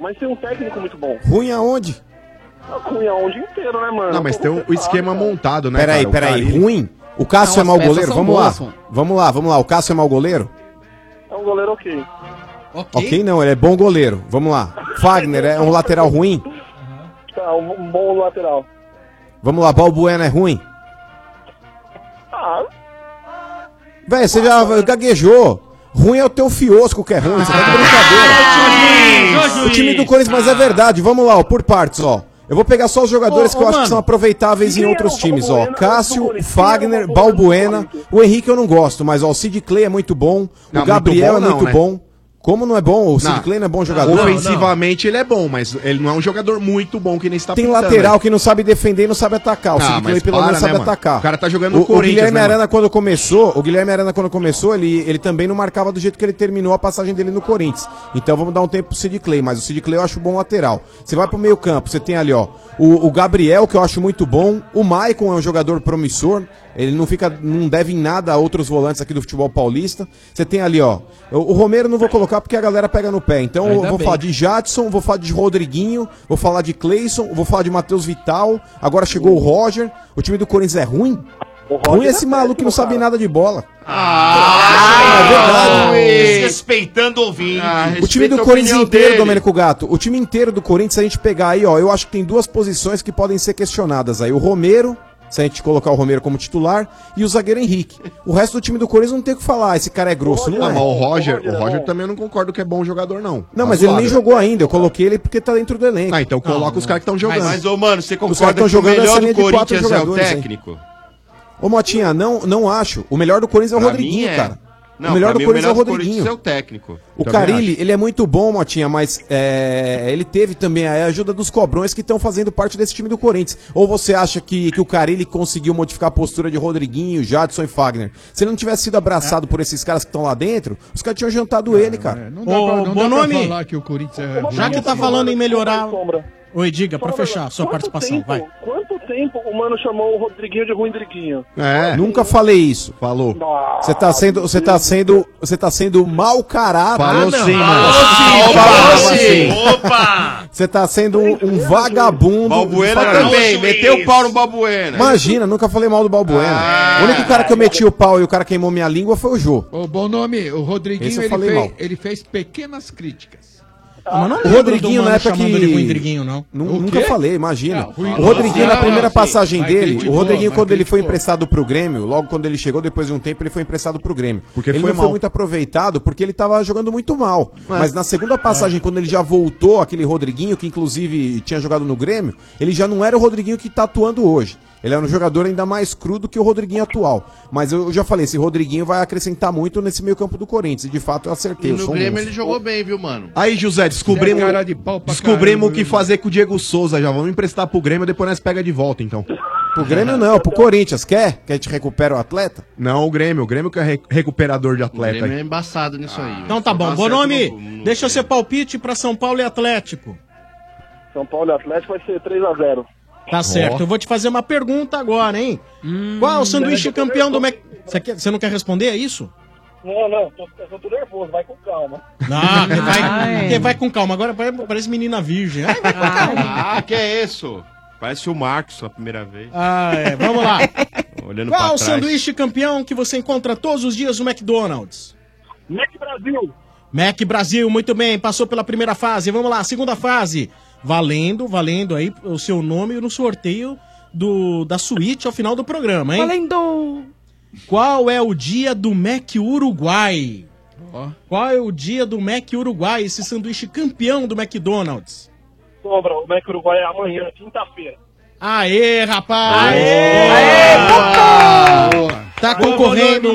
Mas tem um técnico muito bom.
Ruim aonde?
A Cunha onde inteiro, né, mano?
Não, mas tem o esquema montado, né,
Peraí,
cara? O
peraí.
Carille-
Ruim? O Cássio
Não,
é mau
as peças
goleiro?
são
Vamos
boas,
lá.
mano.
Vamos lá, vamos lá. O Cássio é mau goleiro?
É um goleiro ok.
Ok, não, ele é bom goleiro. Vamos lá. Fagner é um lateral ruim?
Tá, um, um bom lateral.
Vamos lá, Balbuena é ruim?
Ah,
Véi, você já gaguejou. Ruim é o teu fiosco que é ruim. Você tá de
Ah,
brincadeira. o time do Corinthians, mas é verdade. Vamos lá, ó, por partes, ó. Eu vou pegar só os jogadores
Ô,
que eu
ô,
acho que
mano, é
são aproveitáveis em outros times, ó. Cássio, Fagner, Balbuena. O Henrique eu não gosto, mas ó, o Sid Clay é muito bom.
Não,
o Gabriel
muito bom
é
não,
muito
né?
bom. Como não é bom? O Sid
Não.
Clay não é bom jogador.
Ofensivamente ele é bom, mas ele não é um jogador muito bom que nem está
Tem lateral que não sabe defender e não sabe atacar. O
Ah,
Sid Clay
né? mas
pelo
para,
menos
né,
sabe
mano?
atacar.
O cara tá jogando
o,
no
o
Corinthians,
Guilherme
né, mano?
Arana quando começou, o Guilherme Arana quando começou, ele, ele também não marcava do jeito que ele terminou a passagem dele no Corinthians. Então vamos dar um tempo pro Sid Clay, mas o Sid Clay eu acho bom lateral. Você vai pro meio campo, você tem ali, ó, o, o Gabriel, que eu acho muito bom, o Maicon é um jogador promissor, ele não fica, não deve em nada a outros volantes aqui do futebol paulista. Você tem ali, ó, o, o Romero eu não vou colocar porque a galera pega no pé, então eu
Ainda
vou
bem.
falar de Jadson, vou falar de Rodriguinho, vou falar de Cleison, vou falar de Matheus Vital, agora chegou o Roger, o time do Corinthians é ruim? Ruim
tá
é esse maluco que não sabe nada de bola.
Ah,
é verdade.
Desrespeitando o ouvinte.
O time do Corinthians inteiro, Domênico Gato, o time inteiro do Corinthians, se a gente pegar aí, ó, eu acho que tem duas posições que podem ser questionadas aí. O Romero Se a gente colocar o Romero como titular e o zagueiro Henrique. O resto do time do Corinthians não tem o que falar. Esse cara é grosso, não
Não,
é?
mas o Roger, o Roger também eu não concordo que é bom jogador, não.
Não,
Tá
mas ele
zoado.
nem jogou ainda. Eu coloquei ele porque tá dentro do elenco.
Ah, então coloca os caras que estão
jogando.
Mas, ô, mano, você
Os caras
concorda
estão
que o
jogando essa
melhor
linha
do
de quatro
Corinthians é o
jogadores, hein?
técnico?
Ô, Motinha, não, não acho. O melhor do Corinthians é o
Pra mim
Rodriguinho,
é.
cara.
Não,
o melhor
pra
do
mim, o
Corinthians é o
melhor do Corinthians
Rodriguinho.
é o técnico.
O
Também
Carilli, ele é muito bom, Motinha, mas é, ele teve também a ajuda dos cobrões que estão fazendo parte desse time do Corinthians. Ou você acha que, que o Carilli conseguiu modificar a postura de Rodriguinho, Jadson e Fagner? Se ele não tivesse sido abraçado
É.
por esses caras que estão lá dentro, os caras tinham jantado ele, cara.
Não dá, pra, não dá pra falar que o Corinthians é.
Já que tá falando em melhorar. Oi, diga, pra fechar a sua participação,
tempo,
vai.
Quanto tempo o mano chamou o Rodriguinho de Ruindriguinho?
É. Nunca falei isso. Falou. Você tá sendo, você tá sendo, você tá sendo mau caráter.
Falou
Ah, não.
sim, mano.
Falou
Opa,
Falou
opa,
sim.
opa.
Você tá sendo um, um vagabundo.
Balbuena
Falou
também,
isso.
meteu o pau no Balbuena. Ah, é.
Imagina, nunca falei mal do Balbuena. o único cara que eu meti o pau e o cara queimou minha língua foi o Jô.
Ô, bom nome, o
Esse
Rodriguinho
eu
ele
falei
fez,
mal.
ele fez pequenas críticas. é
o Rodriguinho na época que. Nun-
O
Nunca
quê?
falei, imagina.
Ah, ruim-
o Rodriguinho,
Ah,
na primeira
sim.
passagem
Mas
dele, o
criticou,
Rodriguinho,
mas
quando ele foi
criticou.
emprestado pro Grêmio, logo quando ele chegou, depois de um tempo, ele foi emprestado pro Grêmio. Porque ele
foi
não
mal.
foi muito aproveitado porque ele tava jogando muito mal.
É.
Mas na segunda passagem, quando ele já voltou, aquele Rodriguinho, que inclusive tinha jogado no Grêmio, ele já não era o Rodriguinho que tá atuando hoje. Ele era um jogador ainda mais cru do que o Rodriguinho atual. Mas eu eu já falei, esse Rodriguinho vai acrescentar muito nesse meio campo do Corinthians. E de fato eu acertei.
E
eu
no
sou um
Grêmio
monstro.
ele jogou bem, viu, mano?
Aí, José, descobrimos,
Ele é cara de pau pra
descobrimos
caralho,
o que fazer com o Diego Souza já. Vamos emprestar pro Grêmio, depois nós pega de volta, então.
Pro Grêmio não, pro Corinthians. Quer? Que a gente recupera o atleta?
Não, o Grêmio. O Grêmio que é re- recuperador de
O
atleta.
Grêmio é embaçado nisso aí.
tá Então tá bom. Bonomi, deixa o seu palpite pra São Paulo e Atlético.
São Paulo e Atlético vai ser 3x0.
Tá certo. Eu vou te fazer uma pergunta agora, hein? Qual é o sanduíche campeão do Mac... Você quer- Você não quer responder, é isso?
Não, não, tô, eu tô nervoso, vai com calma.
Ah, que vai, que vai com calma. Agora pare- parece menina virgem. Ai, vai com calma.
Ah, que é isso? Parece o Marcos a primeira vez.
Ah, é. Vamos lá.
Olhando
Qual
pra
o
trás.
sanduíche campeão que você encontra todos os dias no McDonald's? Mac Brasil. Mac Brasil, muito bem. Passou pela primeira fase. Vamos lá, segunda fase. Valendo, valendo aí o seu nome no sorteio do, da suíte ao final do programa, hein? Valendo! Qual é o dia do Mac Uruguai? Qual é o dia do Mac Uruguai, esse sanduíche campeão do McDonald's?
Sombra, o Mac Uruguai é amanhã, quinta-feira.
Aê, rapaz! Boa! Tá concorrendo.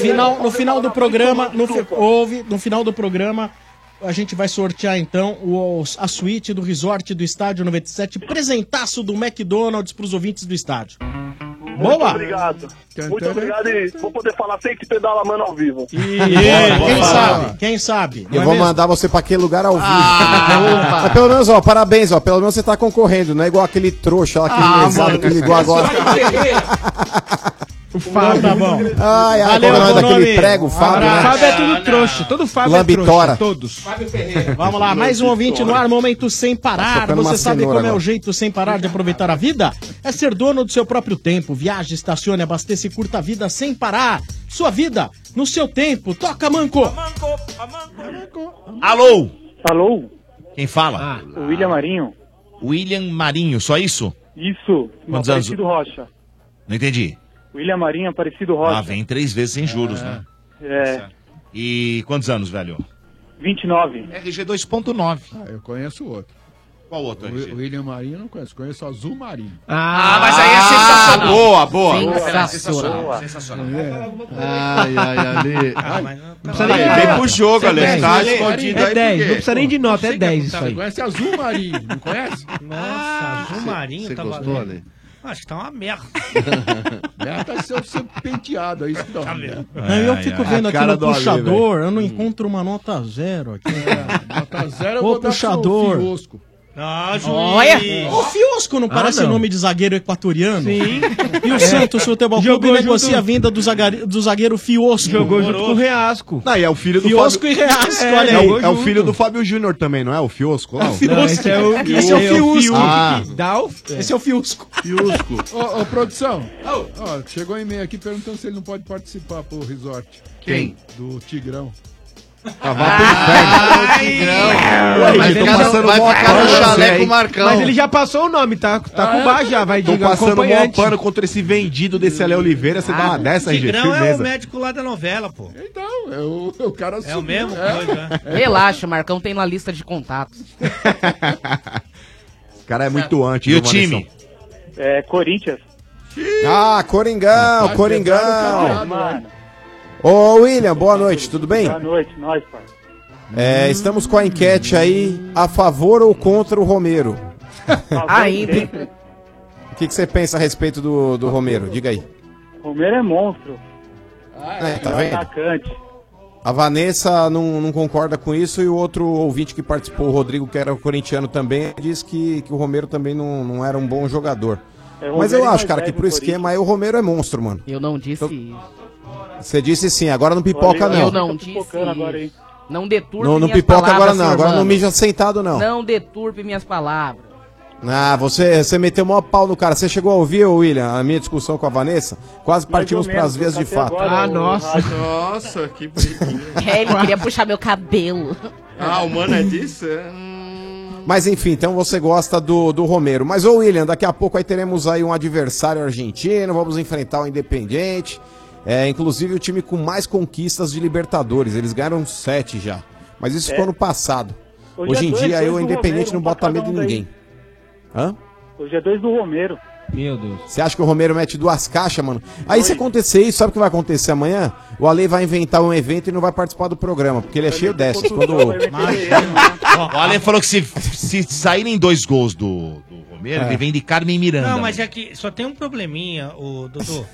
Final, no final do programa, no, fi- ouve, no final do programa, a gente vai sortear então o- a suíte do resort do Estádio 97, presentaço do McDonald's pros ouvintes do estádio.
Muito
Boa!
obrigado. Muito obrigado e vou poder falar sem que pedala mano ao vivo.
E
Boa,
quem
boa.
sabe? Quem sabe?
Eu
não é
vou
mesmo?
mandar você pra aquele lugar ao vivo.
Ah,
opa.
Mas pelo menos, ó, parabéns, ó. Pelo menos você tá concorrendo, não é igual aquele trouxa lá, aquele
Ah,
lesado
mano.
que ligou agora.
O
Então
Fábio.
tá bom. Ai, ai, como é o nome daquele prego,
Um
Fábio?
abraço.
né?
Fábio é tudo trouxa. Todo Fábio é
Lambitora.
trouxa. Todos.
Vamos lá, mais um ouvinte no ar, momento sem parar.
tocando uma
Você sabe
cenoura
como é o
agora.
jeito sem parar de aproveitar a vida? É ser dono do seu próprio tempo. Viaje, estacione, abasteça e curta a vida sem parar. Sua vida no seu tempo. Toca, Manco!
Alô?
Alô? Ah.
Quem fala?
William Marinho.
William Marinho, só isso?
Isso.
Quantos anos?
Aparecido Rocha.
Não entendi.
William Marinho, Aparecido
Ah,
Rocha.
vem três vezes sem juros, né?
Ah,
É,
E quantos anos, velho?
29.
RG 2.9.
Ah, eu conheço outro.
Qual outro,
O Wi- William Marinho eu não conheço, conheço Azul Marinho.
Ah, mas aí é sensacional. Boa, boa. Sensacional.
Sensacional.
Ai, ai, Ale.
Ah,
mas
não
precisa nem de nota. Você
Ale.
conhece,
Tá
Ale?
escondido
É
aí por
10,
quê?
não precisa nem de
Pô,
nota, é
sei que é
10
isso
isso
aí.
aí. Conhece Azul Marinho, não conhece?
Nossa, Azul Marinho
você
tá
gostou,
valendo.
Ale?
Acho que tá uma merda.
Merda seu, seu penteado, é isso que dá.
Não, eu fico vendo aqui no puxador, eu não encontro uma nota zero aqui.
Nota zero eu
Ô,
vou dar pro
puxador.
Fiosco.
Ah, juiz.
Olha! O Fiosco não
Ah,
parece
não.
nome de zagueiro equatoriano?
Sim.
E o
É.
Santos Futebol
Jogou
Clube negocia
junto-
a vinda do, zagare- do zagueiro Fiosco.
Jogou junto com o
Reasco.
Não, e é o filho do
Fiosco e Reasco,
é,
olha
é
aí.
o- é o filho do Fábio Júnior também, não é? O Fiosco? lá?
É o Fiosco. Não, esse é o- esse é o Fiusco.
Ah.
Dá o...
Esse é o Fiusco.
Fiusco. Ô, ô, produção. Ó, chegou um e-mail aqui perguntando se ele não pode participar pro resort.
Quem?
Do Tigrão. Ah,
Ah, vá pro inferno.
Ué,
Mas ele já- vai ficar no chalé com o Marcão.
Mas ele já passou o nome, tá, tá
Ah, é?
com bar já, vai
Tô
de
passando um
acompanhante.
pano contra esse vendido desse Ale Oliveira.
Ah,
Você dá uma dessa, gente.
Ah, Tigrão é o
Firmeza.
médico lá da novela, pô.
Então, é o, o cara
É o
sumiu,
mesmo?
é.
Relaxa, Marcão tem na lista de contatos.
O cara é muito anti.
E
viu,
o time?
Vanessa?
É, Corinthians.
Ah, Coringão,
Tá
Rapaz,
é
Coringão.
pegaram o Mano,
Ô, William, boa noite, tudo bem?
boa noite, nós, pai.
É, estamos com a enquete aí, a favor ou contra o Romero?
Ainda, hein?
O que, que você pensa a respeito do, do Romero? Diga aí.
Romero é monstro.
É, tá
É um
vendo?
atacante.
A Vanessa não, não concorda com isso e o outro ouvinte que participou, o Rodrigo, que era corintiano também, diz que, que o Romero também não, não era um bom jogador.
É, o
Mas
Romero
eu acho,
é mais
cara,
velho
que
do
pro esquema aí o Romero é monstro, mano.
Eu não disse isso.
Você disse sim, agora não pipoca
Eu- Eu
não.
não Tá disse isso. Não deturpe
Não, não
minhas
pipoca
palavras,
agora não,
seu
agora
Urbano.
não mija sentado não.
Não deturpe minhas palavras.
Ah, você, você meteu mó pau no cara. Você chegou a ouvir, ô, William, a minha discussão com a Vanessa? Quase partimos
Mais ou
para as
menos, tá
vias de
até
fato.
agora, o rádio-
Nossa, que bonitinho.
Ah, É, ele queria puxar meu cabelo.
Ah, o mano é disso? É.
Mas enfim, então você gosta do, do Romero. Mas, ô William, daqui a pouco aí teremos aí um adversário argentino, vamos enfrentar o Independente. É, inclusive o time com mais conquistas de Libertadores. Eles ganharam sete já. Mas isso
É.
ficou no passado.
Hoje
Hoje,
é
em
dois,
dia aí
dois
o
do
Independente
Romero,
não
um pra
bota
cada
medo em
um daí.
ninguém. Hã?
Hoje é dois do Romero.
Meu Deus.
Você acha que o Romero mete duas caixas, mano? Aí se acontecer isso, sabe o que vai acontecer amanhã? O Ale vai inventar um evento e não vai participar do programa, porque ele é cheio dessas. Quando...
Ó, O Ale falou que se, se saírem dois gols do, do Romero,
É.
ele vem de Carmen Miranda.
Não, mas é que só tem um probleminha, o Dodô.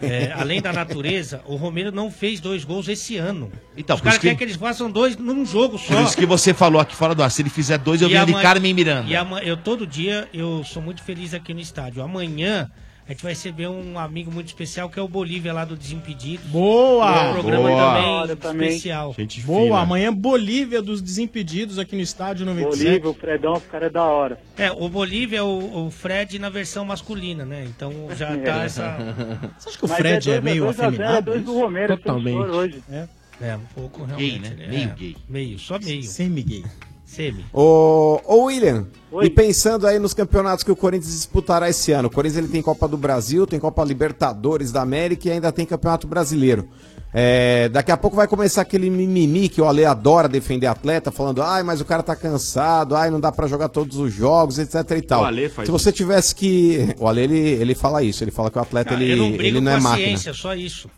É, além da natureza, o Romero não fez dois gols esse ano.
Então,
Os
por
caras
isso que-
querem que eles façam dois num jogo só.
Por isso que você falou aqui fora do ar. Se ele fizer dois, eu
E
venho de
amanhã-
Carmen Miranda.
E amanhã, eu todo dia eu sou muito feliz aqui no estádio. Amanhã a gente vai receber um amigo muito especial que é o Bolívia lá do Desimpedidos.
Boa!
É um programa
Boa! Olha,
também
também.
especial.
Boa, amanhã Bolívia dos Desimpedidos aqui no estádio 97.
Bolívia,
o Fredão, os caras é da hora.
É, o Bolívia é o, o Fred na versão masculina, né? Então já tá essa.
Você acha que o É. Mas Fred é é dois- é meio dois a zero, afeminado? dois do Romero, Totalmente. professor, hoje.
É. um pouco
Gay,
realmente.
né?
ele é-
Meio gay.
Meio, só meio.
Semi-gay.
Semi.
Ô, ô William,
Oi.
e pensando aí nos campeonatos que o Corinthians disputará esse ano. O Corinthians ele tem Copa do Brasil, tem Copa Libertadores da América e ainda tem Campeonato Brasileiro. É, daqui a pouco vai começar aquele mimimi que o Ale adora defender atleta, falando, ai, mas o cara tá cansado, ai, não dá pra jogar todos os jogos, etc e tal.
O Ale faz
Se você tivesse que... O Ale, ele, ele fala isso, ele fala que o atleta,
Cara,
ele,
eu não
não,
brigo
ele não
com
é
a
máquina.
ciência, só isso.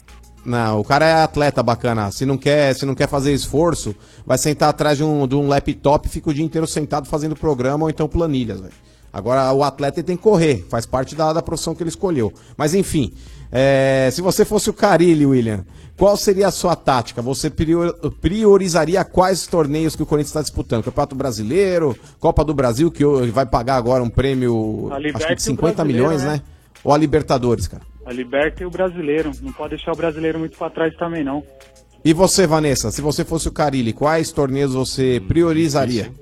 Não, o cara é atleta bacana. Se não quer, se não quer fazer esforço, vai sentar atrás de um, de um laptop e fica o dia inteiro sentado fazendo programa ou então planilhas, velho. Agora, o atleta ele tem que correr, faz parte da, da profissão que ele escolheu. Mas enfim, é, se você fosse o Carilli, William, qual seria a sua tática? Você prior- priorizaria quais torneios que o Corinthians está disputando? Campeonato Brasileiro, Copa do Brasil, que hoje vai pagar agora um prêmio
A
acho que
Liberta
de
e o
50
Brasileiro,
milhões,
né?
né? Ou a Libertadores, cara?
A Liberta e o brasileiro. Não pode deixar o brasileiro muito pra trás também, não.
E você, Vanessa, se você fosse o Carilli, quais torneios você priorizaria?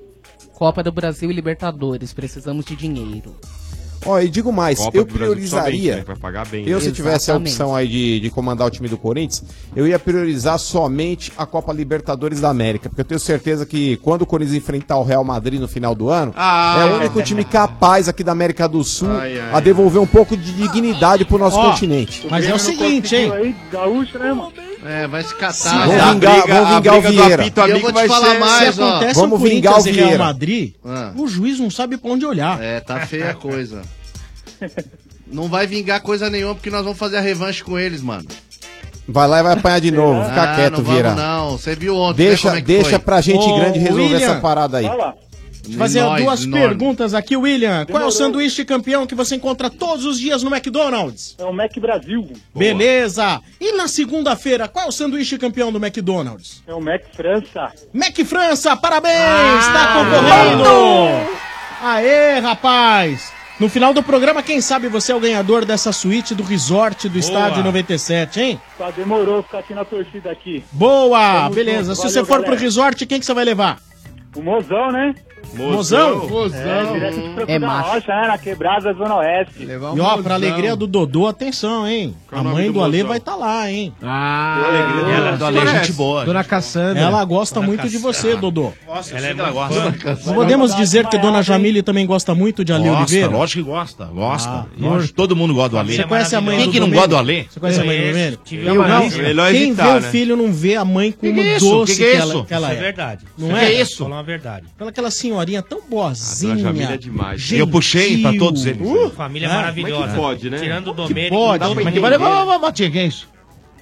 Copa do Brasil e Libertadores, precisamos de dinheiro.
Ó, e digo mais,
Copa
eu
do Brasil
priorizaria.
somente, né, pra pagar bem,
eu,
né?
se tivesse a
Exatamente.
opção aí de, de comandar o time do Corinthians, eu ia priorizar somente a Copa Libertadores da América. Porque eu tenho certeza que quando o Corinthians enfrentar o Real Madrid no final do ano,
Ah,
é o único time capaz aqui da América do Sul
Ai, ai,
a devolver um pouco de dignidade pro nosso
Ó,
continente.
mas é o
seguinte, hein? gaúcho, né, mano?
É, vai se catar.
Vamos
né? A
vingar, vamos
briga-
vingar
a
o
briga do
Vieira.
apito amigo vai ser-
Se acontece
Vamos
o
vingar o
Corinthians e Real
Vieira. Ah.
Madrid, o juiz não sabe pra onde olhar.
É, tá feia a coisa. Não vai vingar coisa nenhuma, porque nós vamos fazer a revanche com eles, mano.
Vai lá e vai apanhar de novo. Fica
Ah,
quieto,
não
Vieira.
Vamos, não, você viu ontem.
Deixa,
né, como é que
deixa
foi?
pra gente
Ô,
grande resolver
William,
essa parada aí.
Deixa eu fazer
Nós,
duas
nós.
perguntas aqui, William. Qual é o sanduíche campeão que você encontra todos os dias no McDonald's?
É o Mac Brasil.
Beleza. E na segunda-feira, qual é o sanduíche campeão do McDonald's?
É o Mac França.
Mac França, parabéns!
Ah,
tá concorrendo! Aê, rapaz! No final do programa, quem sabe você é o ganhador dessa suíte do resort do Estádio 97, hein?
Tá, demorou ficar aqui na torcida aqui.
Boa!
Tamo
Beleza.
junto,
Se você
valeu,
for
galera.
pro resort, quem que você vai levar?
O mozão, né?
Mozão?
É, direto de Franco da Rocha, né? Na quebrada, Zona Oeste.
um
E ó, pra alegria do Dodô, atenção, hein? a mãe do, Ale vai estar lá, hein? Ah,
ela é do Ale, gente Parece. boa.
Dona Cassandra. Ela gosta
Dona
muito de você, Dodô.
Nossa, ela é uma gosta.
Podemos dizer que Dona Jamile também gosta muito de Ale
gosta,
Oliveira?
lógico que gosta. Gosta.
Ah,
lógico, todo mundo gosta do Ale.
Você conhece a mãe
Quem
do
que não
Domênico?
gosta do Ale?
Você conhece a mãe do Domênico?
Tive
Eu
uma
não.
vez. Melhor
Quem
evitar,
vê o
né?
filho não vê a mãe como
Que que é isso?
doce
Que
que,
que é
ela,
isso?
que ela
Isso
é.
é verdade.
Não
Que
é?
que é isso?
Falar uma verdade.
Pela aquela senhorinha tão boazinha.
Jamila é demais.
Eu puxei pra todos eles.
Uh,
Família
né?
maravilhosa.
Como é que pode, né?
Tirando o
Como que
Domênico.
pode?
todo
Dá pra
mundo.
entender. Mas que pode-
Matinha, que é isso?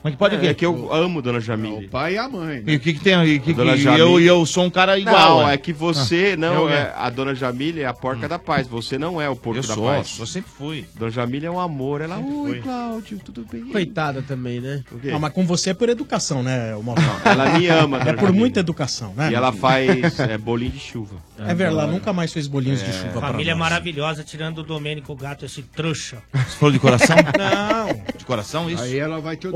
Mas que pode o quê?
É que eu amo Dona Jamile. O
pai e a mãe.
E o que, que tem aí? Que, que,
Dona
e
Jamile.
eu, e eu sou um cara igual.
Não,
né?
é que você
Ah,
não
eu
é. A dona Jamile é a porca da paz. Você não é o porco
Eu
da
sou,
paz.
eu sempre fui.
Dona Jamile é um amor. Ela. Oi,
fui.
Cláudio, tudo bem?
Coitada também, né?
quê?
Ah, mas com você é por educação, né, Maldon?
Ela me ama,
É
dona
por
Jamile.
muita educação, né?
E ela faz é, bolinho de chuva.
É verdade, ela nunca mais fez bolinhos de chuva pra
É, Família
nós.
maravilhosa, tirando o Domênico Gato, esse trouxa.
Você falou de coração?
Não.
De coração, isso?
Aí ela vai te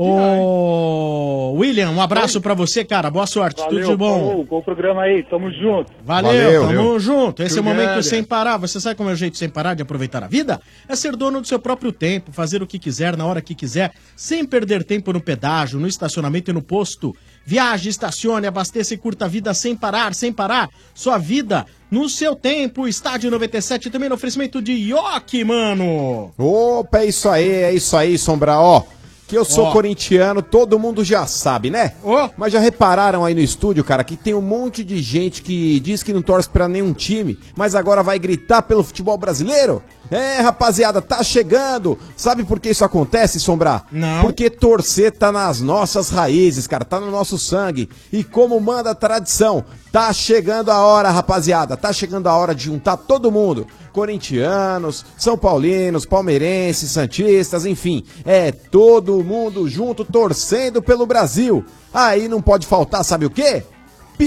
Ô, William, um abraço pra você, cara. Boa sorte, tudo de bom.
falou, bom programa aí, tamo junto.
Valeu, tamo junto. Esse é o
Together.
momento sem parar. Você sabe como é o jeito sem parar de aproveitar a vida? É ser dono do seu próprio tempo, fazer o que quiser, na hora que quiser, sem perder tempo no pedágio, no estacionamento e no posto. Viaje, estacione, abasteça e curta a vida sem parar, sem parar. Sua vida no seu tempo. Estádio 97 também no oferecimento de Yoki, mano.
Opa, é isso aí, é isso aí, Sombra, ó. Que eu sou
Ó.
corintiano, todo mundo já sabe, né? Mas já repararam aí no estúdio, cara, que tem um monte de gente que diz que não torce pra nenhum time, mas agora vai gritar pelo futebol brasileiro? É, rapaziada, tá chegando. Sabe por que isso acontece, Sombra? Não. Porque torcer tá nas nossas raízes, cara, tá no nosso sangue. E como manda a tradição, tá chegando a hora, rapaziada, tá chegando a hora de juntar todo mundo corintianos, são paulinos, palmeirenses, santistas, enfim, é todo mundo junto torcendo pelo Brasil. Aí não pode faltar, sabe o quê?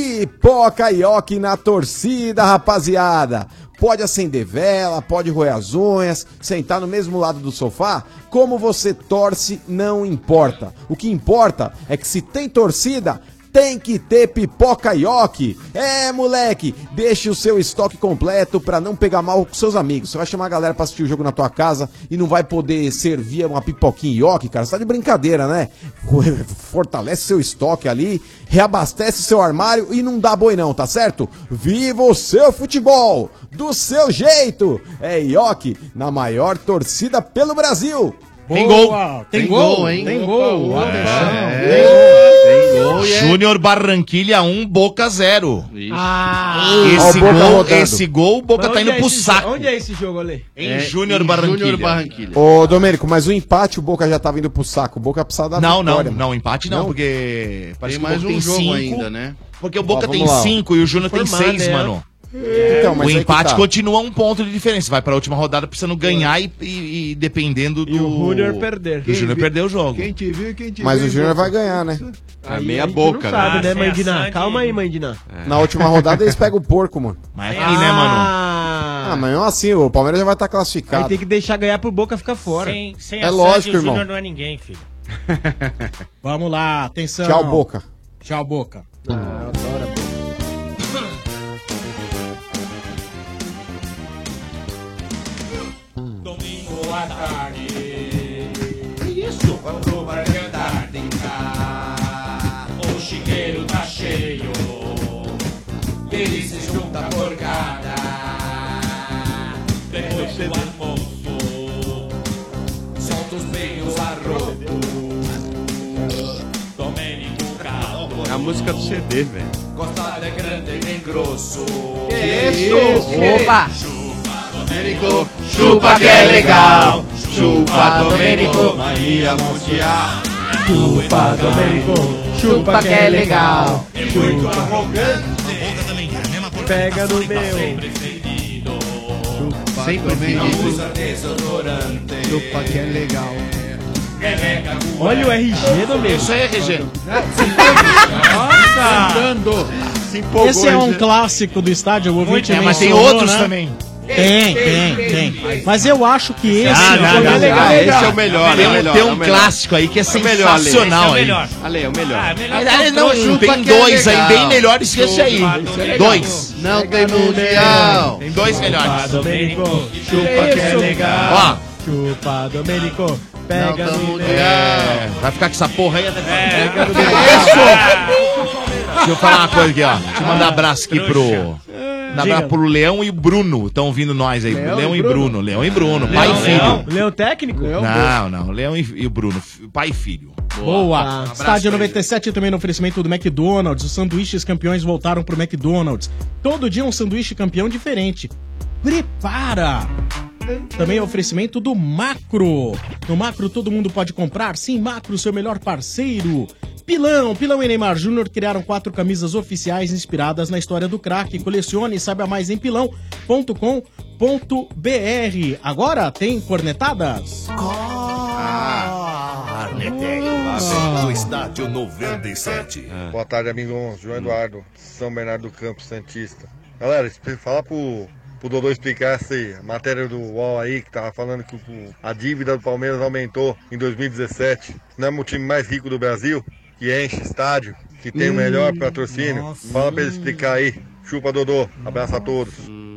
Pipoca e oque na torcida, rapaziada. Pode acender vela, pode roer as unhas, sentar no mesmo lado do sofá. Como você torce, não importa. O que importa é que se tem torcida, tem que ter pipoca ioki. É, moleque, deixe o seu estoque completo pra não pegar mal com seus amigos. Você vai chamar a galera pra assistir o jogo na tua casa e não vai poder servir uma pipoquinha ioki, cara. Você tá de brincadeira, né? Fortalece seu estoque ali, reabastece seu armário e não dá boi não, tá certo? Viva o seu futebol, do seu jeito. É ioki, na maior torcida pelo Brasil.
Tem Boa, gol. tem Tem gol, gol, hein? tem gol. É. Opa,
Atenção.
Tem gol. e é-
Júnior Barranquilha 1, Boca 0.
Ah.
Ó,
esse,
o Boca
gol,
rodando.
esse gol, o Boca
Mas
tá
tá onde
indo
é
pro
esse
saco.
jo- Onde é esse jogo, Ale?
Em
É,
Júnior Barranquilha.
Ô, Domênico, mas o empate o Boca já tava indo pro saco. O Boca precisava da
Não, não,
vitória, mano.
não, empate não, porque
Tem
parece que o
mais
Boca
um
tem
jogo
cinco,
ainda, né?
Porque o
Ó,
Boca
vamos
tem
lá, ó.
5 e o Júnior tem
Formar,
6,
né?
mano.
Então, mas
o
aí que
empate
tá.
continua um ponto de diferença. Vai pra última rodada precisando ganhar e, e- e dependendo do. o
Júnior perder.
Do Júnior
Quem
perdeu o jogo.
Quem te viu e quem te
Mas
viu,
o Júnior
Boca.
vai ganhar, né?
É meia boca,
não sabe, né, mãe Diná? Calma aí, mãe Diná.
É. Na última rodada eles pegam o porco, mano.
Mas assim,
é né, mano?
Ah, mas não assim, o Palmeiras já vai estar classificado.
Aí tem que deixar ganhar pro Boca ficar fora.
Sem, sem
É
a
lógico,
Sandy, o Júnior
irmão.
não é ninguém, filho.
Vamos lá, atenção.
Tchau, Boca.
Tchau, Boca.
Domingo à tarde. Isso. Quando vai cantar, tem que cantar. O chiqueiro tá cheio. Ele se junta à porcada. Depois do almoço, solta os meios a roubo. Domênico Calvo.
É a música do CD, velho.
Gosta de é grande e nem grosso.
Que isso?
Opa! Domênico, chupa que é legal. Chupa, Domênico, Maria Mundial. Chupa, Domênico, chupa que é legal. É muito arrogante. Pega no meu. Chupa,
Sem
Não
Domênico.
usa desodorante.
Chupa que é legal.
Olha o RG, Domênico.
Isso aí, RG.
Nossa!
Andando.
Esse é um clássico do estádio, o ouvinte
É, mas tem
mencionou,
outros
né?
também.
Tem, tem, tem. Mas eu acho que esse
Ah,
foi
não, não, não.
legal.
Ah, esse é o melhor,
Tem
é
um-
o melhor,
tem
é o
um
melhor.
clássico aí que é
o melhor, Ale.
sensacional
Esse é o
aí.
melhor. Ale, é o melhor.
Ah, é melhor
melhor Aliás,
que o
não,
outro,
tem
aquele
dois
legal.
aí, bem melhores que esse aí.
legal.
Dois. Não tem mundial. Tem dois melhores.
Chupa que é legal.
Ó.
Chupa, Domenico. Pega no É.
É, vai ficar com essa porra aí né? até quando? Que isso? Deixa eu falar uma coisa aqui, ó. Deixa eu
Ah,
mandar abraço aqui pro. Mandar abraço pro Leão e Bruno. Estão ouvindo nós aí. Leão, e Bruno. Leão e Bruno. pai e filho.
Leão, Leão técnico?
Não, não. Leão e, e o Bruno. f- Pai e filho.
Boa. Ah,
Um abraço
Estádio
pra
97 também no oferecimento do McDonald's. Os sanduíches campeões voltaram pro McDonald's. Todo dia um sanduíche campeão diferente. Prepara! Também é oferecimento do Macro. No Macro todo mundo pode comprar. Sim, Macro, seu melhor parceiro. Pilão, Pilão e Neymar Júnior criaram quatro camisas oficiais inspiradas na história do craque. Colecione e saiba mais em pilão.com.br. Agora tem cornetadas?
Arnetec,
Ah.
do estádio 97.
Boa tarde, amigos. João Eduardo, São Bernardo do Campo, Santista. Galera, expli- falar pro, pro Dodô explicar essa matéria do UOL aí, que tava falando que o- a dívida do Palmeiras aumentou em 2017. Não é o time mais rico do Brasil, que enche estádio, que tem o melhor patrocínio. Fala pra ele explicar aí. Chupa, Dodô. Abraço a todos.
Hum.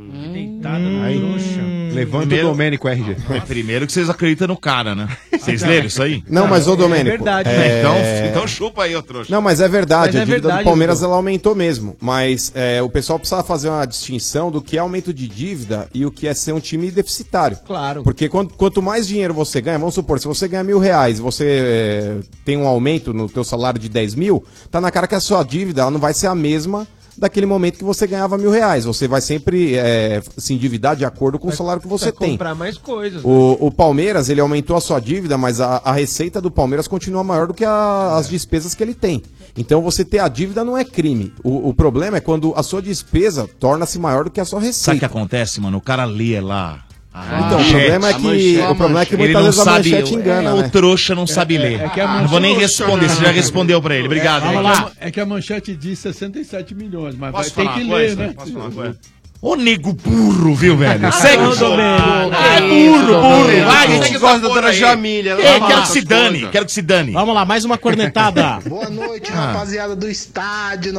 Levanta
Primeiro-
o Domênico RG.
É primeiro que vocês acreditam no cara, né? Vocês leram isso aí?
Não, mas
É
ô Domênico.
né?
é-
Então, então chupa aí, ô trouxa.
Não, mas é verdade.
Mas é
a dívida
verdade,
do Palmeiras
Dudu.
ela aumentou mesmo. Mas é, o pessoal precisava fazer uma distinção do que é aumento de dívida e o que é ser um time deficitário.
Claro.
Porque quan- quanto, mais dinheiro você ganha, vamos supor, se você ganha mil reais e você é, tem um aumento no teu salário de 10 mil, tá na cara que a sua dívida ela não vai ser a mesma daquele momento que você ganhava mil reais. Você vai sempre é, se endividar de acordo com o salário que você
Vai
tem.
comprar mais coisas. né?
O, o Palmeiras, ele aumentou a sua dívida, mas a, a receita do Palmeiras continua maior do que a- as despesas que ele tem. Então você ter a dívida não é crime. O, o problema é quando a sua despesa torna-se maior do que a sua
Sabe o que
receita.
acontece, mano? O cara lê lá. a
Então, o
manchete.
problema é que-
A manchete.
o problema é que
Ele
muitas
não
vezes a
sabe-
manchete engana,
é,
né?
O trouxa não sabe
é-
ler.
é que a
não vou nem
manchete-
responder, você já respondeu pra ele. Obrigado.
É,
hein?
é, que a, é que a manchete diz 67 milhões, mas
Posso
vai
falar
ter que
uma
ler,
coisa?
né?
Posso falar uma coisa? Ô nego burro, viu, velho? Segue
Ah,
o jogo.
Domênico.
Ah, é
Que isso,
burro, burro.
Domênico.
Vai,
A gente
segue
gosta
essa
da
porra
dona
aí.
Jamília, ela
né?
Ei,
fala
Ah,
quero que
essas
se dane,
coisas.
quero que se dane.
Vamos lá, mais uma cornetada.
Boa noite,
Ah.
rapaziada do Estádio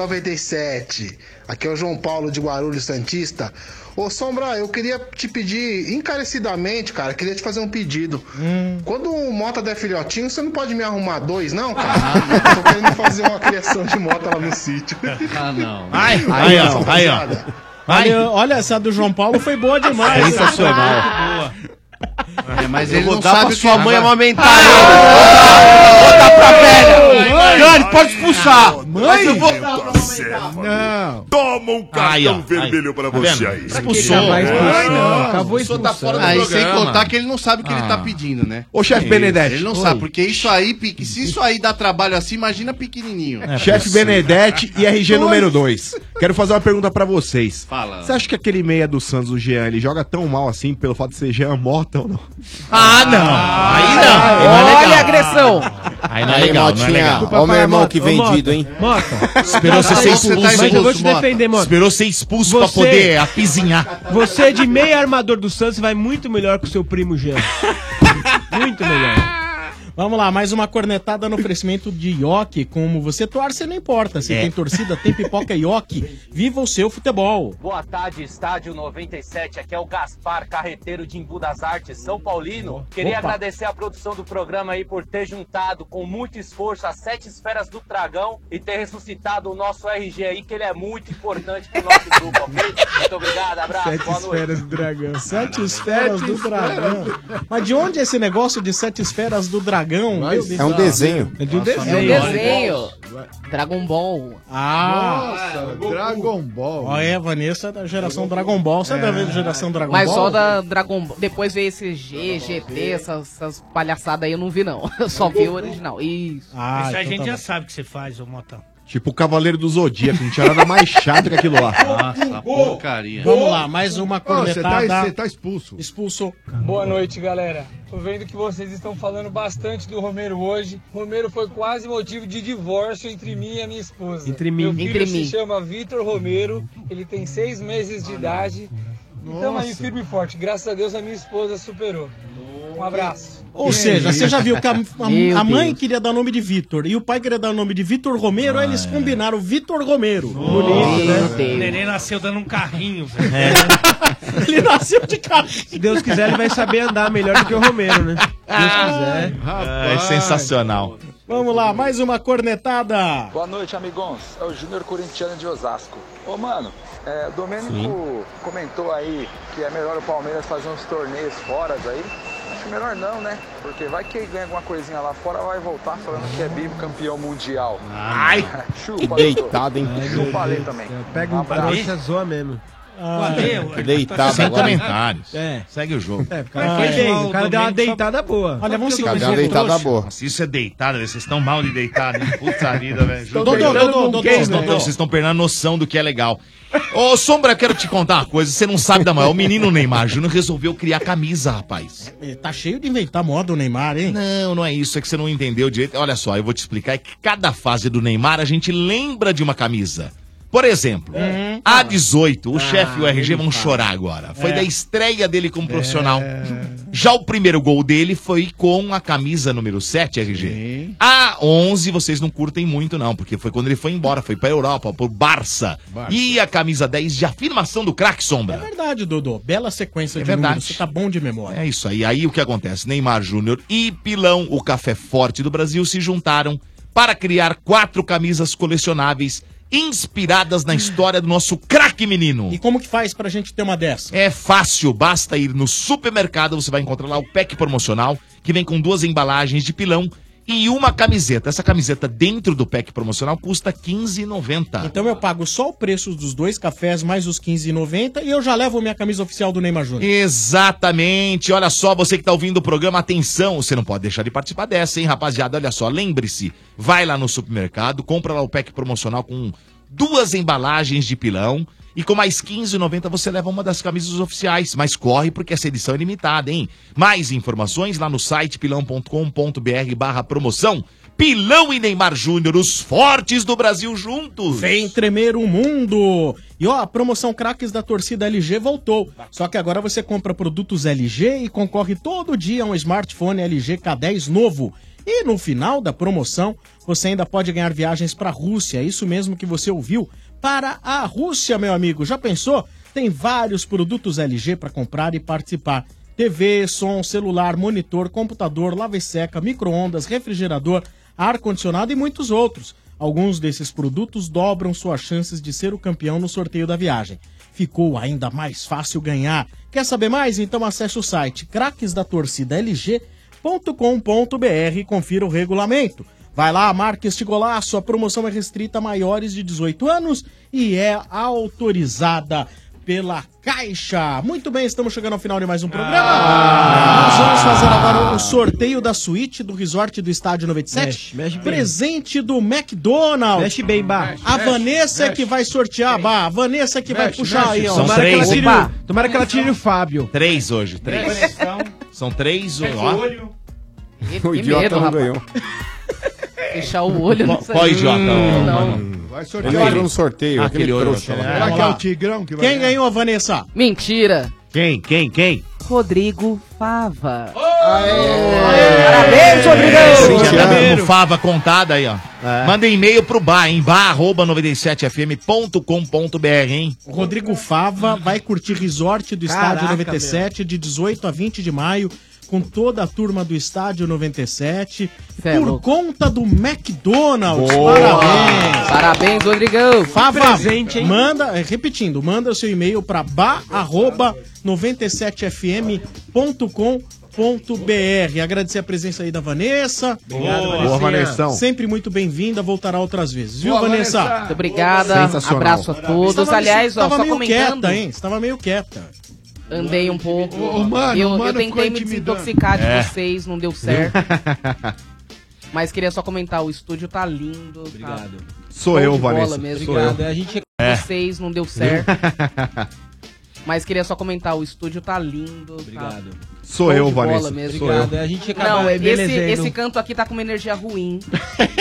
97. Aqui é o João Paulo de Guarulhos Santista. Ô Sombra, eu queria te pedir encarecidamente, cara, queria te fazer um pedido. Quando o Mota der filhotinho, você não pode me arrumar dois, não, cara? Eu Tô querendo fazer uma criação de Mota lá no sítio. Ah, não.
Ai,
Aí,
aí, ó,
ó,
aí, ó. Vai.
Olha, olha, essa do João Paulo foi boa demais.
Sensacional.
É, mas
Eu
ele
vou
não
dar
sabe
pra
que sua mãe é
agora.
amamentar.
Dani, pode expulsar.
Mas eu vou-
Não. Toma um cartão vermelho pra
Tá
você aí.
Expulsou.
É.
Ai,
né?
Ah.
não.
Acabou
Expulsou,
Tá fora do aí sem contar que ele não sabe o que ele tá
Ah.
pedindo, né?
Ô, chefe
Isso,
Benedetti.
Ele não
Oi.
sabe, porque isso aí, pique, se isso aí dá trabalho assim, imagina pequenininho.
É,
É, Chefe Benedetti e RG número 2. Quero fazer uma pergunta pra vocês.
Fala.
Você acha que aquele meia do Santos, o Jean, ele joga tão mal assim pelo fato de ser Jean Mota ou não? Ah,
Ah, não. Aí não.
é
Olha
a
agressão.
Aí não é legal, não é legal.
Ó, meu irmão que vendido, hein?
Esperou você ser expulso.
Mas tá eu vou te
Mota.
defender, mano.
Esperou ser expulso pra
Você-
poder apizinhar.
Você é de meia armador do Santos vai muito melhor que o seu primo Jean. muito melhor.
Vamos lá, mais uma cornetada no oferecimento de Yoki. Como você torce, não importa.
É.
Se tem torcida, tem pipoca Yoki. Viva o seu futebol.
Boa tarde, Estádio 97. Aqui é o Gaspar Carreteiro de Imbu das Artes, São Paulino.
Opa.
Queria agradecer a produção do programa aí por ter juntado com muito esforço as sete esferas do Dragão e ter ressuscitado o nosso RG aí, que ele é muito importante pro nosso grupo, ok? Muito obrigado,
Tá,
abraço, boa noite.
do dragão. Sete esferas do dragão. Mas de onde é esse negócio de sete esferas do dragão? Meu Deus.
É um desenho.
É de um
Nossa,
desenho.
é um desenho.
Dragon Ball. Ah!
Dragon Ball.
Ó, é, a Vanessa é da geração Dragon Ball. Você é, da geração Dragon
Mas
Ball?
só da Dragon Ball. Depois veio esse G, GT, essas, essas palhaçadas aí eu não vi, não. Eu só vi o original. Isso.
Isso a gente já sabe o que você faz, ô Motão.
Tipo o Cavaleiro do Zodíaco, não tinha nada mais chato que aquilo lá.
Nossa, porcaria.
Vamos lá, mais uma
Você tá,
cornetada.
cê tá expulso.
Expulso.
Boa noite, galera. Tô vendo que vocês estão falando bastante do Romero hoje. Romero foi quase motivo de divórcio entre mim e a minha esposa.
Entre mim.
Meu filho
Entre
se
mim.
chama Vitor Romero, ele tem seis meses de idade Então aí
Nossa.
firme e forte. Graças a Deus a minha esposa superou. Um abraço.
Ou seja, você já viu que a, a- a mãe queria dar o nome de Vitor e o pai queria dar o nome de Vitor Romero, aí eles combinaram Vitor Romero.
Bonito, né? O
Neném
neném nasceu dando um carrinho, velho.
Ele nasceu de carro. Se
Deus quiser, ele vai saber andar melhor do que o Romero, né?
Ah, é sensacional.
Vamos lá, mais uma cornetada.
Boa noite, amigões. É o Júnior Corintiano de Osasco. Ô, mano, é, o Domênico
Sim.
comentou aí que é melhor o Palmeiras fazer uns torneios fora aí. Acho melhor não, né? Porque vai que ganha alguma coisinha lá fora, vai voltar falando que é bicampeão mundial.
Ah,
Ai.
Chupa,
Deitado, hein?
doutor.
Meu
Chupa a lei
Deus
também.
Pega um pau e você zoa mesmo.
Ah,
Deitado Sem
agora.
comentários.
É.
Segue o jogo. Ah,
É, porque foi bem, o cara deu uma deitada boa.
Olha, vamos
seguir.
boa. Se isso é deitada, velho, vocês estão mal de deitado, hein? Puta vida, velho.
Dodô, Dodô, Dodô,
Vocês
Dodô.
não tão- vocês estão perdendo a noção do que é legal. Ô, Sombra, eu quero te contar uma coisa. Você não sabe da maior. O menino Neymar Júnior resolveu criar camisa, rapaz.
Eh, Tá cheio de inventar moda o Neymar, hein?
Não, não é isso, é que você não entendeu direito. Olha só, eu vou te explicar. É que cada fase do Neymar a gente lembra de uma camisa. Por exemplo,
Ah.
a 18, o chefe e o RG vão chorar agora. Foi
É.
da estreia dele
É.
como profissional. Já o primeiro gol dele foi com a camisa número 7, RG. A 11 vocês não curtem muito não, porque foi quando ele foi embora, foi pra Europa, pro Barça.
Barça.
E a camisa 10 de afirmação do craque Sombra. É.
É verdade, Dodô. Bela sequência de
verdade.
números. Você tá bom de memória.
É isso aí. Aí o que acontece? Neymar Júnior e Pilão, o café forte do Brasil, se juntaram para criar quatro camisas colecionáveis inspiradas na história do nosso craque menino. E
como que faz pra gente ter uma dessa?
É fácil, basta ir no supermercado, você vai encontrar lá o pack promocional, que vem com duas embalagens de pilão e uma camiseta. Essa camiseta dentro do pack promocional custa R$ 15,90.
Então eu pago só o preço dos dois cafés, mais os 15,90 e eu já levo minha camisa oficial do Neymar Júnior.
Exatamente. Olha só, você que tá ouvindo o programa, atenção, você não pode deixar de participar dessa, hein, rapaziada? Olha só, lembre-se, vai lá no supermercado, compra lá o pack promocional com duas embalagens de pilão e com mais 15,90 você leva uma das camisas oficiais, mas corre porque essa edição é limitada, hein? Mais informações lá no site pilão.com.br barra promoção. Pilão e Neymar Júnior, os fortes do Brasil juntos.
Vem tremer o mundo! E ó, a promoção craques da torcida LG voltou. Só que agora você compra produtos LG e concorre todo dia a um smartphone LG K10 novo. E no final da promoção, você ainda pode ganhar viagens para a Rússia. É Isso mesmo que você ouviu. Para a Rússia, meu amigo. Já pensou? Tem vários produtos LG para comprar e participar. TV, som, celular, monitor, computador, lava e seca, micro-ondas, refrigerador, ar-condicionado e muitos outros. Alguns desses produtos dobram suas chances de ser o campeão no sorteio da viagem. Ficou ainda mais fácil ganhar. Quer saber mais? Então acesse o site craquesdatorcidalg.com.br e confira o regulamento. Vai lá, marque este golaço. A promoção é restrita a maiores de 18 anos e é autorizada pela Caixa. Muito bem, estamos chegando ao final de mais um programa. Nós vamos fazer agora o Ah. sorteio da suíte do resort do Estádio 97.
Mexe, mexe bem.
presente do McDonald's.
Mexe bem, Bá.
A
Mexe,
Vanessa
mexe.
que vai sortear, Bá. A Vanessa que vai
Mexe,
puxar
mexe.
aí, ó.
São
Tomara que
três.
ela tire
Opa.
o-
Tomara que ela tire o Fábio.
Três hoje, três. São três, ó.
Que medo, rapaz. Fechar o olho.
Qual- qual idiota? Hum,
é, Não.
Vai
Ele entrou no sorteio, aquele, trouxa. lá.
né?
Será que é o Tigrão que vai ganhar?
ganhou a Vanessa?
Mentira.
Quem, quem, quem?
Rodrigo Fava.
Parabéns,
É,
Rodrigão!
Rodrigo! Fava contada aí, ó. Manda e-mail pro bar, hein? bar.97fm.com.br, hein?
O Rodrigo Fava vai curtir resort do Estádio
Caraca,
97 de 18 a 20 de maio com toda a turma do Estádio 97
é
por
louco.
conta do McDonald's.
Boa!
Parabéns. Um
Parabéns, Rodrigão.
Fava, manda, é, repetindo, manda o seu e-mail para ba@97fm.com.br. Agradecer a presença aí da Vanessa.
Obrigado, Boa, Vanessinha. Vanessão.
Sempre muito bem-vinda, voltará outras vezes. Viu,
Boa,
Vanessa?
Vanessa. Muito obrigada, Sensacional. abraço a todos.
Estava-
Aliás, ó,
estava
só
meio
comentando-
quieta, hein? Estava meio quieta.
Andei um pouco.
Ô, mano,
eu,
o mano
eu
ficou
tentei me
intimidando.
desintoxicar de
É.
vocês, não deu certo. Mas queria só comentar, o estúdio tá lindo. Obrigado.
Sou eu, Vanessa.
mesmo.
Sou eu. É.
Obrigado.
A gente-
Vocês não deu certo. Mas queria só comentar, o estúdio tá lindo.
Obrigado.
Sou eu, Vanessa. Sou
Obrigado.
eu.
É,
A
gente
acaba Não, esse,
embelezando.
esse canto aqui tá com uma energia ruim.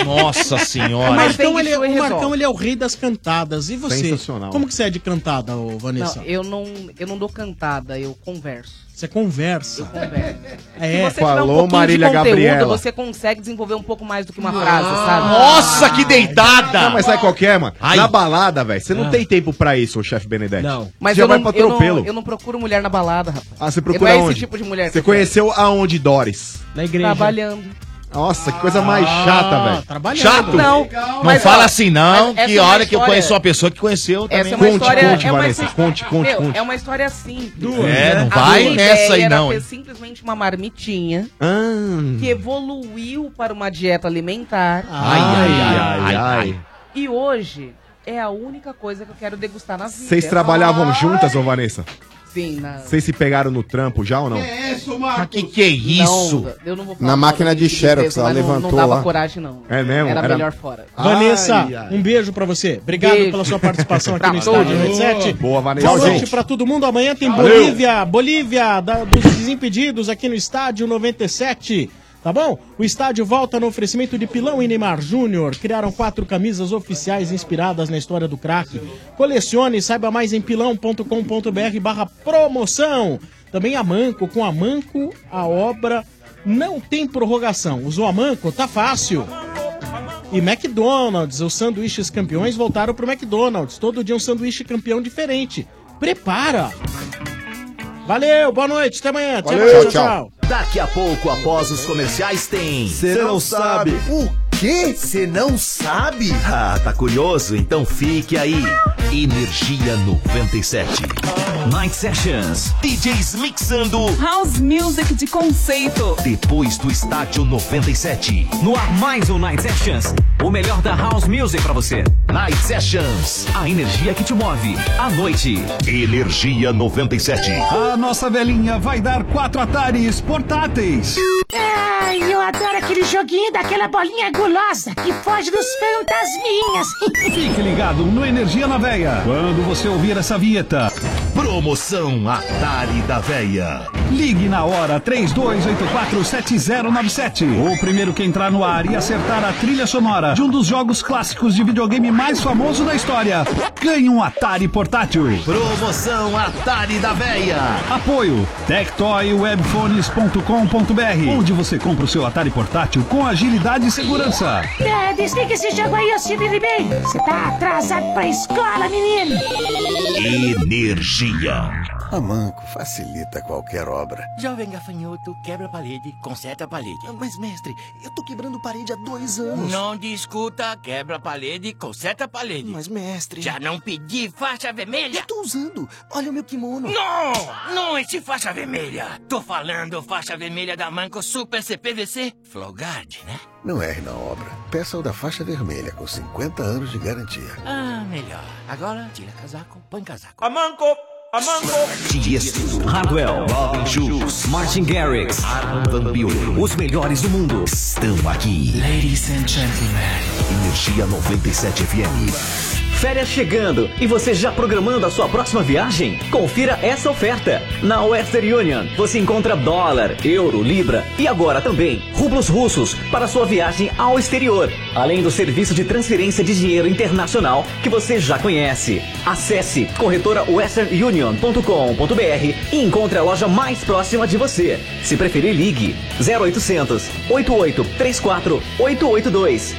Nossa senhora. Então
Mas
Marcão,
Feng
ele, é-
Shui
o Marcão
resolve.
ele é o rei das cantadas. E você?
Sensacional.
Como que você é de cantada, ô, Vanessa?
Não, eu não, eu não dou cantada, eu converso.
Você conversa.
Se
É,
você tiver um pouquinho de conteúdo, Você consegue desenvolver um pouco mais do que uma frase, sabe?
Nossa, que deitada!
Não, mas sabe qual que é, mano? Na balada, velho, você não tem tempo pra isso, ô chefe Benedetti. Não.
Mas
já
eu,
vai
não,
pra
eu, não,
atropelo.
eu não procuro mulher na balada, rapaz.
Ah, você
Eu não
procura
é
onde?
esse tipo de mulher. que
Você
eu quero.
conheceu aonde, Doris?
Na
Trabalhando.
Nossa, que coisa mais chata, velho.
trabalhando.
Chato?
Não,
não
mas,
fala
ó,
assim, não,
mas essa
que
é uma
hora que eu
história-
conheci uma pessoa que conheceu também.
Essa é uma história. é uma his- Meu,
conte.
É uma história simples.
Duas, É, né? não vai
A minha
nessa
ideia
aí,
era
não,
ter
hein?
simplesmente uma marmitinha
Ah.
que evoluiu para uma dieta alimentar.
Ai, ai, ai, ai.
E hoje é a única coisa que eu quero degustar na vida. Ah,
Vocês trabalhavam juntas, ô Vanessa?
Sim, na...
Vocês se pegaram no trampo já ou não?
isso,
Ah,
Marcos? Que que é isso?
Não, eu não vou falar
Na máquina de
que
Xerox,
beleza,
ela
mas não-
levantou
Não dava
lá.
coragem, não.
É mesmo?
Era,
Era-
melhor fora.
Vanessa,
Ai, ai.
um beijo pra você. Obrigado
Beijo.
pela sua participação aqui
Pra
no
todos.
Estádio
né?
97.
Boa, Vanessa.
Boa
Tchau,
noite
gente.
pra todo mundo. Amanhã tem
Valeu.
Bolívia, Bolívia da- dos Desimpedidos aqui no Estádio 97. Tá bom? O estádio volta no oferecimento de Pilão e Neymar Júnior. Criaram quatro camisas oficiais inspiradas na história do craque. Colecione, saiba mais em pilão.com.br barra promoção. Também a Manco, com a Manco a obra não tem prorrogação. Usou a Manco? Tá fácil. E McDonald's, os sanduíches campeões voltaram pro McDonald's. Todo dia um sanduíche campeão diferente. Prepara! Valeu, boa noite, até amanhã. até
Valeu,
amanhã,
tchau. Daqui a pouco, após os comerciais, tem. Você não sabe. O quê? Você não sabe? Ah, tá curioso? Então fique aí. Energia 97. Night Sessions. DJs mixando.
House Music de conceito.
Depois do estádio 97. No ar mais um Night Sessions. O melhor da House Music pra você. Night Sessions. A energia que te move. À noite. Energia 97.
A nossa velhinha vai dar quatro atares portáteis.
Ai, eu adoro aquele joguinho daquela bolinha gulosa que foge dos fantasminhas.
Fique ligado no Energia na Veia. Quando você ouvir essa vinheta.
Promoção Atari da Veia.
Ligue na hora 32847097. O primeiro que entrar no ar e acertar a trilha sonora de um dos jogos clássicos de videogame mais famoso da história, ganha um Atari portátil.
Promoção Atari da Veia.
Apoio tectoywebphones.com.br, onde você compra o seu Atari portátil com agilidade e segurança.
É, desliga esse jogo aí, ô Cid Ribeiro. Você tá atrasado pra escola, menino.
Energia.
A Manco facilita qualquer obra.
Jovem gafanhoto, quebra a parede, conserta a parede.
Mas, mestre, eu tô quebrando parede há dois anos.
Não discuta, quebra a parede, conserta a parede. Mas, mestre. Já não pedi faixa vermelha? Eu tô usando. Olha o meu kimono. Não! Não esse faixa vermelha. Tô falando faixa vermelha da Manco Super CPVC Flogard, né?
Não erre na obra. Peça o da faixa vermelha com 50 anos de garantia.
Ah, melhor. Agora, tira casaco, põe casaco. A Manco! A Manco!
Tiesto, Hardwell, Robin Schulz, Martin Garrix, Armin Van Buren, os melhores do mundo estão aqui. Ladies and gentlemen. Energia 97 FM.
Férias chegando e você já programando a sua próxima viagem? Confira essa oferta. Na Western Union você encontra dólar, euro, libra e agora também rublos russos para sua viagem ao exterior, além do serviço de transferência de dinheiro internacional que você já conhece. Acesse corretorawesternunion.com.br e encontre a loja mais próxima de você. Se preferir, ligue 0800 88 34 882.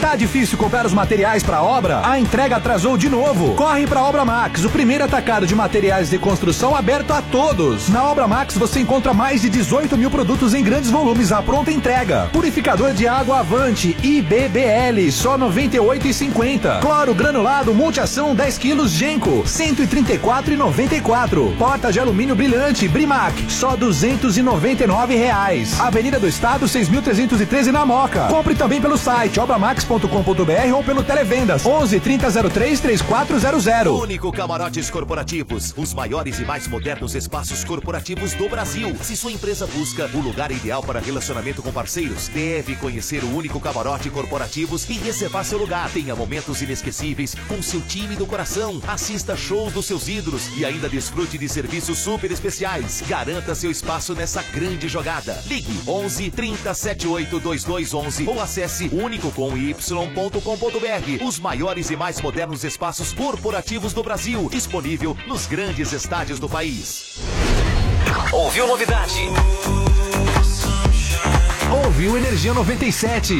Tá difícil comprar os materiais para obra? A entrega atrasou de novo. Corre para Obra Max, o primeiro atacado de materiais de construção aberto a todos. Na Obra Max você encontra mais de 18 mil produtos em grandes volumes à pronta entrega. Purificador de água Avante IBBL só 98,50. Cloro granulado multiação 10 quilos Genco 134,94. Porta de alumínio brilhante Brimac só 299 reais. Avenida do Estado 6.313 na Moca. Compre também pelo site obramax.com.br www.televendas.com.br ou pelo Televendas 11 3003 3400.
Único Camarotes Corporativos, os maiores e mais modernos espaços corporativos do Brasil. Se sua empresa busca o lugar ideal para relacionamento com parceiros, deve conhecer o Único Camarote Corporativos e reservar seu lugar. Tenha momentos inesquecíveis com seu time do coração. Assista shows dos seus ídolos e ainda desfrute de serviços super especiais. Garanta seu espaço nessa grande jogada. Ligue 11 30 78 2211 ou acesse únicocomy.com.br. Os maiores e mais modernos espaços corporativos do Brasil, disponível nos grandes estádios do país.
Ouviu novidade?
Ouviu Energia 97.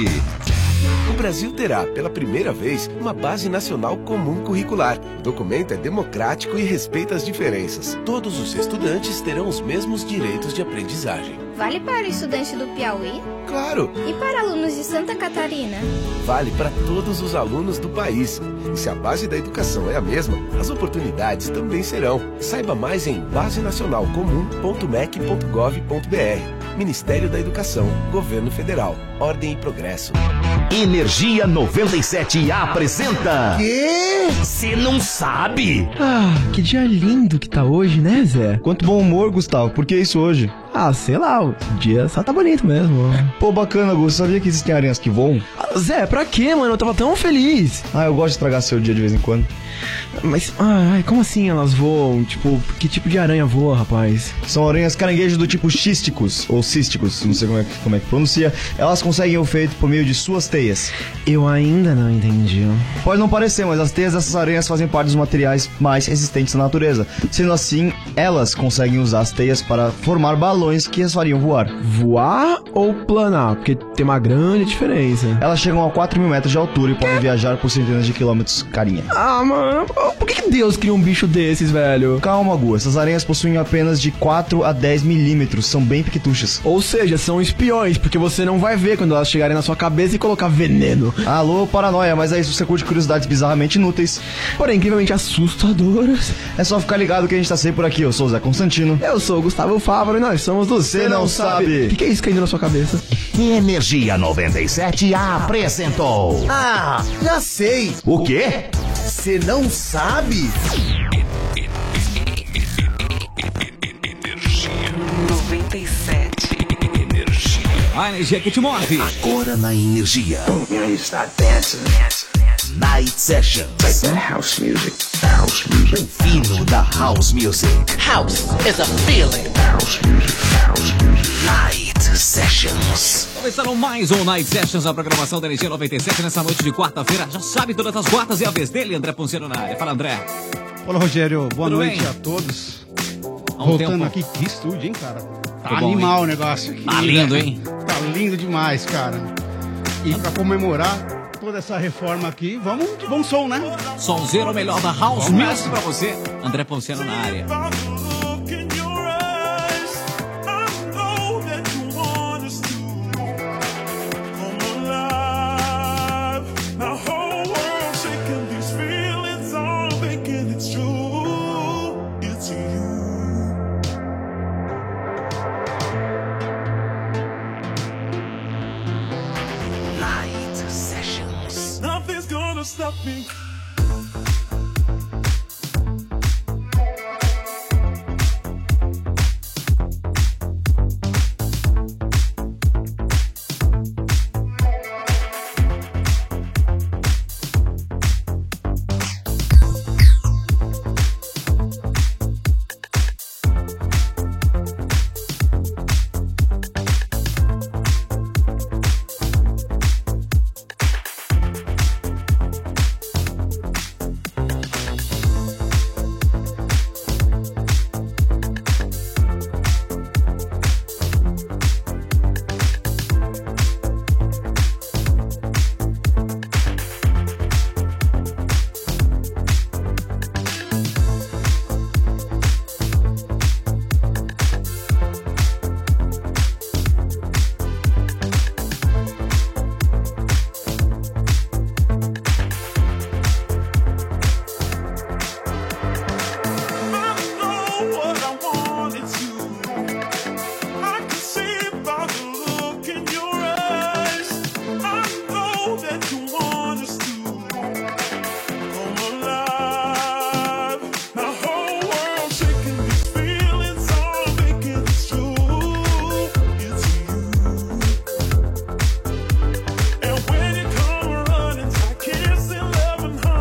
O Brasil terá, pela primeira vez, uma Base Nacional Comum Curricular. O documento é democrático e respeita as diferenças. Todos os estudantes terão os mesmos direitos de aprendizagem.
Vale para estudante do Piauí?
Claro!
E para alunos de Santa Catarina?
Vale para todos os alunos do país. E se a base da educação é a mesma, as oportunidades também serão. Saiba mais em basenacionalcomum.mec.gov.br. Ministério da Educação, Governo Federal, Ordem e Progresso.
Energia 97 apresenta. Quê? Você não sabe?
Ah, que dia lindo que tá hoje, né, Zé? Quanto bom humor, Gustavo. Por que isso hoje? Ah, sei lá, o dia só tá bonito mesmo. Pô, bacana, Gus. Sabia que existem aranhas que voam? Ah, Zé, pra quê, mano? Eu tava tão feliz. Ah, eu gosto de estragar seu dia de vez em quando. Mas, ai, como assim elas voam? Tipo, que tipo de aranha voa, rapaz? São aranhas caranguejo do tipo xísticos, ou císticos, não sei como é, que- como é que pronuncia. Elas conseguem o feito por meio de suas teias. Eu ainda não entendi. Pode não parecer, mas as teias dessas aranhas fazem parte dos materiais mais resistentes à natureza. Sendo assim, elas conseguem usar as teias para formar balões que as fariam voar. Voar ou planar? Porque tem uma grande diferença. Elas chegam a 4 mil metros de altura e podem viajar por centenas de quilômetros carinha. Ah, mano, por que Deus criou um bicho desses, velho? Calma, Gu, essas aranhas possuem apenas de 4 a 10 milímetros, são bem piquetuchas. Ou seja, são espiões, porque você não vai ver quando elas chegarem na sua cabeça e colocar veneno. Alô, paranoia, mas é isso, você curte curiosidades bizarramente inúteis, porém incrivelmente assustadoras. É só ficar ligado que a gente tá sempre por aqui, eu sou o Zé Constantino. Eu sou o Gustavo Fávaro e nós somos do Cê Não Sabe. O que, que é isso caindo na sua cabeça?
Energia 97 apresentou.
Ah,
já sei. O quê?
Você não sabe?
97.
A energia que te move.
Agora na energia. Night Session. é house music. House music. O fino da house music. House is a feeling. House music. House music. Night Sessions.
Começaram mais um Night Sessions, a programação da Energia 97 nessa noite de quarta-feira. Já sabe todas as quartas e a vez dele, André Ponciano na área. Fala, André.
Olá, Rogério. Boa
Tudo
noite
bem?
a todos.
Há um
Voltando
tempo.
aqui, que estúdio, hein, cara? Tá
bom,
animal
hein?
o negócio aqui.
Tá lindo, hein?
Tá lindo demais, cara. E pra comemorar toda essa reforma aqui, vamos de bom som, né?
Sonzeiro o melhor da House
Vamos
Music
nessa.
pra você. André Ponciano na área.
Night Sessions.
Nothing's gonna stop me